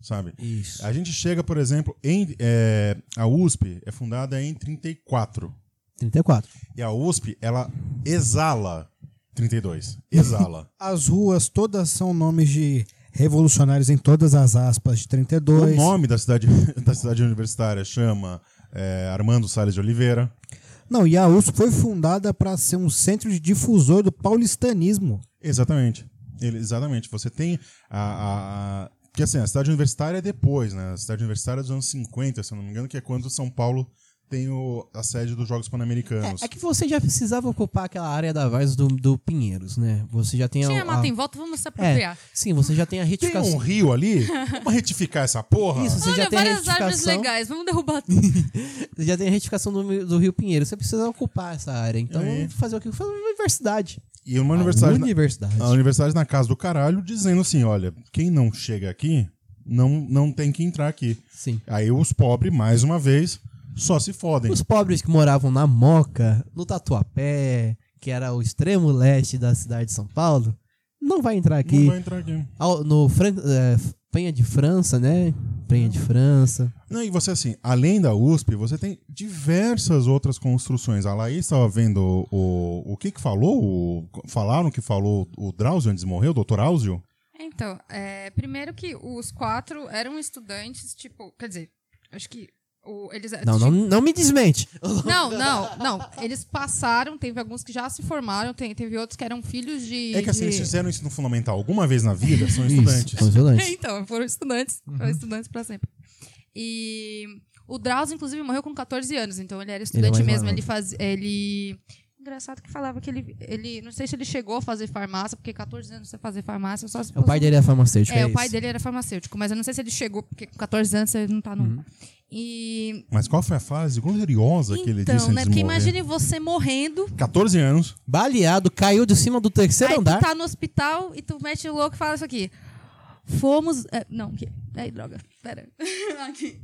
[SPEAKER 1] sabe?
[SPEAKER 2] Isso.
[SPEAKER 1] A gente chega, por exemplo, em é, a USP é fundada em 34
[SPEAKER 2] 34.
[SPEAKER 1] e a USP ela exala 32, exala.
[SPEAKER 4] As ruas todas são nomes de revolucionários em todas as aspas de
[SPEAKER 1] o
[SPEAKER 4] 32.
[SPEAKER 1] nome da cidade da cidade universitária chama é, Armando Salles de Oliveira.
[SPEAKER 4] Não, e a USP foi fundada para ser um centro de difusor do paulistanismo.
[SPEAKER 1] Exatamente. Ele- exatamente. Você tem a. a, a porque assim, a cidade universitária é depois, né? A cidade universitária é dos anos 50, se eu não me engano, que é quando São Paulo tem o, a sede dos Jogos Pan-Americanos.
[SPEAKER 2] É, é que você já precisava ocupar aquela área da Vars do, do Pinheiros, né? Você já tem a.
[SPEAKER 5] Tinha
[SPEAKER 2] a-
[SPEAKER 5] mata em né? volta, vamos
[SPEAKER 2] é,
[SPEAKER 5] se apropriar.
[SPEAKER 2] sim, você já tem a
[SPEAKER 1] Tem um
[SPEAKER 2] retificação.
[SPEAKER 1] rio ali? Vamos retificar essa porra?
[SPEAKER 2] assim. Isso, você já
[SPEAKER 5] Olha,
[SPEAKER 2] tem a
[SPEAKER 5] várias árvores
[SPEAKER 2] retificação.
[SPEAKER 5] legais, vamos derrubar tudo.
[SPEAKER 1] um.
[SPEAKER 2] Você já tem a retificação do, do Rio Pinheiro. Você precisa ocupar essa área. Então,
[SPEAKER 1] Aí.
[SPEAKER 2] fazer o que? Fazer uma universidade.
[SPEAKER 1] E É. uma
[SPEAKER 2] A
[SPEAKER 1] universidade. na- Ah,
[SPEAKER 2] universidade.
[SPEAKER 1] a universidade na casa do caralho, dizendo assim: olha, quem não chega aqui não, não tem que entrar aqui.
[SPEAKER 2] Sim.
[SPEAKER 1] Aí os pobres, mais uma vez, só se fodem.
[SPEAKER 2] Os pobres que moravam na Moca, no Tatuapé, que era o extremo leste da cidade de São Paulo, não vai entrar aqui.
[SPEAKER 1] Não vai entrar aqui.
[SPEAKER 2] Ao- no Fran- é, F- Penha de França, né? Penha de França.
[SPEAKER 1] Não, e você, assim, além da USP, você tem diversas outras construções. A Laís estava vendo o, o que que falou, o- falaram que falou o Drauzio antes de morrer, o Dr. Áuzio?
[SPEAKER 5] Então, é, primeiro que os quatro eram estudantes, tipo, quer dizer, acho que o- eles.
[SPEAKER 2] Não, não, não me desmente.
[SPEAKER 5] não, não, não. Eles passaram, teve alguns que já se formaram, tem- teve outros que eram filhos de.
[SPEAKER 1] É que assim,
[SPEAKER 5] de-
[SPEAKER 1] eles fizeram ensino fundamental alguma vez na vida, são
[SPEAKER 2] Isso, são
[SPEAKER 1] estudantes.
[SPEAKER 2] estudantes. Uhum.
[SPEAKER 5] então, foram estudantes, foram estudantes pra sempre. E o Drauzio, inclusive, morreu com 14 anos, então ele era estudante
[SPEAKER 2] mais
[SPEAKER 5] mesmo,
[SPEAKER 2] malandro.
[SPEAKER 5] ele faz, ele... Engraçado que falava que ele, ele... Não sei se ele chegou a fazer farmácia, porque 14 anos você fazer farmácia só se...
[SPEAKER 2] O pai dele é farmacêutico.
[SPEAKER 5] É, o pai
[SPEAKER 2] isso.
[SPEAKER 5] dele era farmacêutico, mas eu não sei se ele chegou, porque com 14 anos você não tá no...
[SPEAKER 1] Uhum.
[SPEAKER 5] E...
[SPEAKER 1] Mas qual foi a fase gloriosa que ele disse
[SPEAKER 5] então,
[SPEAKER 1] antes
[SPEAKER 5] né?
[SPEAKER 1] de
[SPEAKER 5] Porque
[SPEAKER 1] morrer?
[SPEAKER 5] imagine você morrendo,
[SPEAKER 1] 14 anos,
[SPEAKER 2] Baleado, caiu de cima do terceiro
[SPEAKER 5] aí
[SPEAKER 2] andar.
[SPEAKER 5] tu tá no hospital e tu mete o louco e fala isso aqui. Fomos. é, não, que. É, droga. Pera. aqui.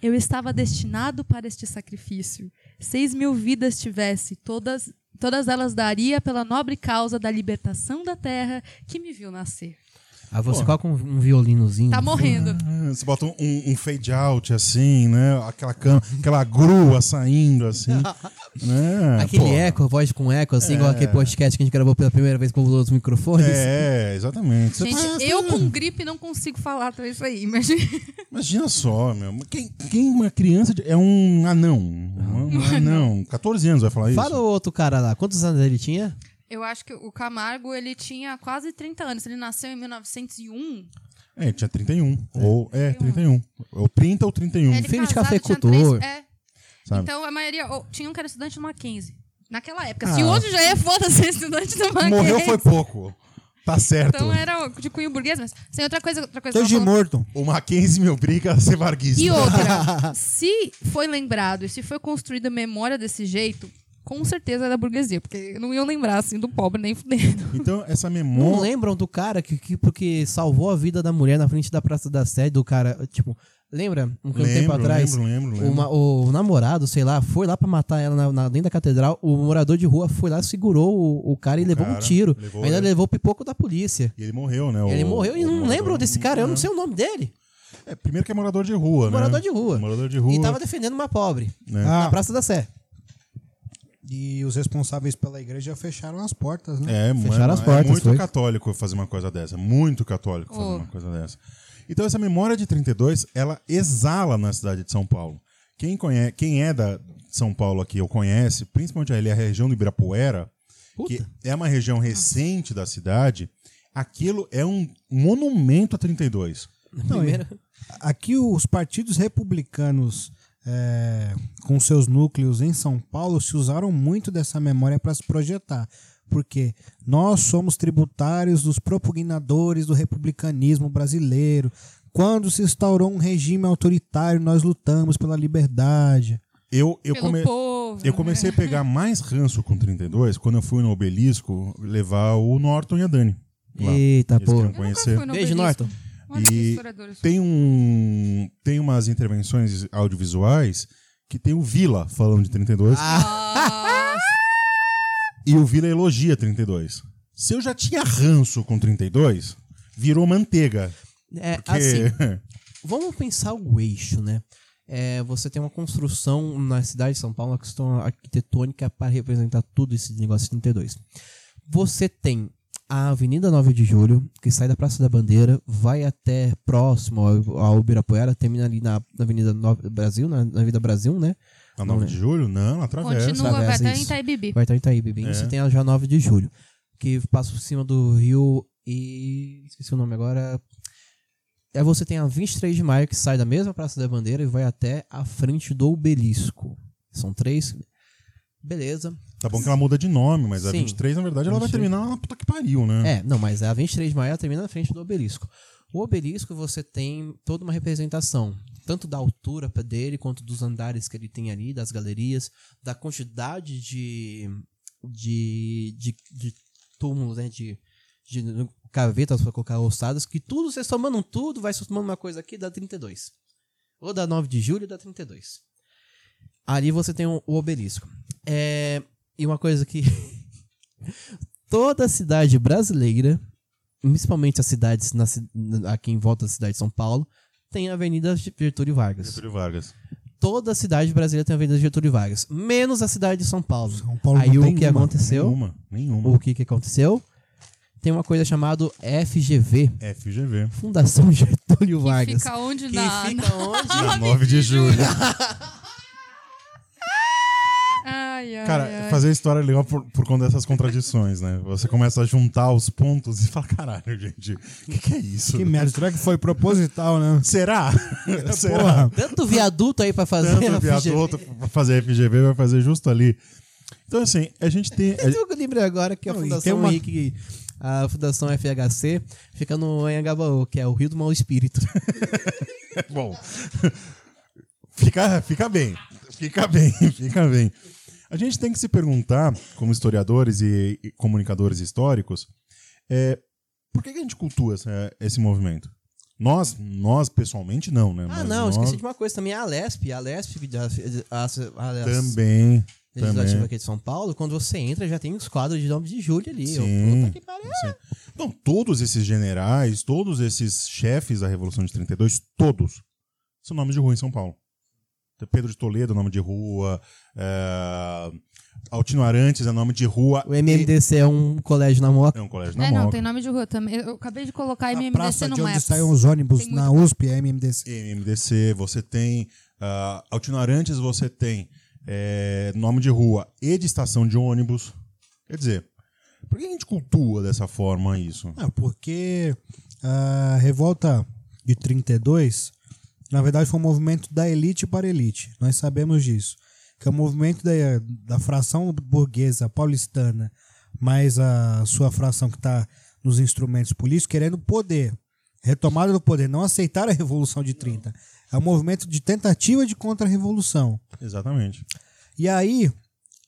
[SPEAKER 5] Eu estava destinado para este sacrifício. Seis mil vidas tivesse, todas, todas elas daria pela nobre causa da libertação da terra que me viu nascer.
[SPEAKER 2] Aí você coloca um, um violinozinho.
[SPEAKER 5] Tá morrendo.
[SPEAKER 1] ah, você bota um, um fade out assim, né? Aquela cama, aquela grua saindo assim. né?
[SPEAKER 2] Ah, Aquele
[SPEAKER 1] Pô.
[SPEAKER 2] eco, voz com eco, assim,
[SPEAKER 5] É.
[SPEAKER 2] igual aquele podcast que a gente gravou pela primeira vez com os microfones.
[SPEAKER 1] É, exatamente. Você
[SPEAKER 5] Gente,
[SPEAKER 1] tá-
[SPEAKER 5] eu com gripe não consigo falar tudo isso aí. Imagina.
[SPEAKER 1] Imagina só, meu. Quem, quem uma criança de- é um anão. Um, um anão. 14 anos vai falar isso.
[SPEAKER 2] Fala o outro cara lá, quantos anos ele tinha?
[SPEAKER 5] Eu acho que o Camargo, ele tinha quase 30 anos. Ele nasceu em 1901.
[SPEAKER 1] É, tinha 31. Ou é, 31. Ou 30 ou 31.
[SPEAKER 5] Ele
[SPEAKER 2] filho de
[SPEAKER 5] casado, tinha
[SPEAKER 2] cafeicultor.
[SPEAKER 5] três- É.
[SPEAKER 1] Sabe?
[SPEAKER 5] Então a maioria. ou tinha um que era estudante do Mackenzie. Naquela época.
[SPEAKER 2] Ah.
[SPEAKER 5] Se hoje já é foda ser estudante do
[SPEAKER 2] então é
[SPEAKER 5] Mackenzie.
[SPEAKER 1] Morreu foi pouco. Tá certo.
[SPEAKER 5] Então era de cunho burguês, mas. Sem outra coisa. Outra coisa que eu
[SPEAKER 1] Então,
[SPEAKER 4] Desde
[SPEAKER 5] tava falando.
[SPEAKER 4] Morton.
[SPEAKER 1] O Mackenzie me obriga a ser varguista.
[SPEAKER 5] E outra. se foi lembrado e se foi construída a memória desse jeito, com certeza era da burguesia. Porque não iam lembrar assim do pobre nem fudendo.
[SPEAKER 1] Então, essa
[SPEAKER 2] Não
[SPEAKER 1] memória.
[SPEAKER 2] lembram do cara que, que porque salvou a vida da mulher na frente da Praça da Sé, do cara, tipo, lembra? Um tempo atrás,
[SPEAKER 1] lembro, lembro, lembro.
[SPEAKER 2] uma- o namorado, sei lá, foi lá pra matar ela na, na- dentro da catedral, o morador de rua foi lá, segurou o, o cara e levou um
[SPEAKER 1] cara,
[SPEAKER 2] tiro.
[SPEAKER 1] levou
[SPEAKER 2] ainda
[SPEAKER 1] ele.
[SPEAKER 2] levou o pipoco da polícia.
[SPEAKER 1] E ele morreu, né? o-
[SPEAKER 2] ele morreu e
[SPEAKER 1] o
[SPEAKER 2] não
[SPEAKER 1] morador-
[SPEAKER 2] lembram desse cara, eu não sei o nome dele.
[SPEAKER 1] É, primeiro que é morador de rua, né?
[SPEAKER 2] Morador de rua.
[SPEAKER 1] Morador de rua.
[SPEAKER 2] E tava defendendo uma pobre,
[SPEAKER 1] né?
[SPEAKER 2] na
[SPEAKER 4] Ah,
[SPEAKER 2] Praça da Sé.
[SPEAKER 4] e os responsáveis pela igreja fecharam as portas, né?
[SPEAKER 1] É,
[SPEAKER 2] Fecharam
[SPEAKER 1] mano,
[SPEAKER 2] as portas,
[SPEAKER 1] é muito
[SPEAKER 2] foi.
[SPEAKER 1] católico fazer uma coisa dessa. Muito católico fazer
[SPEAKER 5] Oh.
[SPEAKER 1] uma coisa dessa. Então, essa memória de 32, ela exala na cidade de São Paulo. Quem, conhece, quem é da São Paulo aqui ou conhece, principalmente ali a região do Ibirapuera,
[SPEAKER 2] Puta.
[SPEAKER 1] que é uma região recente da cidade, aquilo é um monumento a 32.
[SPEAKER 2] Primeiro.
[SPEAKER 4] Aqui os partidos republicanos é, com seus núcleos em São Paulo se usaram muito dessa memória para se projetar. Porque nós somos tributários dos propugnadores do republicanismo brasileiro. Quando se instaurou um regime autoritário, nós lutamos pela liberdade.
[SPEAKER 1] Eu, eu,
[SPEAKER 5] pelo
[SPEAKER 1] come-
[SPEAKER 5] povo. né?
[SPEAKER 1] eu comecei a pegar mais ranço com 32 quando eu fui no Obelisco levar o Norton e a Dani. Lá.
[SPEAKER 2] Eita,
[SPEAKER 1] Eles
[SPEAKER 2] pô.
[SPEAKER 1] queriam
[SPEAKER 5] Eu nunca
[SPEAKER 1] conhecer.
[SPEAKER 5] fui no
[SPEAKER 2] Beijo,
[SPEAKER 5] Obelisco.
[SPEAKER 2] Norton.
[SPEAKER 5] Olha
[SPEAKER 1] E
[SPEAKER 5] que misturadora.
[SPEAKER 1] Tem um. Tem umas intervenções audiovisuais que tem o Vila falando de 32
[SPEAKER 5] Nossa,
[SPEAKER 1] e o Vila elogia 32. Se eu já tinha ranço com 32, virou manteiga.
[SPEAKER 2] É,
[SPEAKER 1] Porque
[SPEAKER 2] assim, vamos pensar o eixo, né? É, você tem uma construção na cidade de São Paulo, uma questão arquitetônica para representar tudo esse negócio de 32. Você tem a Avenida 9 de Julho, que sai da Praça da Bandeira, vai até próximo ao, ao Ibirapuera, termina ali na, na Avenida 9 Brasil, na, na Avenida Brasil, né?
[SPEAKER 1] a 9 tá de julho? Não, ela atravessa.
[SPEAKER 5] Continua, vai
[SPEAKER 2] atravessa
[SPEAKER 5] até
[SPEAKER 2] isso.
[SPEAKER 5] em Itaibibi.
[SPEAKER 2] Vai estar em Itaíba, bem.
[SPEAKER 1] É.
[SPEAKER 2] Você tem a já 9 de julho, que passa por cima do rio e. esqueci o nome agora. Aí você tem a 23 de maio, que sai da mesma Praça da Bandeira e vai até a frente do obelisco. São três. Beleza.
[SPEAKER 1] Tá bom que ela muda de nome, mas a
[SPEAKER 2] Sim.
[SPEAKER 1] 23, na verdade, ela vai
[SPEAKER 2] 23.
[SPEAKER 1] terminar na puta que pariu, né?
[SPEAKER 2] É, não, mas a 23 de maio ela termina na frente do obelisco. O obelisco você tem toda uma representação, tanto da altura pra- dele, quanto dos andares que ele tem ali, das galerias, da quantidade de. de. de, de túmulos, né? De, de cavetas pra colocar ossadas, que tudo, vocês somando tudo, vai somando uma coisa aqui, dá 32. Ou dá 9 de julho, dá 32. Ali você tem o o obelisco. É, e uma coisa que toda a cidade brasileira, principalmente as cidades na ci- na- aqui em volta da cidade de São Paulo, tem a Avenida Getúlio Vargas.
[SPEAKER 1] Getúlio Vargas.
[SPEAKER 2] Toda a cidade brasileira tem a Avenida Getúlio Vargas, menos a cidade de São Paulo.
[SPEAKER 4] São Paulo
[SPEAKER 2] Aí
[SPEAKER 4] não
[SPEAKER 2] o
[SPEAKER 4] tem
[SPEAKER 2] que
[SPEAKER 4] uma.
[SPEAKER 2] aconteceu?
[SPEAKER 1] Nenhuma, nenhuma.
[SPEAKER 2] O que, que aconteceu? Tem uma coisa chamada FGV,
[SPEAKER 1] FGV.
[SPEAKER 2] Fundação Getúlio Vargas,
[SPEAKER 5] Fica onde né?
[SPEAKER 2] que
[SPEAKER 5] na...
[SPEAKER 2] fica onde?
[SPEAKER 1] Dia 9 de julho.
[SPEAKER 5] Ai, ai,
[SPEAKER 1] Cara,
[SPEAKER 5] ai.
[SPEAKER 1] fazer história é legal por, por conta dessas contradições, né? Você começa a juntar os pontos e fala, caralho, gente, o que, que é isso?
[SPEAKER 4] Que merda, será que foi proposital, né?
[SPEAKER 1] Será? Será?
[SPEAKER 4] Porra,
[SPEAKER 2] Tanto viaduto aí pra fazer
[SPEAKER 1] Tanto
[SPEAKER 2] FGV.
[SPEAKER 1] viaduto pra fazer FGV vai fazer justo ali. Então, assim, a gente tem... a-
[SPEAKER 2] Eu lembro um agora que a
[SPEAKER 4] Não, e tem
[SPEAKER 2] Fundação
[SPEAKER 4] uma-
[SPEAKER 2] Henrique, a Fundação FHC, fica no Anhangabaú, que é o Rio do Mau Espírito.
[SPEAKER 1] Bom, fica, fica bem, fica bem, fica bem. A gente tem que se perguntar, como historiadores e, e comunicadores históricos, é, por que, que a gente cultua essa- esse movimento? Nós, nós pessoalmente não, né?
[SPEAKER 2] Ah,
[SPEAKER 1] Mas
[SPEAKER 2] não,
[SPEAKER 1] nós
[SPEAKER 2] esqueci de uma coisa também, a Lesp, a Lesp, a, a, a, a
[SPEAKER 1] Também,
[SPEAKER 2] legislativa
[SPEAKER 1] também.
[SPEAKER 2] aqui de São Paulo, quando você entra já tem os quadros de nome de Júlio ali. Eu,
[SPEAKER 1] Sim.
[SPEAKER 2] puta que pariu.
[SPEAKER 1] Não, Então, todos esses generais, todos esses chefes da Revolução de 32, todos, são nomes de rua em São Paulo. Tem Pedro de Toledo é nome de rua, é... Altino Arantes é nome de rua.
[SPEAKER 2] O MMDC é um colégio na moca.
[SPEAKER 1] É um colégio na
[SPEAKER 5] É, não,
[SPEAKER 1] moca.
[SPEAKER 5] tem nome de rua também. Eu eu acabei de colocar
[SPEAKER 4] a
[SPEAKER 5] MMDC
[SPEAKER 4] praça
[SPEAKER 5] no
[SPEAKER 4] de onde
[SPEAKER 5] Maps.
[SPEAKER 4] saem os ônibus
[SPEAKER 5] é. Tem
[SPEAKER 4] na USP é MMDC.
[SPEAKER 1] MDC, você tem ah, Altino Arantes, você tem eh, nome de rua e de estação de ônibus. Quer dizer, por que a gente cultua dessa forma isso?
[SPEAKER 4] Ah, porque a revolta de 32, na verdade, foi um movimento da elite para a elite. Nós sabemos disso. Que é o movimento da, da fração burguesa paulistana, mais a sua fração que está nos instrumentos políticos, querendo poder. Retomada do poder. Não aceitar a Revolução de 30. É um movimento de tentativa de contra-revolução.
[SPEAKER 1] Exatamente.
[SPEAKER 4] E aí,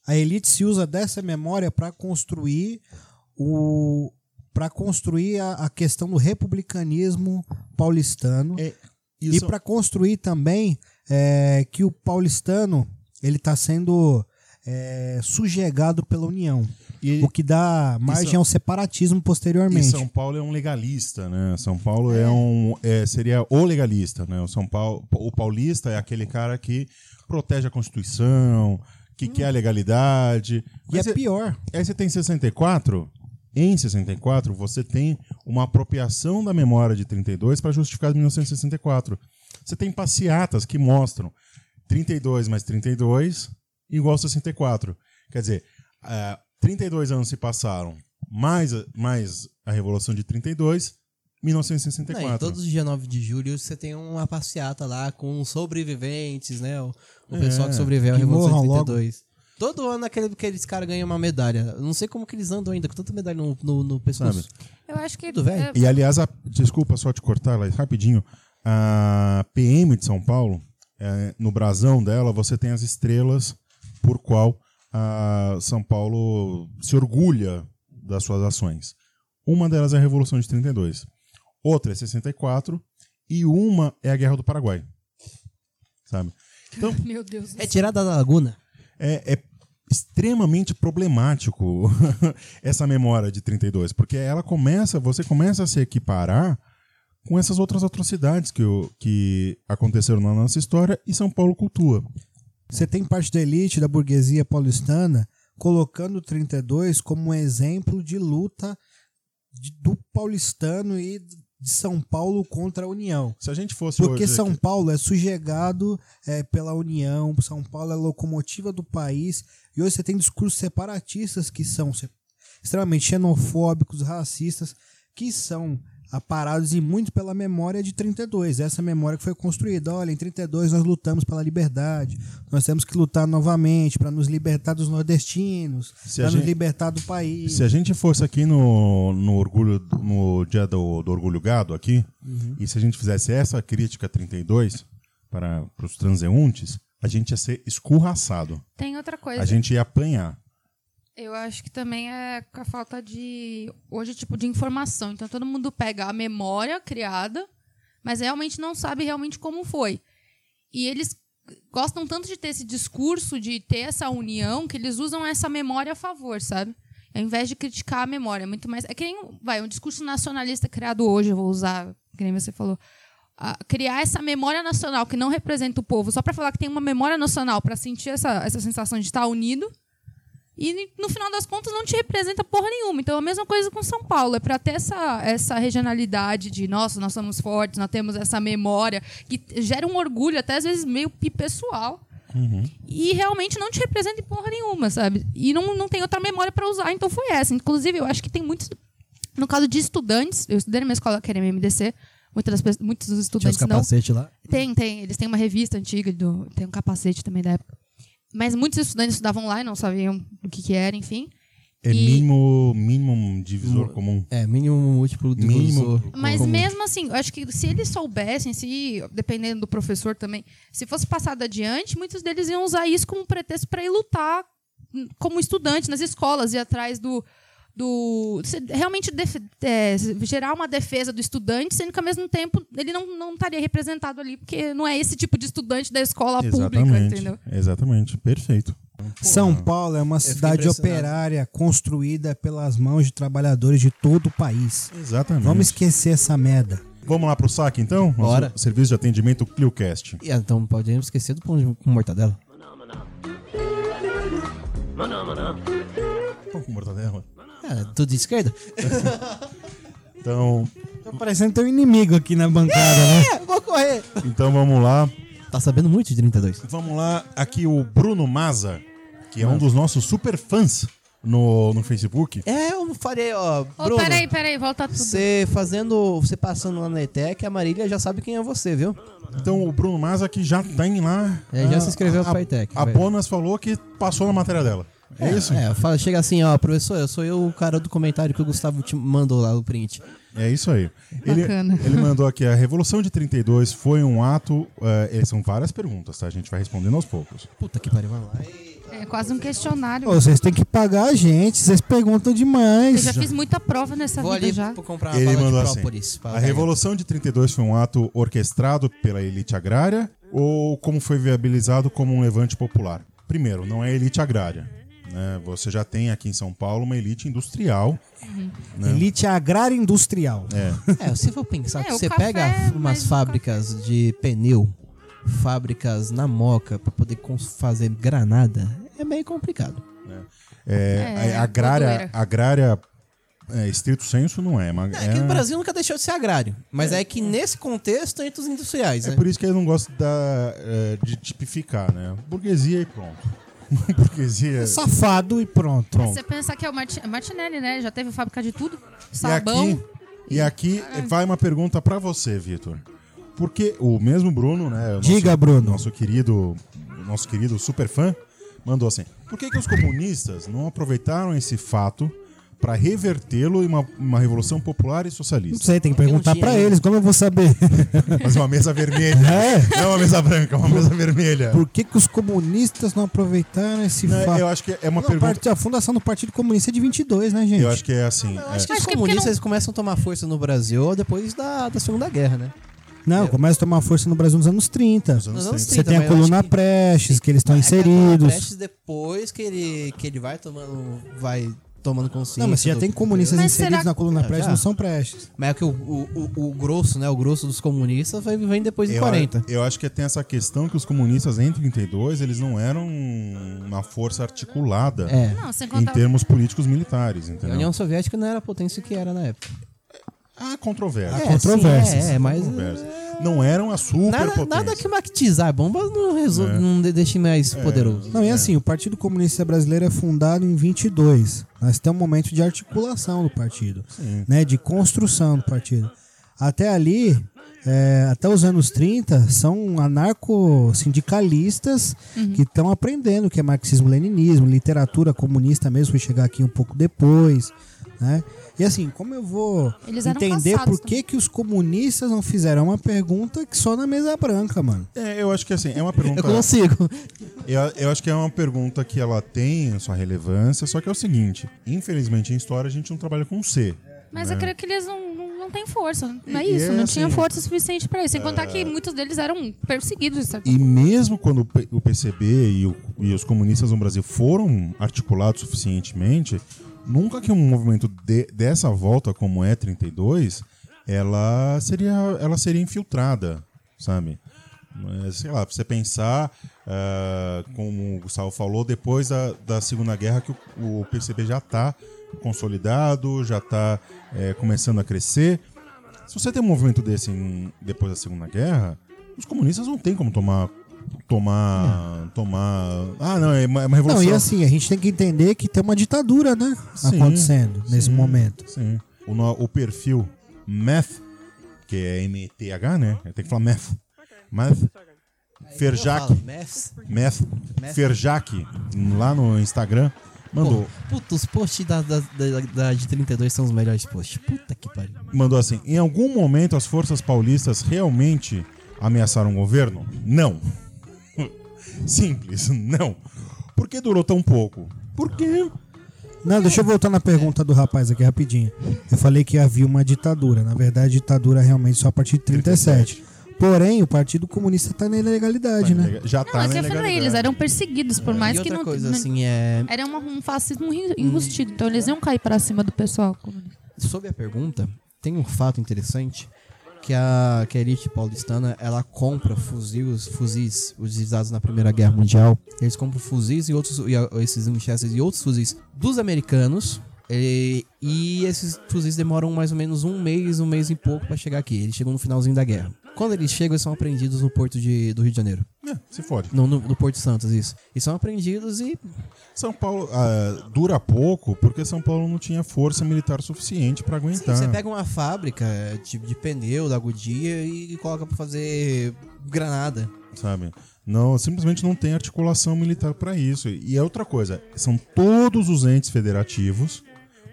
[SPEAKER 4] a elite se usa dessa memória para construir o para construir a, a questão do republicanismo paulistano
[SPEAKER 1] É,
[SPEAKER 4] e para construir também é, que o paulistano ele está sendo é, sujegado pela união,
[SPEAKER 1] e,
[SPEAKER 4] o que dá margem
[SPEAKER 1] Isso-
[SPEAKER 4] ao separatismo
[SPEAKER 1] e
[SPEAKER 4] posteriormente.
[SPEAKER 1] São Paulo é um legalista, né? São Paulo é, um é, seria o legalista, né? O São Paulo, o paulista é aquele cara que protege a Constituição, que quer a legalidade.
[SPEAKER 4] Hum. e é
[SPEAKER 1] Mas é-
[SPEAKER 4] pior.
[SPEAKER 1] Aí você tem 64. Em 64, você tem uma apropriação da memória de 32 para justificar 1964. Você tem passeatas que mostram 32 mais 32 igual 64. Quer dizer, ah, 32 anos se passaram, mais, a- mais a Revolução de 32,
[SPEAKER 2] Não, e
[SPEAKER 1] 1964.
[SPEAKER 2] todos os dia 9 de julho você tem uma passeata lá com os sobreviventes, né? O, o pessoal que sobreviveu à
[SPEAKER 4] que
[SPEAKER 2] Revolução de
[SPEAKER 4] morram logo.
[SPEAKER 2] 32. Todo ano aquele, aqueles caras ganham uma medalha. Eu não sei como que eles andam ainda, com tanta medalha no, no, no pescoço.
[SPEAKER 5] Eu acho que.
[SPEAKER 2] Tudo velho.
[SPEAKER 5] é,
[SPEAKER 1] E aliás, a- desculpa só te cortar, Laís, rapidinho. A PM de São Paulo, eh, no brasão dela, você tem as estrelas por qual a São Paulo se orgulha das suas ações. Uma delas é a Revolução de 32, outra é 64 e uma é a Guerra do Paraguai. Sabe? Então,
[SPEAKER 5] Meu Deus. do
[SPEAKER 2] É
[SPEAKER 5] céu.
[SPEAKER 2] tirada da laguna.
[SPEAKER 1] é, é extremamente problemático essa memória de 32, porque ela começa, você começa a se equiparar com essas outras atrocidades que, o- que aconteceram na nossa história e São Paulo cultua.
[SPEAKER 4] Você tem parte da elite, da burguesia paulistana, colocando o 32 como um exemplo de luta de- do paulistano e de São Paulo contra a União.
[SPEAKER 1] Se a gente fosse
[SPEAKER 4] Porque
[SPEAKER 1] hoje-
[SPEAKER 4] São Paulo é sujeitado é, pela União, São Paulo é a locomotiva do país, e hoje você tem discursos separatistas que são se- extremamente xenofóbicos, racistas, que são aparados e muito pela memória de 32, essa memória que foi construída. Olha, em 32 nós lutamos pela liberdade, nós temos que lutar novamente para nos libertar dos nordestinos,
[SPEAKER 1] Se a
[SPEAKER 4] para nos
[SPEAKER 1] gente-
[SPEAKER 4] libertar do país.
[SPEAKER 1] Se a gente fosse aqui no, no orgulho no dia do, do orgulho gado aqui,
[SPEAKER 4] Uhum.
[SPEAKER 1] e se a gente fizesse essa crítica 32 para, para os transeuntes, a gente ia ser escorraçado.
[SPEAKER 5] Tem outra coisa.
[SPEAKER 1] A gente ia apanhar.
[SPEAKER 5] Eu acho que também é com a falta de. Hoje, tipo, de informação. Então, todo mundo pega a memória criada, mas realmente não sabe realmente como foi. E eles gostam tanto de ter esse discurso, de ter essa união, que eles usam essa memória a favor, sabe? Ao invés de criticar a memória. é Muito mais. É que nem vai, um discurso nacionalista criado hoje, eu vou usar, que nem você falou. Ah, criar essa memória nacional que não representa o povo, só para falar que tem uma memória nacional, para sentir essa, essa sensação de estar unido. E no final das contas não te representa porra nenhuma. Então é a mesma coisa com São Paulo. É pra ter essa, essa regionalidade de, nossa, nós somos fortes, nós temos essa memória, que t- gera um orgulho, até às vezes meio pi- pessoal.
[SPEAKER 2] Uhum.
[SPEAKER 5] E realmente não te representa em porra nenhuma, sabe? E não, não tem outra memória pra usar, então foi essa. Inclusive, eu acho que tem muitos. No caso de estudantes, eu estudei na minha escola, que era MMDC, muitas das, pe- muitos dos
[SPEAKER 2] Tinha os
[SPEAKER 5] estudantes não
[SPEAKER 2] capacetes lá.
[SPEAKER 5] tem, tem. Eles têm uma revista antiga, do, tem um capacete também da época. Mas muitos estudantes estudavam lá e não sabiam o que, que era, enfim.
[SPEAKER 1] É
[SPEAKER 5] E-
[SPEAKER 1] mínimo, mínimo divisor comum.
[SPEAKER 2] É, mínimo múltiplo do
[SPEAKER 1] Mínimo.
[SPEAKER 2] divisor
[SPEAKER 5] Mas
[SPEAKER 2] comum.
[SPEAKER 1] é.
[SPEAKER 5] mesmo assim, eu acho que se eles soubessem, se dependendo do professor também, se fosse passado adiante, muitos deles iam usar isso como pretexto para ir lutar hum, como estudante nas escolas e atrás do do se- realmente def- é, gerar uma defesa do estudante, sendo que ao mesmo tempo ele não, não estaria representado ali, porque não é esse tipo de estudante da escola pública,
[SPEAKER 1] Exatamente.
[SPEAKER 5] entendeu?
[SPEAKER 1] Exatamente. Perfeito.
[SPEAKER 4] São Paulo é uma
[SPEAKER 2] fiquei
[SPEAKER 4] cidade
[SPEAKER 2] impressionado.
[SPEAKER 4] operária construída pelas mãos de trabalhadores de todo o país.
[SPEAKER 1] Exatamente.
[SPEAKER 4] Vamos
[SPEAKER 1] Vamos,
[SPEAKER 4] esquecer essa merda.
[SPEAKER 1] lá pro saque então? Nosso
[SPEAKER 2] Bora.
[SPEAKER 1] Serviço de atendimento ClioCast.
[SPEAKER 2] E, ah, então podemos esquecer do pão de, com mortadela.
[SPEAKER 1] Pão com mortadela.
[SPEAKER 2] É, tudo de esquerda.
[SPEAKER 1] Então,
[SPEAKER 4] Tá parecendo teu inimigo aqui na bancada, né?
[SPEAKER 2] É, vou correr.
[SPEAKER 1] então vamos lá.
[SPEAKER 2] Tá sabendo muito de 32.
[SPEAKER 1] Vamos lá. Aqui o Bruno Maza, que é um dos nossos super fãs no, no Facebook.
[SPEAKER 2] É, eu farei, ó.
[SPEAKER 5] Ô,
[SPEAKER 2] Bruno,
[SPEAKER 5] peraí, peraí, volta tudo.
[SPEAKER 2] Você fazendo, você passando lá na ETEC, a Marília já sabe quem é você, viu?
[SPEAKER 1] Então o Bruno Maza que já tem lá.
[SPEAKER 2] É, já
[SPEAKER 1] ah,
[SPEAKER 2] se inscreveu
[SPEAKER 1] a,
[SPEAKER 2] pra ETEC,
[SPEAKER 1] A
[SPEAKER 2] velho.
[SPEAKER 1] Bonas falou que passou na matéria dela. É, isso?
[SPEAKER 2] É, fala, chega assim, ó, professor, eu sou eu o cara do comentário que o Gustavo te mandou lá o print.
[SPEAKER 1] É isso aí. Ele,
[SPEAKER 5] Bacana.
[SPEAKER 1] ele mandou aqui: a Revolução de 32 foi um ato. eh, são várias perguntas, tá? A gente vai respondendo aos poucos.
[SPEAKER 2] Puta que pariu, vamos lá.
[SPEAKER 5] É quase um questionário.
[SPEAKER 4] Ô, vocês têm que pagar a gente, vocês perguntam
[SPEAKER 5] Eu
[SPEAKER 4] demais.
[SPEAKER 5] já fiz muita prova nessa
[SPEAKER 2] Vou
[SPEAKER 5] vida
[SPEAKER 2] ali
[SPEAKER 5] já.
[SPEAKER 2] p- comprar uma
[SPEAKER 1] Ele
[SPEAKER 2] bala Ah, de
[SPEAKER 1] mandou
[SPEAKER 2] própolis.
[SPEAKER 1] assim: A Revolução de 32 foi um ato orquestrado pela elite agrária ou como foi viabilizado como um levante popular? Primeiro, não é elite agrária. Né? Você já tem aqui em São Paulo uma elite industrial.
[SPEAKER 4] Elite agrária industrial.
[SPEAKER 2] É, se for pensar
[SPEAKER 5] É,
[SPEAKER 2] que
[SPEAKER 5] o
[SPEAKER 2] você
[SPEAKER 5] café
[SPEAKER 2] pega
[SPEAKER 5] é mais
[SPEAKER 2] umas
[SPEAKER 5] um
[SPEAKER 2] fábricas de pneu, fábricas na moca pra poder cons- fazer granada, é meio complicado.
[SPEAKER 1] É,
[SPEAKER 5] É,
[SPEAKER 1] a- agrária,
[SPEAKER 5] gordueira.
[SPEAKER 1] agrária é, estrito senso não é. Mas
[SPEAKER 2] É que
[SPEAKER 1] é-
[SPEAKER 2] no Brasil nunca deixou de ser agrário, mas é, que nesse contexto entre os industriais,
[SPEAKER 1] É
[SPEAKER 2] né?
[SPEAKER 1] por isso que eu não gosto da, eh, de tipificar, né? Burguesia e pronto. Burguesia.
[SPEAKER 4] Safado e pronto.
[SPEAKER 5] Você pensa que é o Marti- Martinelli, né? Já teve fábrica de tudo.
[SPEAKER 1] E
[SPEAKER 5] Sabão.
[SPEAKER 1] aqui, e aqui vai uma pergunta pra você, Vitor. Porque o mesmo Bruno, né? o nosso-
[SPEAKER 4] Diga, Bruno.
[SPEAKER 1] Nosso querido, nosso querido super fã, mandou assim: Por que, que os comunistas não aproveitaram esse fato para revertê-lo em uma, uma revolução popular e
[SPEAKER 4] Não
[SPEAKER 1] socialista?
[SPEAKER 4] sei, tem que
[SPEAKER 6] Porque
[SPEAKER 4] perguntar
[SPEAKER 6] não tinha
[SPEAKER 4] pra
[SPEAKER 6] ainda.
[SPEAKER 4] eles, como eu vou saber?
[SPEAKER 1] Mas uma mesa vermelha. Não uma mesa branca, uma mesa vermelha.
[SPEAKER 4] Por que, que os comunistas não aproveitaram esse
[SPEAKER 1] Não,
[SPEAKER 4] fato?
[SPEAKER 1] eu acho que é uma
[SPEAKER 4] Não,
[SPEAKER 1] pergunta.
[SPEAKER 4] parte- a fundação do Partido Comunista é de 22, né, gente?
[SPEAKER 1] Eu acho que é assim. é.
[SPEAKER 2] Acho que os
[SPEAKER 5] Acho que é porque
[SPEAKER 2] comunistas
[SPEAKER 5] não-
[SPEAKER 2] eles começam a tomar força no Brasil depois da, da Segunda Guerra, né?
[SPEAKER 4] Não, começa a tomar força no Brasil nos anos 30.
[SPEAKER 1] Nos anos
[SPEAKER 2] Nos anos
[SPEAKER 1] 30.
[SPEAKER 4] Você tem a
[SPEAKER 2] mas eu acho
[SPEAKER 4] coluna
[SPEAKER 2] que-
[SPEAKER 4] Prestes, que eles estão
[SPEAKER 2] É que a Colônia
[SPEAKER 4] inseridos.
[SPEAKER 2] Prestes, depois que ele, que ele vai tomando, vai tomando consciência.
[SPEAKER 4] Não, mas já
[SPEAKER 2] do-
[SPEAKER 4] tem comunistas
[SPEAKER 5] Mas
[SPEAKER 4] inseridos
[SPEAKER 5] será-
[SPEAKER 4] na coluna
[SPEAKER 2] Ah,
[SPEAKER 4] Prestes,
[SPEAKER 2] já?
[SPEAKER 4] não são Prestes.
[SPEAKER 2] Mas é que o, o, o- o grosso, né? O grosso dos comunistas vai- vem depois de
[SPEAKER 1] Eu,
[SPEAKER 2] 40.
[SPEAKER 1] eu acho que tem essa questão que os comunistas em 32 eles não eram uma força articulada
[SPEAKER 2] É.
[SPEAKER 5] Não, sem
[SPEAKER 1] em
[SPEAKER 5] contar.
[SPEAKER 1] termos políticos militares,
[SPEAKER 2] A
[SPEAKER 1] entendeu?
[SPEAKER 2] União Soviética não era a potência que era na época.
[SPEAKER 1] Há controvérsia.
[SPEAKER 4] É, controvérsias.
[SPEAKER 2] sim, é, é, mas.
[SPEAKER 1] controvérsia. Não eram a
[SPEAKER 2] Nada,
[SPEAKER 1] superpotência.
[SPEAKER 2] nada que maquetizar bomba não resolve,
[SPEAKER 1] É.
[SPEAKER 2] não de- deixa mais poderoso.
[SPEAKER 4] Não, e assim, o Partido Comunista Brasileiro é fundado em 22. Nós temos um momento de articulação do partido, né, de construção do partido. Até ali, é, até os anos 30, são anarco-sindicalistas
[SPEAKER 5] Uhum.
[SPEAKER 4] que estão aprendendo o que é marxismo-leninismo, literatura comunista mesmo, foi chegar aqui um pouco depois, né? E assim, como eu vou
[SPEAKER 5] Eles eram
[SPEAKER 4] entender
[SPEAKER 5] passados
[SPEAKER 4] por que, que os comunistas não fizeram É uma pergunta que só na mesa branca, mano?
[SPEAKER 1] É, eu acho que assim, é uma
[SPEAKER 2] Eu
[SPEAKER 1] pergunta.
[SPEAKER 2] consigo.
[SPEAKER 1] Eu, eu acho que é uma pergunta que ela tem a sua relevância, só que é o seguinte: infelizmente em história a gente não trabalha com C.
[SPEAKER 5] Mas eu creio que eles não, não, não têm força. Não é
[SPEAKER 1] E- e
[SPEAKER 5] isso.
[SPEAKER 1] é
[SPEAKER 5] não
[SPEAKER 1] assim.
[SPEAKER 5] tinha força suficiente pra isso. Sem contar que muitos deles eram perseguidos. de certa
[SPEAKER 1] E mesmo quando o P- o PCB e, o- e os comunistas no Brasil foram articulados suficientemente, nunca que um movimento de- dessa volta como é 32, ela seria ela seria infiltrada, sabe? Mas, Sei lá, pra você pensar, ah, como o Gustavo falou, depois da, da Segunda Guerra que o, o PCB já está consolidado, já está começando a crescer. Se você tem um movimento desse em- depois da Segunda Guerra, os comunistas não tem como tomar. Tomar. Tomar. Ah, não, é uma, é uma
[SPEAKER 4] É. Não,
[SPEAKER 1] revolução.
[SPEAKER 4] e assim, a gente tem que entender que tem uma ditadura, né?
[SPEAKER 1] Sim,
[SPEAKER 4] acontecendo nesse
[SPEAKER 1] sim.
[SPEAKER 4] momento.
[SPEAKER 1] Sim. O, no- o perfil Math, que é M-T-H, né? Tem que falar Math. Math. Ferjac.
[SPEAKER 2] Mess.
[SPEAKER 1] Math.
[SPEAKER 2] Math.
[SPEAKER 1] Ferjac, lá no Instagram, mandou.
[SPEAKER 2] Pô, Puta, os posts da, da, da, da de 32 são os melhores posts. Puta que pariu.
[SPEAKER 1] mandou assim: em algum momento as forças paulistas realmente ameaçaram o governo? Não. Simples, não. Por que durou tão pouco? Porque.
[SPEAKER 4] Não, deixa eu voltar na pergunta do rapaz aqui rapidinho. Eu falei que havia uma ditadura. Na verdade, a ditadura é realmente só a partir de 37. Porém, o Partido Comunista tá na ilegalidade, né?
[SPEAKER 1] Já
[SPEAKER 5] Não,
[SPEAKER 1] tá
[SPEAKER 5] mas
[SPEAKER 1] na
[SPEAKER 5] eu falei,
[SPEAKER 1] ilegalidade.
[SPEAKER 5] eles eram perseguidos, por mais
[SPEAKER 2] e
[SPEAKER 5] que
[SPEAKER 2] outra
[SPEAKER 5] não.
[SPEAKER 2] coisa,
[SPEAKER 5] não-
[SPEAKER 2] assim, é.
[SPEAKER 5] Era uma- um fascismo enru- enrustido, então eles iam cair pra cima do pessoal. comunista.
[SPEAKER 2] Sobre a pergunta, tem um fato interessante que a, que a elite paulistana ela compra fuzis, fuzis utilizados na Primeira Guerra Mundial. Eles compram fuzis e outros e, a- esses Winchesters e outros fuzis dos americanos. E, e esses fuzis demoram mais ou menos um mês, um mês e pouco pra chegar aqui. Eles chegam no finalzinho da guerra. Quando eles chegam, eles são apreendidos no porto de, do Rio de Janeiro.
[SPEAKER 1] É, se fode.
[SPEAKER 2] No, no, no Porto Santos, isso. E são apreendidos e
[SPEAKER 1] São Paulo ah, dura pouco porque São Paulo não tinha força militar suficiente pra
[SPEAKER 2] Sim,
[SPEAKER 1] aguentar.
[SPEAKER 2] você pega uma fábrica é, tipo de pneu da Goodyear e coloca pra fazer granada.
[SPEAKER 1] sabe? Não, simplesmente não tem articulação militar para isso. E é outra coisa, são todos os entes federativos.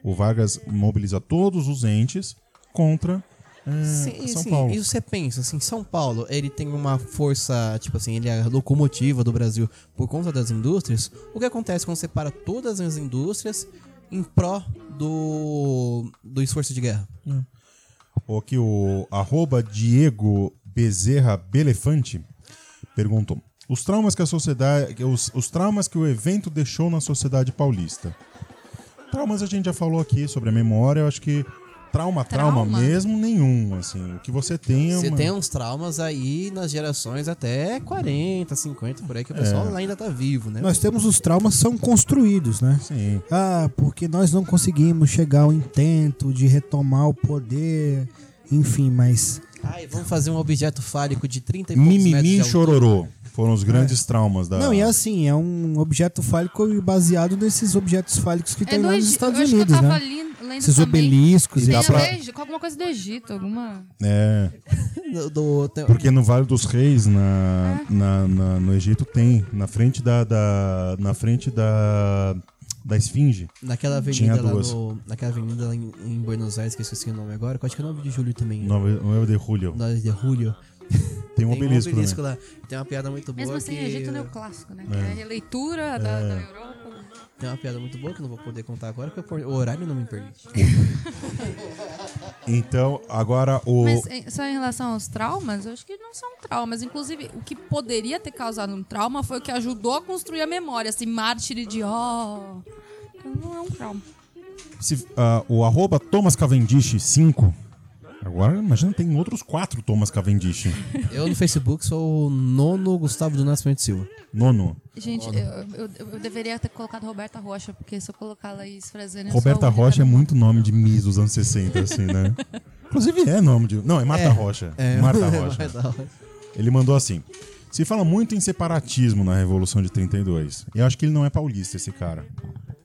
[SPEAKER 1] O Vargas mobiliza todos os entes contra eh, São Paulo.
[SPEAKER 2] E você pensa assim, São Paulo, ele tem uma força, tipo assim, ele é a locomotiva do Brasil por conta das indústrias. O que acontece quando você para todas as indústrias em pró do do esforço de guerra?
[SPEAKER 1] Ou aqui o arroba Diego Bezerra Belefante perguntou. Os traumas que a sociedade. que Os, os traumas que o evento deixou na sociedade paulista. Traumas a gente já falou aqui sobre a memória, eu acho que. Trauma, trauma,
[SPEAKER 5] Trauma?
[SPEAKER 1] mesmo, nenhum, assim. O que você tem é
[SPEAKER 2] Você
[SPEAKER 1] uma-
[SPEAKER 2] tem um uns traumas aí nas gerações até 40, 50 por aí que o pessoal
[SPEAKER 1] É.
[SPEAKER 2] ainda tá vivo, né?
[SPEAKER 4] Nós temos os traumas que são construídos, né?
[SPEAKER 1] Sim.
[SPEAKER 4] Ah, porque nós não conseguimos chegar ao intento de retomar o poder, enfim, mas
[SPEAKER 2] Ai, vamos fazer um objeto fálico de 30 e poucos metros de
[SPEAKER 1] Mimimi e
[SPEAKER 2] altura.
[SPEAKER 1] Chororô foram os grandes traumas da.
[SPEAKER 4] Não, e assim, é um objeto fálico baseado nesses objetos fálicos que tem lá nos
[SPEAKER 5] Egi-
[SPEAKER 4] Estados
[SPEAKER 5] É eu acho
[SPEAKER 4] Unidos,
[SPEAKER 5] que eu tava
[SPEAKER 4] né?
[SPEAKER 5] li- lendo
[SPEAKER 4] Esses
[SPEAKER 5] também.
[SPEAKER 4] obeliscos
[SPEAKER 1] E
[SPEAKER 4] e
[SPEAKER 1] dá
[SPEAKER 5] Tem
[SPEAKER 4] tal.
[SPEAKER 5] a
[SPEAKER 1] pra-
[SPEAKER 5] ver com alguma coisa do Egito, alguma.
[SPEAKER 1] É,
[SPEAKER 2] Do- do- tem-
[SPEAKER 1] porque no Vale dos Reis, na, na- na- no Egito, tem. Na frente da. da- na frente da. Da Esfinge.
[SPEAKER 2] Naquela
[SPEAKER 1] Tinha
[SPEAKER 2] avenida lá
[SPEAKER 1] duas.
[SPEAKER 2] no, Naquela avenida lá em, em Buenos Aires, que eu esqueci o nome agora. que eu Acho que é 9 de julho também.
[SPEAKER 1] 9 de Julho.
[SPEAKER 2] 9 de julho.
[SPEAKER 1] Tem um
[SPEAKER 2] Tem
[SPEAKER 1] obelisco,
[SPEAKER 2] um obelisco lá. Tem uma piada muito boa.
[SPEAKER 5] Mesmo assim,
[SPEAKER 2] que...
[SPEAKER 5] Egito neoclássico, né? Que É, a releitura Da, da Europa.
[SPEAKER 2] Tem uma piada muito boa que eu não vou poder contar agora, porque o horário não me permite.
[SPEAKER 1] também. Então, agora o.
[SPEAKER 5] Mas em- só em relação aos traumas, eu acho que não são traumas. Inclusive, o que poderia ter causado um trauma foi o que ajudou a construir a memória, assim, mártir de ó. Então não é um trauma.
[SPEAKER 1] se, ah, o arroba Thomas Cavendish 5. Agora, imagina, tem outros quatro Thomas Cavendish.
[SPEAKER 2] Eu no Facebook sou o nono Gustavo do Nascimento Silva.
[SPEAKER 1] Nono.
[SPEAKER 5] Gente, eu, eu- eu- eu deveria ter colocado Roberta Rocha, porque se eu colocar Laís Frazano... eu sou a
[SPEAKER 1] Roberta
[SPEAKER 5] única
[SPEAKER 1] Rocha é
[SPEAKER 5] do-
[SPEAKER 1] muito nome de Miss dos anos 60, assim, né? Inclusive é nome de. Não, é Marta
[SPEAKER 2] É,
[SPEAKER 1] Rocha. Marta Rocha.
[SPEAKER 2] Marta Rocha.
[SPEAKER 1] Ele mandou assim: se fala muito em separatismo na Revolução de 32. Eu acho que ele não é paulista, esse cara.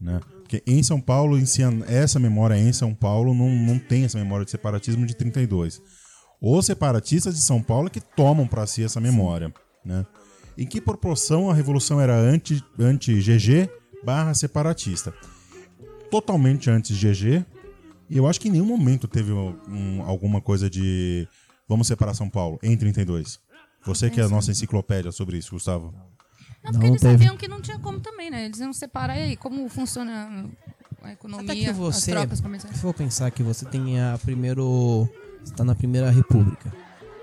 [SPEAKER 1] Né? Porque em São Paulo, em Cian- essa memória em São Paulo não, não tem essa memória de separatismo de 32. Os separatistas de São Paulo é que tomam para si essa memória. Né? Em que proporção a Revolução era anti- anti-GG barra separatista? Totalmente anti-GG. E eu acho que em nenhum momento teve um- alguma coisa de vamos separar São Paulo em 32. Você que é a nossa enciclopédia sobre isso, Gustavo.
[SPEAKER 5] Não, porque
[SPEAKER 4] Não
[SPEAKER 5] eles
[SPEAKER 4] teve.
[SPEAKER 5] sabiam que não tinha como também, né? Eles iam separar e aí como funciona a
[SPEAKER 2] Até
[SPEAKER 5] economia,
[SPEAKER 2] que você,
[SPEAKER 5] as trocas comerciais.
[SPEAKER 2] se for pensar que você tem a primeiro, você tá na primeira república.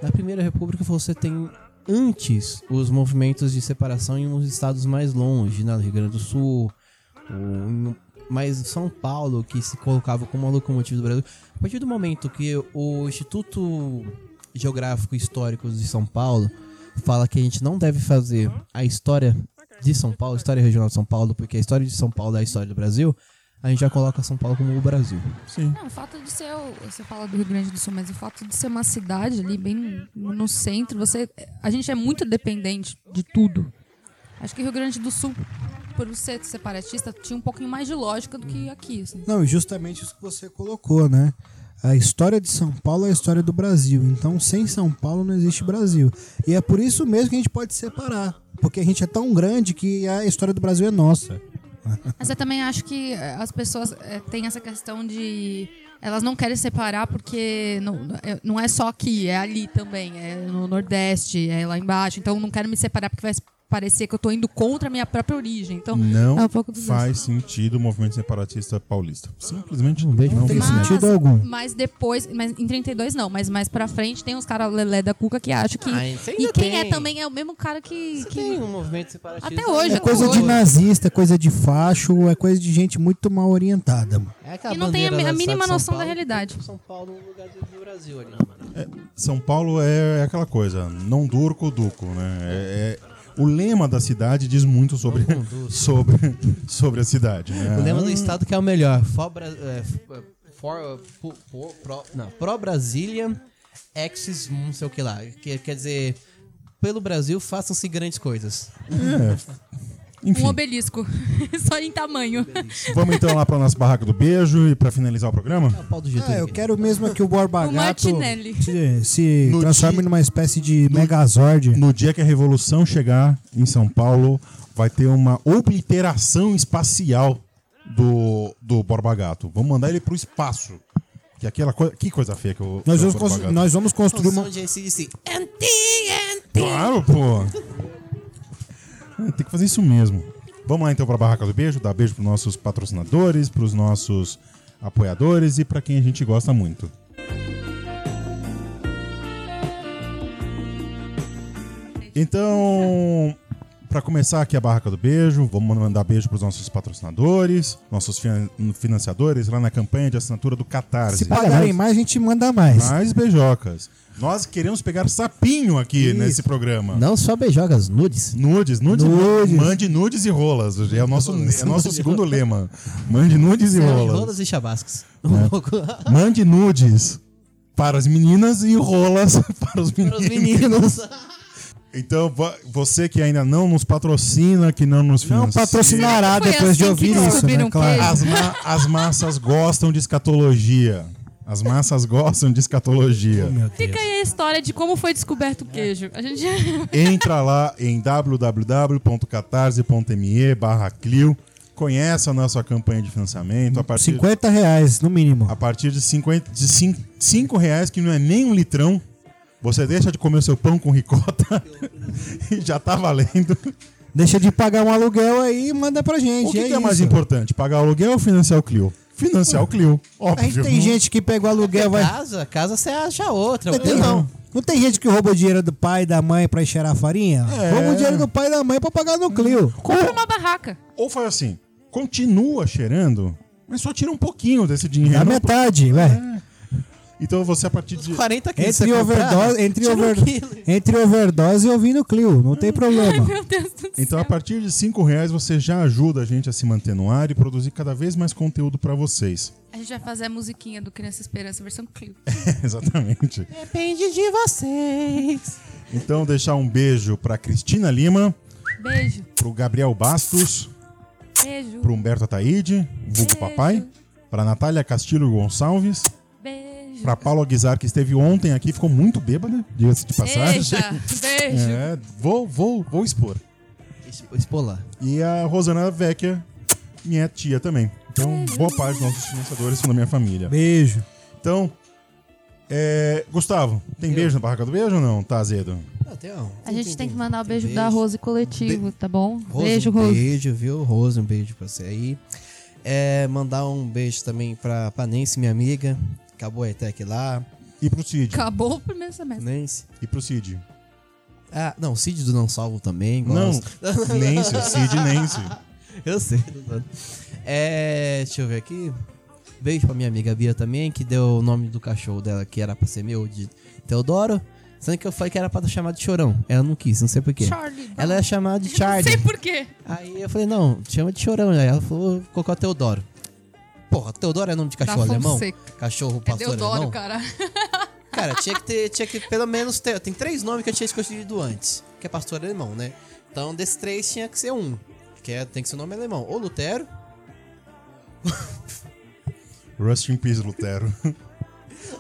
[SPEAKER 2] Na primeira república você tem antes os movimentos de separação em uns estados mais longe, na Rio Grande do Sul, o- em- mas São Paulo que se colocava como uma locomotiva do Brasil. A partir do momento que o Instituto Geográfico e Histórico de São Paulo fala que a gente não deve fazer a história de São Paulo, a história regional de São Paulo, porque a história de São Paulo é a história do Brasil, a gente já coloca São Paulo como o Brasil.
[SPEAKER 1] Sim.
[SPEAKER 5] Não, o fato de ser. o- Você fala do Rio Grande do Sul, mas o fato de ser uma cidade ali bem no centro, você. A gente é muito dependente de tudo. Acho que Rio Grande do Sul, por ser separatista, tinha um pouquinho mais de lógica do que aqui. assim.
[SPEAKER 4] Não, e justamente isso que você colocou, né? A história de São Paulo é a história do Brasil. Então, sem São Paulo não existe Brasil. E é por isso mesmo que a gente pode separar. Porque a gente é tão grande que a história do Brasil é nossa.
[SPEAKER 5] Mas eu também acho que eh, as pessoas eh, têm essa questão de. Elas não querem separar porque não, eh, não é só aqui, é ali também, é no Nordeste, é lá embaixo. Então não quero me separar porque vai parecer que eu tô indo contra a minha própria origem. Então
[SPEAKER 1] Não
[SPEAKER 5] é um pouco dos dois.
[SPEAKER 1] faz sentido o movimento separatista paulista. Simplesmente não,
[SPEAKER 4] vejo
[SPEAKER 1] faz
[SPEAKER 4] tem
[SPEAKER 1] sentido.
[SPEAKER 4] sentido algum.
[SPEAKER 5] Mas depois, mas em 32 não, mas mais pra frente tem uns caras lelé da cuca que acham que.
[SPEAKER 2] Ah,
[SPEAKER 5] e quem é também é o mesmo cara que. que-
[SPEAKER 2] Tem um movimento separatista. né?
[SPEAKER 5] Até hoje,
[SPEAKER 4] É
[SPEAKER 5] até
[SPEAKER 4] coisa de
[SPEAKER 5] hoje.
[SPEAKER 4] nazista, é coisa de facho, é coisa de gente muito mal orientada. mano.
[SPEAKER 2] É aquela
[SPEAKER 5] E não tem a
[SPEAKER 2] bandeira
[SPEAKER 5] mi- a
[SPEAKER 2] lá do
[SPEAKER 5] mínima
[SPEAKER 2] estado de São
[SPEAKER 5] noção da
[SPEAKER 2] Paulo,
[SPEAKER 5] realidade.
[SPEAKER 2] São Paulo no lugar do do Brasil ali. né,
[SPEAKER 1] São Paulo é aquela coisa, não durco, duco, né? É- é- o lema da cidade diz muito sobre,
[SPEAKER 2] Não conduz.
[SPEAKER 1] sobre, sobre a cidade.
[SPEAKER 5] Ah.
[SPEAKER 1] Né?
[SPEAKER 2] O lema do estado que é o melhor. For, Bra- é, for, for- pro- pro- não, pro Brasília, exis não sei o que lá. Que, quer dizer, pelo Brasil façam-se grandes coisas.
[SPEAKER 1] É. Enfim,
[SPEAKER 5] Um obelisco. só em tamanho.
[SPEAKER 1] vamos então lá para nossa barraca do beijo e para finalizar o programa?
[SPEAKER 2] É o pau do
[SPEAKER 4] Ah,
[SPEAKER 2] Getúlio.
[SPEAKER 4] eu quero mesmo que o Borba
[SPEAKER 5] O
[SPEAKER 4] Gato
[SPEAKER 5] Martinelli.
[SPEAKER 4] se, se
[SPEAKER 1] No
[SPEAKER 4] transforme
[SPEAKER 1] dia-
[SPEAKER 4] numa espécie de megazord.
[SPEAKER 1] No dia que a revolução chegar em São Paulo, vai ter uma obliteração espacial do, do Borba Gato. Vamos mandar ele pro espaço. Que aquela coisa, que coisa feia que eu.
[SPEAKER 4] Nós
[SPEAKER 1] que eu
[SPEAKER 4] vamos,
[SPEAKER 1] Borba
[SPEAKER 4] cons-
[SPEAKER 1] Gato.
[SPEAKER 4] nós vamos construir uma,
[SPEAKER 2] Função de AC/DC.
[SPEAKER 1] Claro, pô. É, Tem que fazer isso mesmo. Vamos lá então pra Barraca do Beijo, dar beijo pros nossos patrocinadores, pros nossos apoiadores e pra quem a gente gosta muito. Então, pra começar aqui a Barraca do Beijo, vamos mandar beijo pros nossos patrocinadores, nossos finan- financiadores lá na campanha de assinatura do Catarse.
[SPEAKER 4] Se pagarem mais, a gente manda mais.
[SPEAKER 1] Mais beijocas. Nós queremos pegar sapinho aqui
[SPEAKER 4] Isso.
[SPEAKER 1] nesse programa.
[SPEAKER 2] Não só beijogas nudes.
[SPEAKER 1] Nudes, nudes,
[SPEAKER 4] Nudes.
[SPEAKER 1] mande nudes e rolas. É o nosso, é o nosso segundo lema. Mande nudes e
[SPEAKER 2] Rolas.
[SPEAKER 1] rolas.
[SPEAKER 2] rolas e chabascos. Um pouco.
[SPEAKER 1] Mande nudes para as meninas e rolas para os
[SPEAKER 2] Para os
[SPEAKER 1] meninos.
[SPEAKER 2] meninos.
[SPEAKER 1] Então, va- você que ainda não nos patrocina, que não nos financia.
[SPEAKER 4] Não patrocinará
[SPEAKER 5] Foi
[SPEAKER 4] depois de
[SPEAKER 5] assim
[SPEAKER 4] ouvir
[SPEAKER 5] que
[SPEAKER 4] isso,
[SPEAKER 5] descobriram
[SPEAKER 4] né?
[SPEAKER 5] o
[SPEAKER 4] Claro.
[SPEAKER 5] queijo?
[SPEAKER 1] As, ma- as massas gostam de escatologia. As massas gostam de escatologia.
[SPEAKER 4] Meu Deus.
[SPEAKER 6] Fica aí a história de como foi descoberto o
[SPEAKER 4] É.
[SPEAKER 6] queijo. A gente
[SPEAKER 1] Entra lá em www.catarse.me barra Clio. Conheça a nossa campanha de financiamento. A partir,
[SPEAKER 4] 50 reais, no mínimo.
[SPEAKER 1] a partir de 5 de cin- cinco reais, que não é nem um litrão, você deixa de comer o seu pão com ricota e já tá valendo.
[SPEAKER 4] Deixa de pagar um aluguel aí e manda pra gente.
[SPEAKER 1] O que,
[SPEAKER 4] é,
[SPEAKER 1] que é mais
[SPEAKER 4] isso.
[SPEAKER 1] importante? Pagar aluguel ou financiar o Clio? Financiar o Clio,
[SPEAKER 4] A gente
[SPEAKER 1] óbvio.
[SPEAKER 4] tem gente que pegou aluguel,
[SPEAKER 2] É
[SPEAKER 4] vai.
[SPEAKER 7] Casa, casa você acha outra.
[SPEAKER 4] Não tem, não. Não tem gente que roubou dinheiro do pai e da mãe pra enxerar a farinha? Rouba o dinheiro do pai e da mãe pra pagar no Clio.
[SPEAKER 6] compra uma barraca.
[SPEAKER 1] Ou faz assim, continua cheirando, mas só tira um pouquinho desse dinheiro.
[SPEAKER 4] Na metade, velho.
[SPEAKER 1] Então você a partir de...
[SPEAKER 7] 40
[SPEAKER 2] Ah,
[SPEAKER 7] quilos.
[SPEAKER 2] é
[SPEAKER 4] Entre,
[SPEAKER 7] você comprar,
[SPEAKER 4] overdose, entre,
[SPEAKER 7] tira um
[SPEAKER 4] over-
[SPEAKER 7] quilo.
[SPEAKER 4] entre overdose e ouvindo Clio, não tem problema.
[SPEAKER 6] Meu Deus do céu.
[SPEAKER 1] Então a partir de 5 reais você já ajuda a gente a se manter no ar e produzir cada vez mais conteúdo pra vocês.
[SPEAKER 6] A gente vai fazer a musiquinha do Criança Esperança versão Clio.
[SPEAKER 1] Exatamente.
[SPEAKER 7] Depende de vocês.
[SPEAKER 1] Então deixar um beijo pra Cristina Lima,
[SPEAKER 6] Beijo,
[SPEAKER 1] pro Gabriel Bastos,
[SPEAKER 6] beijo,
[SPEAKER 1] pro Humberto Ataíde, vulgo papai, pra Natália Castilho Gonçalves,
[SPEAKER 6] beijo.
[SPEAKER 1] pra Paulo Aguizar que esteve ontem aqui, ficou muito bêbada, diga-se de passagem.
[SPEAKER 6] Eita, beijo.
[SPEAKER 1] É, vou, vou, vou expor.
[SPEAKER 2] Espolar.
[SPEAKER 1] E a Rosana Vecchia, minha tia também. Então, boa parte dos nossos financiadores são da minha família.
[SPEAKER 4] Beijo.
[SPEAKER 1] Então, é, Gustavo, tem beijo na barraca do beijo ou não? Tá azedo?
[SPEAKER 2] Ah, tem um.
[SPEAKER 5] A gente tem que mandar o beijo da Rose coletivo, tá bom?
[SPEAKER 2] Rose,
[SPEAKER 5] beijo,
[SPEAKER 2] um
[SPEAKER 5] Rose.
[SPEAKER 2] beijo, viu? Rose, um beijo pra você aí. É, mandar um beijo também pra, pra Nancy, minha amiga. Acabou a ETEC lá.
[SPEAKER 1] E pro Cid?
[SPEAKER 6] Acabou o primeiro semestre.
[SPEAKER 2] Nancy.
[SPEAKER 1] E pro Cid?
[SPEAKER 2] Ah, não, Cid do Não Salvo também.
[SPEAKER 1] Não,
[SPEAKER 2] Gosto.
[SPEAKER 1] Nêncio, Cid Nêncio.
[SPEAKER 2] Eu sei. tô zoando. É, deixa eu ver aqui. Beijo pra minha amiga Bia também, que deu o nome do cachorro dela, que era pra ser meu, de Teodoro. Sendo que eu falei que era pra chamar de Chorão. Ela não quis, não sei porquê.
[SPEAKER 6] Charlie.
[SPEAKER 2] Ela ia chamar de
[SPEAKER 6] Não
[SPEAKER 2] Charlie.
[SPEAKER 6] sei por quê.
[SPEAKER 2] Aí eu falei, não, chama de Chorão. Aí ela falou, colocou Teodoro. Porra, Teodoro é nome de cachorro
[SPEAKER 6] Da
[SPEAKER 2] alemão?
[SPEAKER 6] Fonseca.
[SPEAKER 2] Cachorro
[SPEAKER 6] Tá É
[SPEAKER 2] pastor
[SPEAKER 6] Deodoro,
[SPEAKER 2] alemão?
[SPEAKER 6] cara.
[SPEAKER 2] Cara, tinha que ter, tinha que pelo menos ter. Tem três nomes que eu tinha escolhido antes, que é pastor alemão, né? Então desses três tinha que ser um, que é, tem que ser nome alemão. Ou Lutero,
[SPEAKER 1] Rust in Peace, Lutero.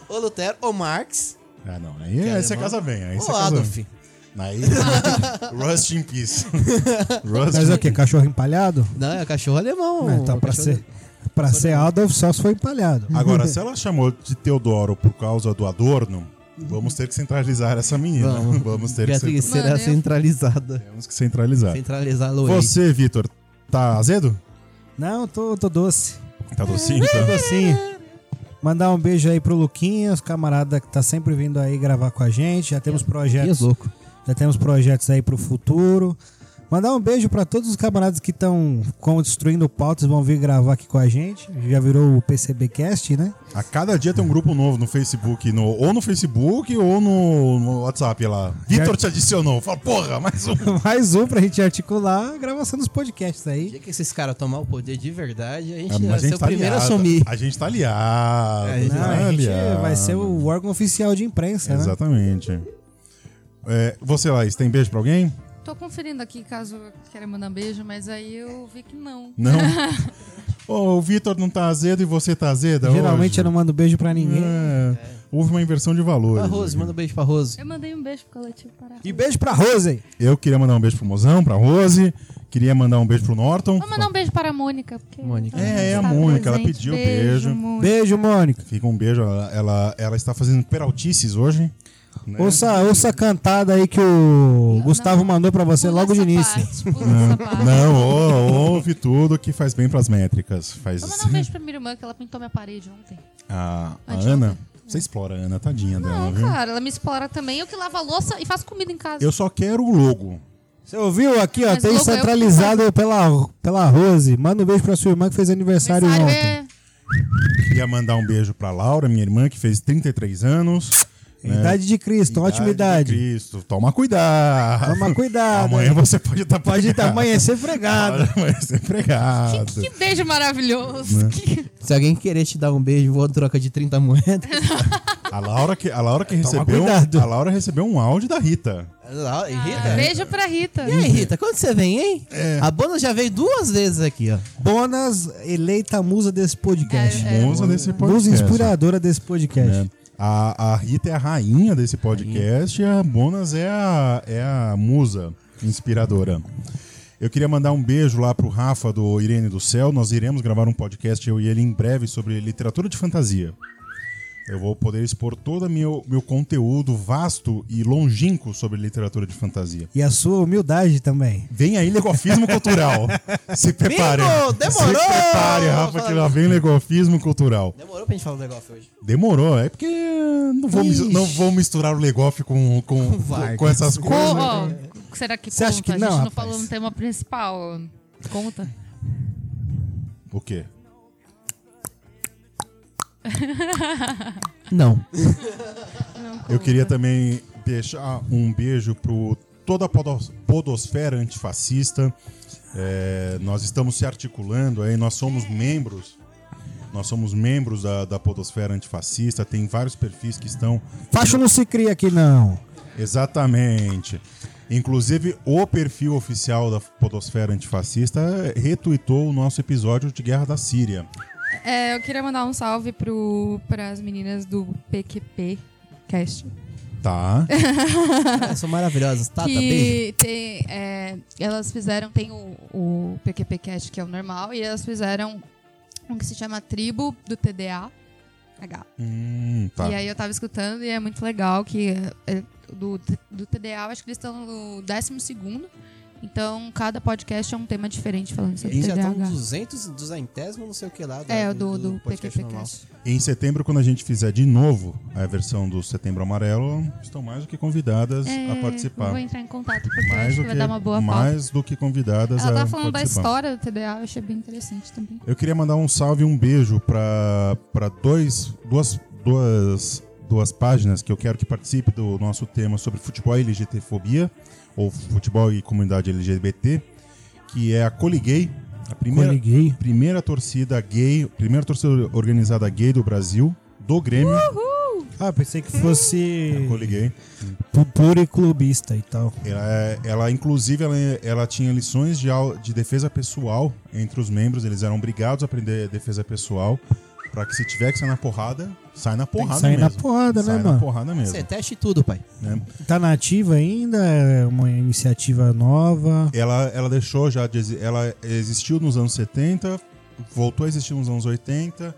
[SPEAKER 2] ou Lutero, ou Marx,
[SPEAKER 1] Ah, não. Aí, aí você casa bem. Aí você
[SPEAKER 2] ou
[SPEAKER 1] casa
[SPEAKER 2] Adolf.
[SPEAKER 1] bem. Aí, Rust in Peace. Rust
[SPEAKER 4] Mas é
[SPEAKER 1] in
[SPEAKER 4] o quê? Cachorro empalhado?
[SPEAKER 2] Não, é cachorro alemão.
[SPEAKER 1] tá
[SPEAKER 4] Então,
[SPEAKER 2] é
[SPEAKER 4] pra
[SPEAKER 2] cachorro-
[SPEAKER 4] ser, pra ser Adolf só se foi empalhado.
[SPEAKER 1] Agora, se ela chamou de Teodoro por causa do Adorno, vamos ter que centralizar essa menina. Vamos,
[SPEAKER 2] Vamos.
[SPEAKER 1] ter que,
[SPEAKER 2] Beatriz
[SPEAKER 1] centra-
[SPEAKER 2] será
[SPEAKER 8] né?
[SPEAKER 6] Mano, eu-
[SPEAKER 2] centralizada.
[SPEAKER 1] temos que centralizar.
[SPEAKER 2] Centralizada hoje.
[SPEAKER 1] Você, Vitor, tá azedo?
[SPEAKER 4] Não, tô, tô doce.
[SPEAKER 1] Tá docinho? Tá
[SPEAKER 4] Sim. assim. Mandar um beijo aí pro Luquinhas, camarada que tá sempre vindo aí gravar com a gente. Já temos
[SPEAKER 1] é
[SPEAKER 4] projetos.
[SPEAKER 2] louco.
[SPEAKER 4] Já temos projetos aí pro futuro. Mandar um beijo pra todos os camaradas que estão destruindo pautas vão vir gravar aqui com a gente. Já virou o PCBcast, né?
[SPEAKER 1] A cada dia tem um grupo novo no Facebook, no, ou no Facebook ou no, no WhatsApp lá. Vitor te adicionou. Fala, porra, mais um.
[SPEAKER 4] Mais um pra gente articular a gravação dos podcasts
[SPEAKER 2] O
[SPEAKER 4] aí.
[SPEAKER 2] dia que esses caras tomar o poder de verdade, a gente
[SPEAKER 1] A
[SPEAKER 2] vai
[SPEAKER 1] gente
[SPEAKER 2] ser o
[SPEAKER 1] tá
[SPEAKER 2] é primeiro a
[SPEAKER 1] aliado.
[SPEAKER 2] assumir.
[SPEAKER 1] A gente tá aliado.
[SPEAKER 2] É, a gente
[SPEAKER 4] Não,
[SPEAKER 1] tá
[SPEAKER 4] a gente
[SPEAKER 1] aliado.
[SPEAKER 4] vai ser o órgão oficial de imprensa, né?
[SPEAKER 1] Exatamente. É, você, Laís, tem beijo pra alguém?
[SPEAKER 6] Tô conferindo aqui caso queira mandar um beijo, mas aí eu vi que não.
[SPEAKER 1] Não? Ô, o Vitor não tá azedo e você tá azeda
[SPEAKER 4] Geralmente
[SPEAKER 1] hoje?
[SPEAKER 4] eu não mando beijo pra ninguém.
[SPEAKER 1] É, Houve uma inversão de valores.
[SPEAKER 2] Pra Rose, manda um beijo pra Rose.
[SPEAKER 6] Eu mandei um beijo pro coletivo Pará.
[SPEAKER 4] E beijo pra Rose.
[SPEAKER 1] Eu queria mandar um beijo pro Mozão, pra Rose. Queria mandar um beijo pro Norton.
[SPEAKER 6] Vou mandar um beijo para a Mônica. Porque
[SPEAKER 2] Mônica.
[SPEAKER 1] É, é a
[SPEAKER 5] Tá
[SPEAKER 1] Mônica, ela
[SPEAKER 5] presente.
[SPEAKER 1] pediu beijo.
[SPEAKER 5] Mônica.
[SPEAKER 4] Beijo, Mônica.
[SPEAKER 1] Fica um beijo. Ela, ela, ela está fazendo peraltices hoje. né?
[SPEAKER 4] Ouça, ouça a cantada aí que o Gustavo mandou pra você
[SPEAKER 6] Pula
[SPEAKER 4] logo de
[SPEAKER 6] essa
[SPEAKER 4] início.
[SPEAKER 6] parte, pula essa parte.
[SPEAKER 1] Não, ô, ouve tudo que faz bem pras métricas. Faz.
[SPEAKER 6] Vou mandar um beijo pra minha irmã, que ela pintou minha parede ontem.
[SPEAKER 1] A, a
[SPEAKER 6] Antes
[SPEAKER 1] Ana. Você explora a Ana, tadinha dela,
[SPEAKER 6] Não,
[SPEAKER 1] viu?
[SPEAKER 6] cara, ela me explora também. Eu que lavo a louça e faço comida em casa.
[SPEAKER 1] Eu só quero o logo.
[SPEAKER 4] Você ouviu aqui, ó?
[SPEAKER 6] Mas
[SPEAKER 4] Tem
[SPEAKER 6] logo eu que
[SPEAKER 4] centralizado pela, pela Rose. Manda um beijo pra sua irmã que fez aniversário,
[SPEAKER 6] Aniversário
[SPEAKER 4] ontem.
[SPEAKER 6] é-
[SPEAKER 1] Queria mandar um beijo pra Laura, minha irmã, que fez 33 anos. né?
[SPEAKER 4] É. Idade de Cristo, ótima
[SPEAKER 1] de
[SPEAKER 4] idade.
[SPEAKER 1] Cristo. Toma cuidado.
[SPEAKER 4] Toma cuidado.
[SPEAKER 1] Amanhã você pode estar
[SPEAKER 4] Pode estar amanhecer fregado.
[SPEAKER 1] Amanhã você é empregado.
[SPEAKER 6] Que beijo maravilhoso. Que-
[SPEAKER 2] Se alguém querer te dar um beijo, vou troca de 30 moedas.
[SPEAKER 1] A Laura que, a Laura que recebeu. um-
[SPEAKER 4] cuidado.
[SPEAKER 1] A Laura recebeu um áudio da Rita.
[SPEAKER 8] Lá, e
[SPEAKER 1] Né?
[SPEAKER 5] Ah,
[SPEAKER 8] Rita?
[SPEAKER 5] Beijo pra Rita.
[SPEAKER 8] E aí, Rita, quando você vem, hein?
[SPEAKER 1] É.
[SPEAKER 8] A Bona já veio duas vezes aqui, ó.
[SPEAKER 4] Bonas, eleita musa desse podcast.
[SPEAKER 6] É,
[SPEAKER 1] Musa desse podcast.
[SPEAKER 4] Musa inspiradora desse podcast.
[SPEAKER 1] né? A, a Rita é a rainha desse podcast e a Bonas é a, é a musa inspiradora. Eu queria mandar um beijo lá pro Rafa do Irene do Céu. Nós iremos gravar um podcast, eu e ele, em breve, sobre literatura de fantasia. Eu vou poder expor todo o meu, meu conteúdo vasto e longínquo sobre literatura de fantasia.
[SPEAKER 4] E a sua humildade também.
[SPEAKER 1] Vem aí, legofismo cultural. Se prepare.
[SPEAKER 8] Bingo! Demorou!
[SPEAKER 1] Se prepare, Rafa, que lá vem legofismo cultural.
[SPEAKER 8] Demorou pra gente falar do negócio hoje.
[SPEAKER 1] Demorou, é porque não vou, mis-
[SPEAKER 8] Ixi.
[SPEAKER 1] não vou misturar o Legoff com, com, com,
[SPEAKER 8] Vargas.
[SPEAKER 1] com essas
[SPEAKER 5] Co-
[SPEAKER 1] coisas.
[SPEAKER 5] ó, será que
[SPEAKER 4] é- Você
[SPEAKER 5] conta?
[SPEAKER 4] acha que
[SPEAKER 5] a
[SPEAKER 4] não,
[SPEAKER 5] gente não
[SPEAKER 4] rapaz?
[SPEAKER 5] falou no tema principal. Conta.
[SPEAKER 1] O quê?
[SPEAKER 2] Não.
[SPEAKER 1] Eu queria também deixar um beijo pro toda a podos- podosfera antifascista. É, nós estamos se articulando aí, nós somos membros. Nós somos membros da, da podosfera antifascista, tem vários perfis que estão
[SPEAKER 4] Facho não se cria aqui, não.
[SPEAKER 1] Exatamente. Inclusive, o perfil oficial da Podosfera Antifascista retuitou o nosso episódio de Guerra da Síria.
[SPEAKER 5] É, eu queria mandar um salve pro, pras meninas do PQP Cast.
[SPEAKER 1] Tá.
[SPEAKER 8] Ah, são maravilhosas. Tata, beijo.
[SPEAKER 5] que tem, é, elas fizeram, tem o, o PQP Cast, que é o normal, e elas fizeram um que se chama Tribo do TDA. H.
[SPEAKER 1] Hum, tá.
[SPEAKER 5] E aí eu tava escutando e é muito legal que é, do, do TDA, eu acho que eles estão no 12 então cada podcast é um tema diferente falando sobre
[SPEAKER 8] E já estão
[SPEAKER 5] TDAH.
[SPEAKER 8] 200, duzentésimo, não sei o que lá. da-
[SPEAKER 1] né,
[SPEAKER 5] É, o do, do,
[SPEAKER 8] podcast
[SPEAKER 5] PQP
[SPEAKER 8] normal.
[SPEAKER 5] Cast.
[SPEAKER 1] Em setembro, quando a gente fizer de novo a versão do Setembro Amarelo, estão mais do que convidadas
[SPEAKER 5] É,
[SPEAKER 1] a participar.
[SPEAKER 5] Vou entrar em contato porque eu
[SPEAKER 1] Mais
[SPEAKER 5] acho
[SPEAKER 1] do
[SPEAKER 5] que vai
[SPEAKER 1] que,
[SPEAKER 5] dar uma boa pauta.
[SPEAKER 1] mais do que convidadas
[SPEAKER 5] Ela
[SPEAKER 1] a
[SPEAKER 5] tava falando da
[SPEAKER 1] participar.
[SPEAKER 5] história do TDA, eu achei bem interessante também.
[SPEAKER 1] Eu queria mandar um salve e um beijo para dois duas, duas, duas páginas que eu quero que participe do nosso tema sobre futebol e LGTfobia, ou futebol e comunidade LGBT, que é a Coliguei, a primeira,
[SPEAKER 4] Coliguei.
[SPEAKER 1] primeira torcida gay, primeira torcida organizada gay do Brasil, do Grêmio,
[SPEAKER 4] Ah, pensei que fosse
[SPEAKER 1] Coliguei.
[SPEAKER 4] pu- pluriclubista e tal.
[SPEAKER 1] Ela, é- ela, inclusive, ela, ela tinha lições de, au- de defesa pessoal entre os membros. Eles eram obrigados a aprender defesa pessoal pra que se tiver que sair na porrada, sai na
[SPEAKER 4] Tem que
[SPEAKER 1] porrada
[SPEAKER 4] sair
[SPEAKER 1] mesmo.
[SPEAKER 4] na porrada,
[SPEAKER 1] sai
[SPEAKER 4] né,
[SPEAKER 1] na
[SPEAKER 4] mano?
[SPEAKER 1] porrada mesmo.
[SPEAKER 8] Você teste tudo, pai.
[SPEAKER 1] né?
[SPEAKER 4] Tá nativa ainda? É uma iniciativa nova?
[SPEAKER 1] Ela, ela deixou já de, exi- ela existiu nos anos 70, voltou a existir nos anos 80,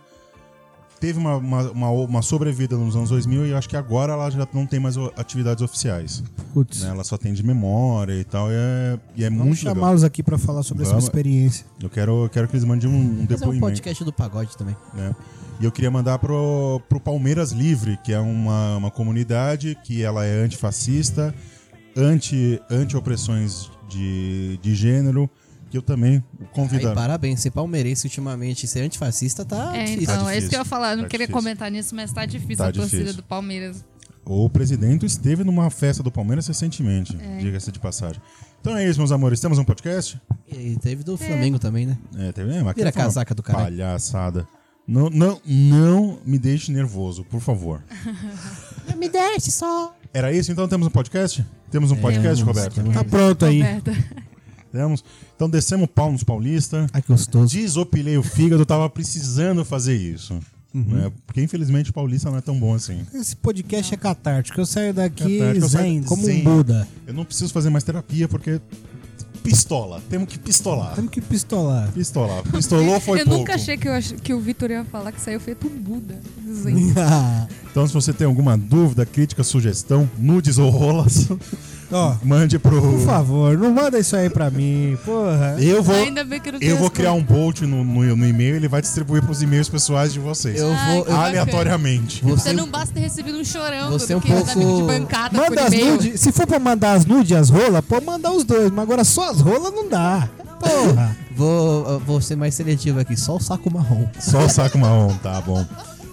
[SPEAKER 1] teve uma, uma, uma, uma sobrevida nos anos 2000 e acho que agora ela já não tem mais o- atividades oficiais.
[SPEAKER 4] Putz.
[SPEAKER 1] né? Ela só tem de memória e tal, e é, e é
[SPEAKER 4] Vamos
[SPEAKER 1] muito legal.
[SPEAKER 4] chamá-los aqui pra falar sobre
[SPEAKER 1] Vamos.
[SPEAKER 4] essa experiência.
[SPEAKER 1] Eu quero, eu quero que eles mandem um, um
[SPEAKER 8] Fazer um
[SPEAKER 1] depoimento.
[SPEAKER 8] podcast do pagode também.
[SPEAKER 1] né? E eu queria mandar pro, pro Palmeiras Livre, que é uma, uma comunidade que ela é antifascista, anti, anti-opressões de, de gênero, que eu também
[SPEAKER 8] Aí,
[SPEAKER 1] convido.
[SPEAKER 8] parabéns, ser palmeirense ultimamente, ser antifascista tá
[SPEAKER 5] É,
[SPEAKER 8] difícil.
[SPEAKER 5] então, é
[SPEAKER 1] difícil,
[SPEAKER 5] isso que eu ia falar. Eu não
[SPEAKER 1] tá
[SPEAKER 5] queria
[SPEAKER 1] difícil.
[SPEAKER 5] comentar nisso, mas tá difícil
[SPEAKER 1] Tá
[SPEAKER 5] a torcida
[SPEAKER 1] difícil.
[SPEAKER 5] do Palmeiras.
[SPEAKER 1] O presidente esteve numa festa do Palmeiras recentemente,
[SPEAKER 5] É.
[SPEAKER 1] diga-se de passagem. Então é isso, meus amores. Temos um podcast?
[SPEAKER 8] E teve do Flamengo também, né?
[SPEAKER 1] É, teve é, mas
[SPEAKER 8] Vira
[SPEAKER 1] aqui foi uma
[SPEAKER 8] casaca do caralho.
[SPEAKER 1] Palhaçada. Não, não, não me deixe nervoso, por favor.
[SPEAKER 7] Me deixe só.
[SPEAKER 1] Era isso? Então temos um podcast? Temos um podcast, Roberto?
[SPEAKER 4] Tá pronto aí.
[SPEAKER 5] Roberta.
[SPEAKER 1] Temos. Então descemos o pau nos paulistas.
[SPEAKER 4] Ai, que gostoso.
[SPEAKER 1] Desopilei o fígado, tava precisando fazer isso.
[SPEAKER 8] Uhum.
[SPEAKER 1] né? Porque infelizmente o paulista não é tão bom assim.
[SPEAKER 4] Esse podcast é catártico. Eu saio daqui
[SPEAKER 1] É Catártico, eu saio
[SPEAKER 4] zen, como
[SPEAKER 1] zen.
[SPEAKER 4] um Buda.
[SPEAKER 1] Eu não preciso fazer mais terapia porque. Pistola. Temos que pistolar.
[SPEAKER 4] Temos que pistolar.
[SPEAKER 1] Pistola. Pistolou foi
[SPEAKER 5] eu
[SPEAKER 1] pouco.
[SPEAKER 5] nunca achei que, eu ach- que o Vitor ia falar que saiu feito um Buda.
[SPEAKER 1] Então, se você tem alguma dúvida, crítica, sugestão, nudes ou rolas,
[SPEAKER 4] Ó,
[SPEAKER 1] mande pro.
[SPEAKER 4] por favor, não manda isso aí pra mim, porra.
[SPEAKER 1] Eu vou.
[SPEAKER 5] Ainda bem que eu não tenho
[SPEAKER 1] Eu vou
[SPEAKER 5] as
[SPEAKER 1] criar um bolt no, no- no e-mail ele vai distribuir pros e-mails pessoais de vocês.
[SPEAKER 8] Eu
[SPEAKER 5] Ai,
[SPEAKER 8] vou.
[SPEAKER 5] que
[SPEAKER 8] Eu,
[SPEAKER 5] bacana.
[SPEAKER 1] Aleatoriamente.
[SPEAKER 8] vou
[SPEAKER 5] Você
[SPEAKER 8] ser-
[SPEAKER 5] não basta ter recebido um chorão
[SPEAKER 8] Você é um
[SPEAKER 5] do que
[SPEAKER 8] pouco-
[SPEAKER 5] da amigo de bancada por
[SPEAKER 4] Manda as
[SPEAKER 5] e-mail.
[SPEAKER 4] nudes. Se for pra mandar as nudes e as rolas, pode mandar os dois. Mas agora só as rolas não dá. Porra.
[SPEAKER 8] Vou, eu vou ser mais seletivo aqui, só o saco marrom.
[SPEAKER 1] Só o saco marrom, tá bom.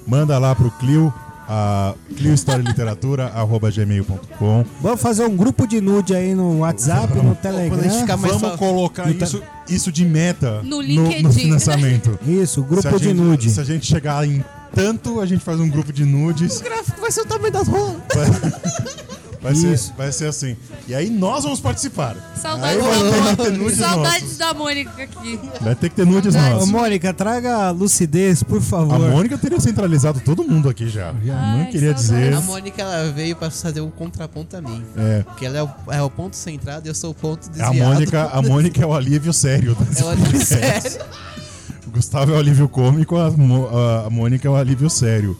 [SPEAKER 1] Manda lá pro Clio, a Clio História e Literatura, arroba gmail.com.
[SPEAKER 4] Vamos fazer um grupo de nude aí no WhatsApp, no
[SPEAKER 8] Quando a gente ficar
[SPEAKER 4] Telegram.
[SPEAKER 8] mais
[SPEAKER 1] Vamos
[SPEAKER 8] só...
[SPEAKER 1] colocar
[SPEAKER 4] no ta-
[SPEAKER 1] isso, isso de meta
[SPEAKER 5] No
[SPEAKER 1] no,
[SPEAKER 5] LinkedIn. né,
[SPEAKER 1] financiamento.
[SPEAKER 4] Isso,
[SPEAKER 1] Se
[SPEAKER 4] grupo
[SPEAKER 1] a
[SPEAKER 4] de
[SPEAKER 1] gente-
[SPEAKER 4] nude.
[SPEAKER 1] Se a gente chegar em tanto, a gente faz um grupo de nudes.
[SPEAKER 2] gráfico vai ser o tamanho das rolas.
[SPEAKER 1] Vai ser,
[SPEAKER 4] Isso.
[SPEAKER 1] vai ser assim. E aí nós vamos participar.
[SPEAKER 5] Saudades,
[SPEAKER 1] Aí vai ter que ter
[SPEAKER 5] da,
[SPEAKER 1] nudes
[SPEAKER 5] saudades da Mônica aqui.
[SPEAKER 1] nossos. Vai ter que ter nudes
[SPEAKER 4] Ô,
[SPEAKER 1] nossos.
[SPEAKER 4] Mônica, traga lucidez, por
[SPEAKER 1] A
[SPEAKER 4] favor.
[SPEAKER 1] Mônica teria centralizado todo mundo aqui já.
[SPEAKER 5] Ai,
[SPEAKER 1] não queria
[SPEAKER 5] saudades.
[SPEAKER 1] dizer.
[SPEAKER 2] A Mônica ela veio pra fazer um contraponto a mim.
[SPEAKER 1] É.
[SPEAKER 2] Porque ela é o, é o ponto centrado e eu sou o ponto
[SPEAKER 1] A
[SPEAKER 2] desviado. É
[SPEAKER 1] Mônica, a Mônica é o alívio sério.
[SPEAKER 2] Ela
[SPEAKER 8] É,
[SPEAKER 2] disse, sério.
[SPEAKER 1] O Gustavo é o alívio cômico, a, Mo- a- a Mônica é o alívio sério.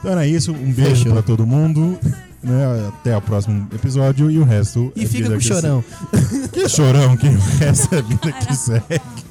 [SPEAKER 1] Então era isso, um beijo
[SPEAKER 2] Fechou.
[SPEAKER 1] pra todo mundo. né? Até o próximo episódio e o resto.
[SPEAKER 2] E
[SPEAKER 1] é
[SPEAKER 2] fica
[SPEAKER 1] vida
[SPEAKER 2] com o
[SPEAKER 1] que
[SPEAKER 2] chorão.
[SPEAKER 1] segue. Que chorão, que o resto é vida que segue.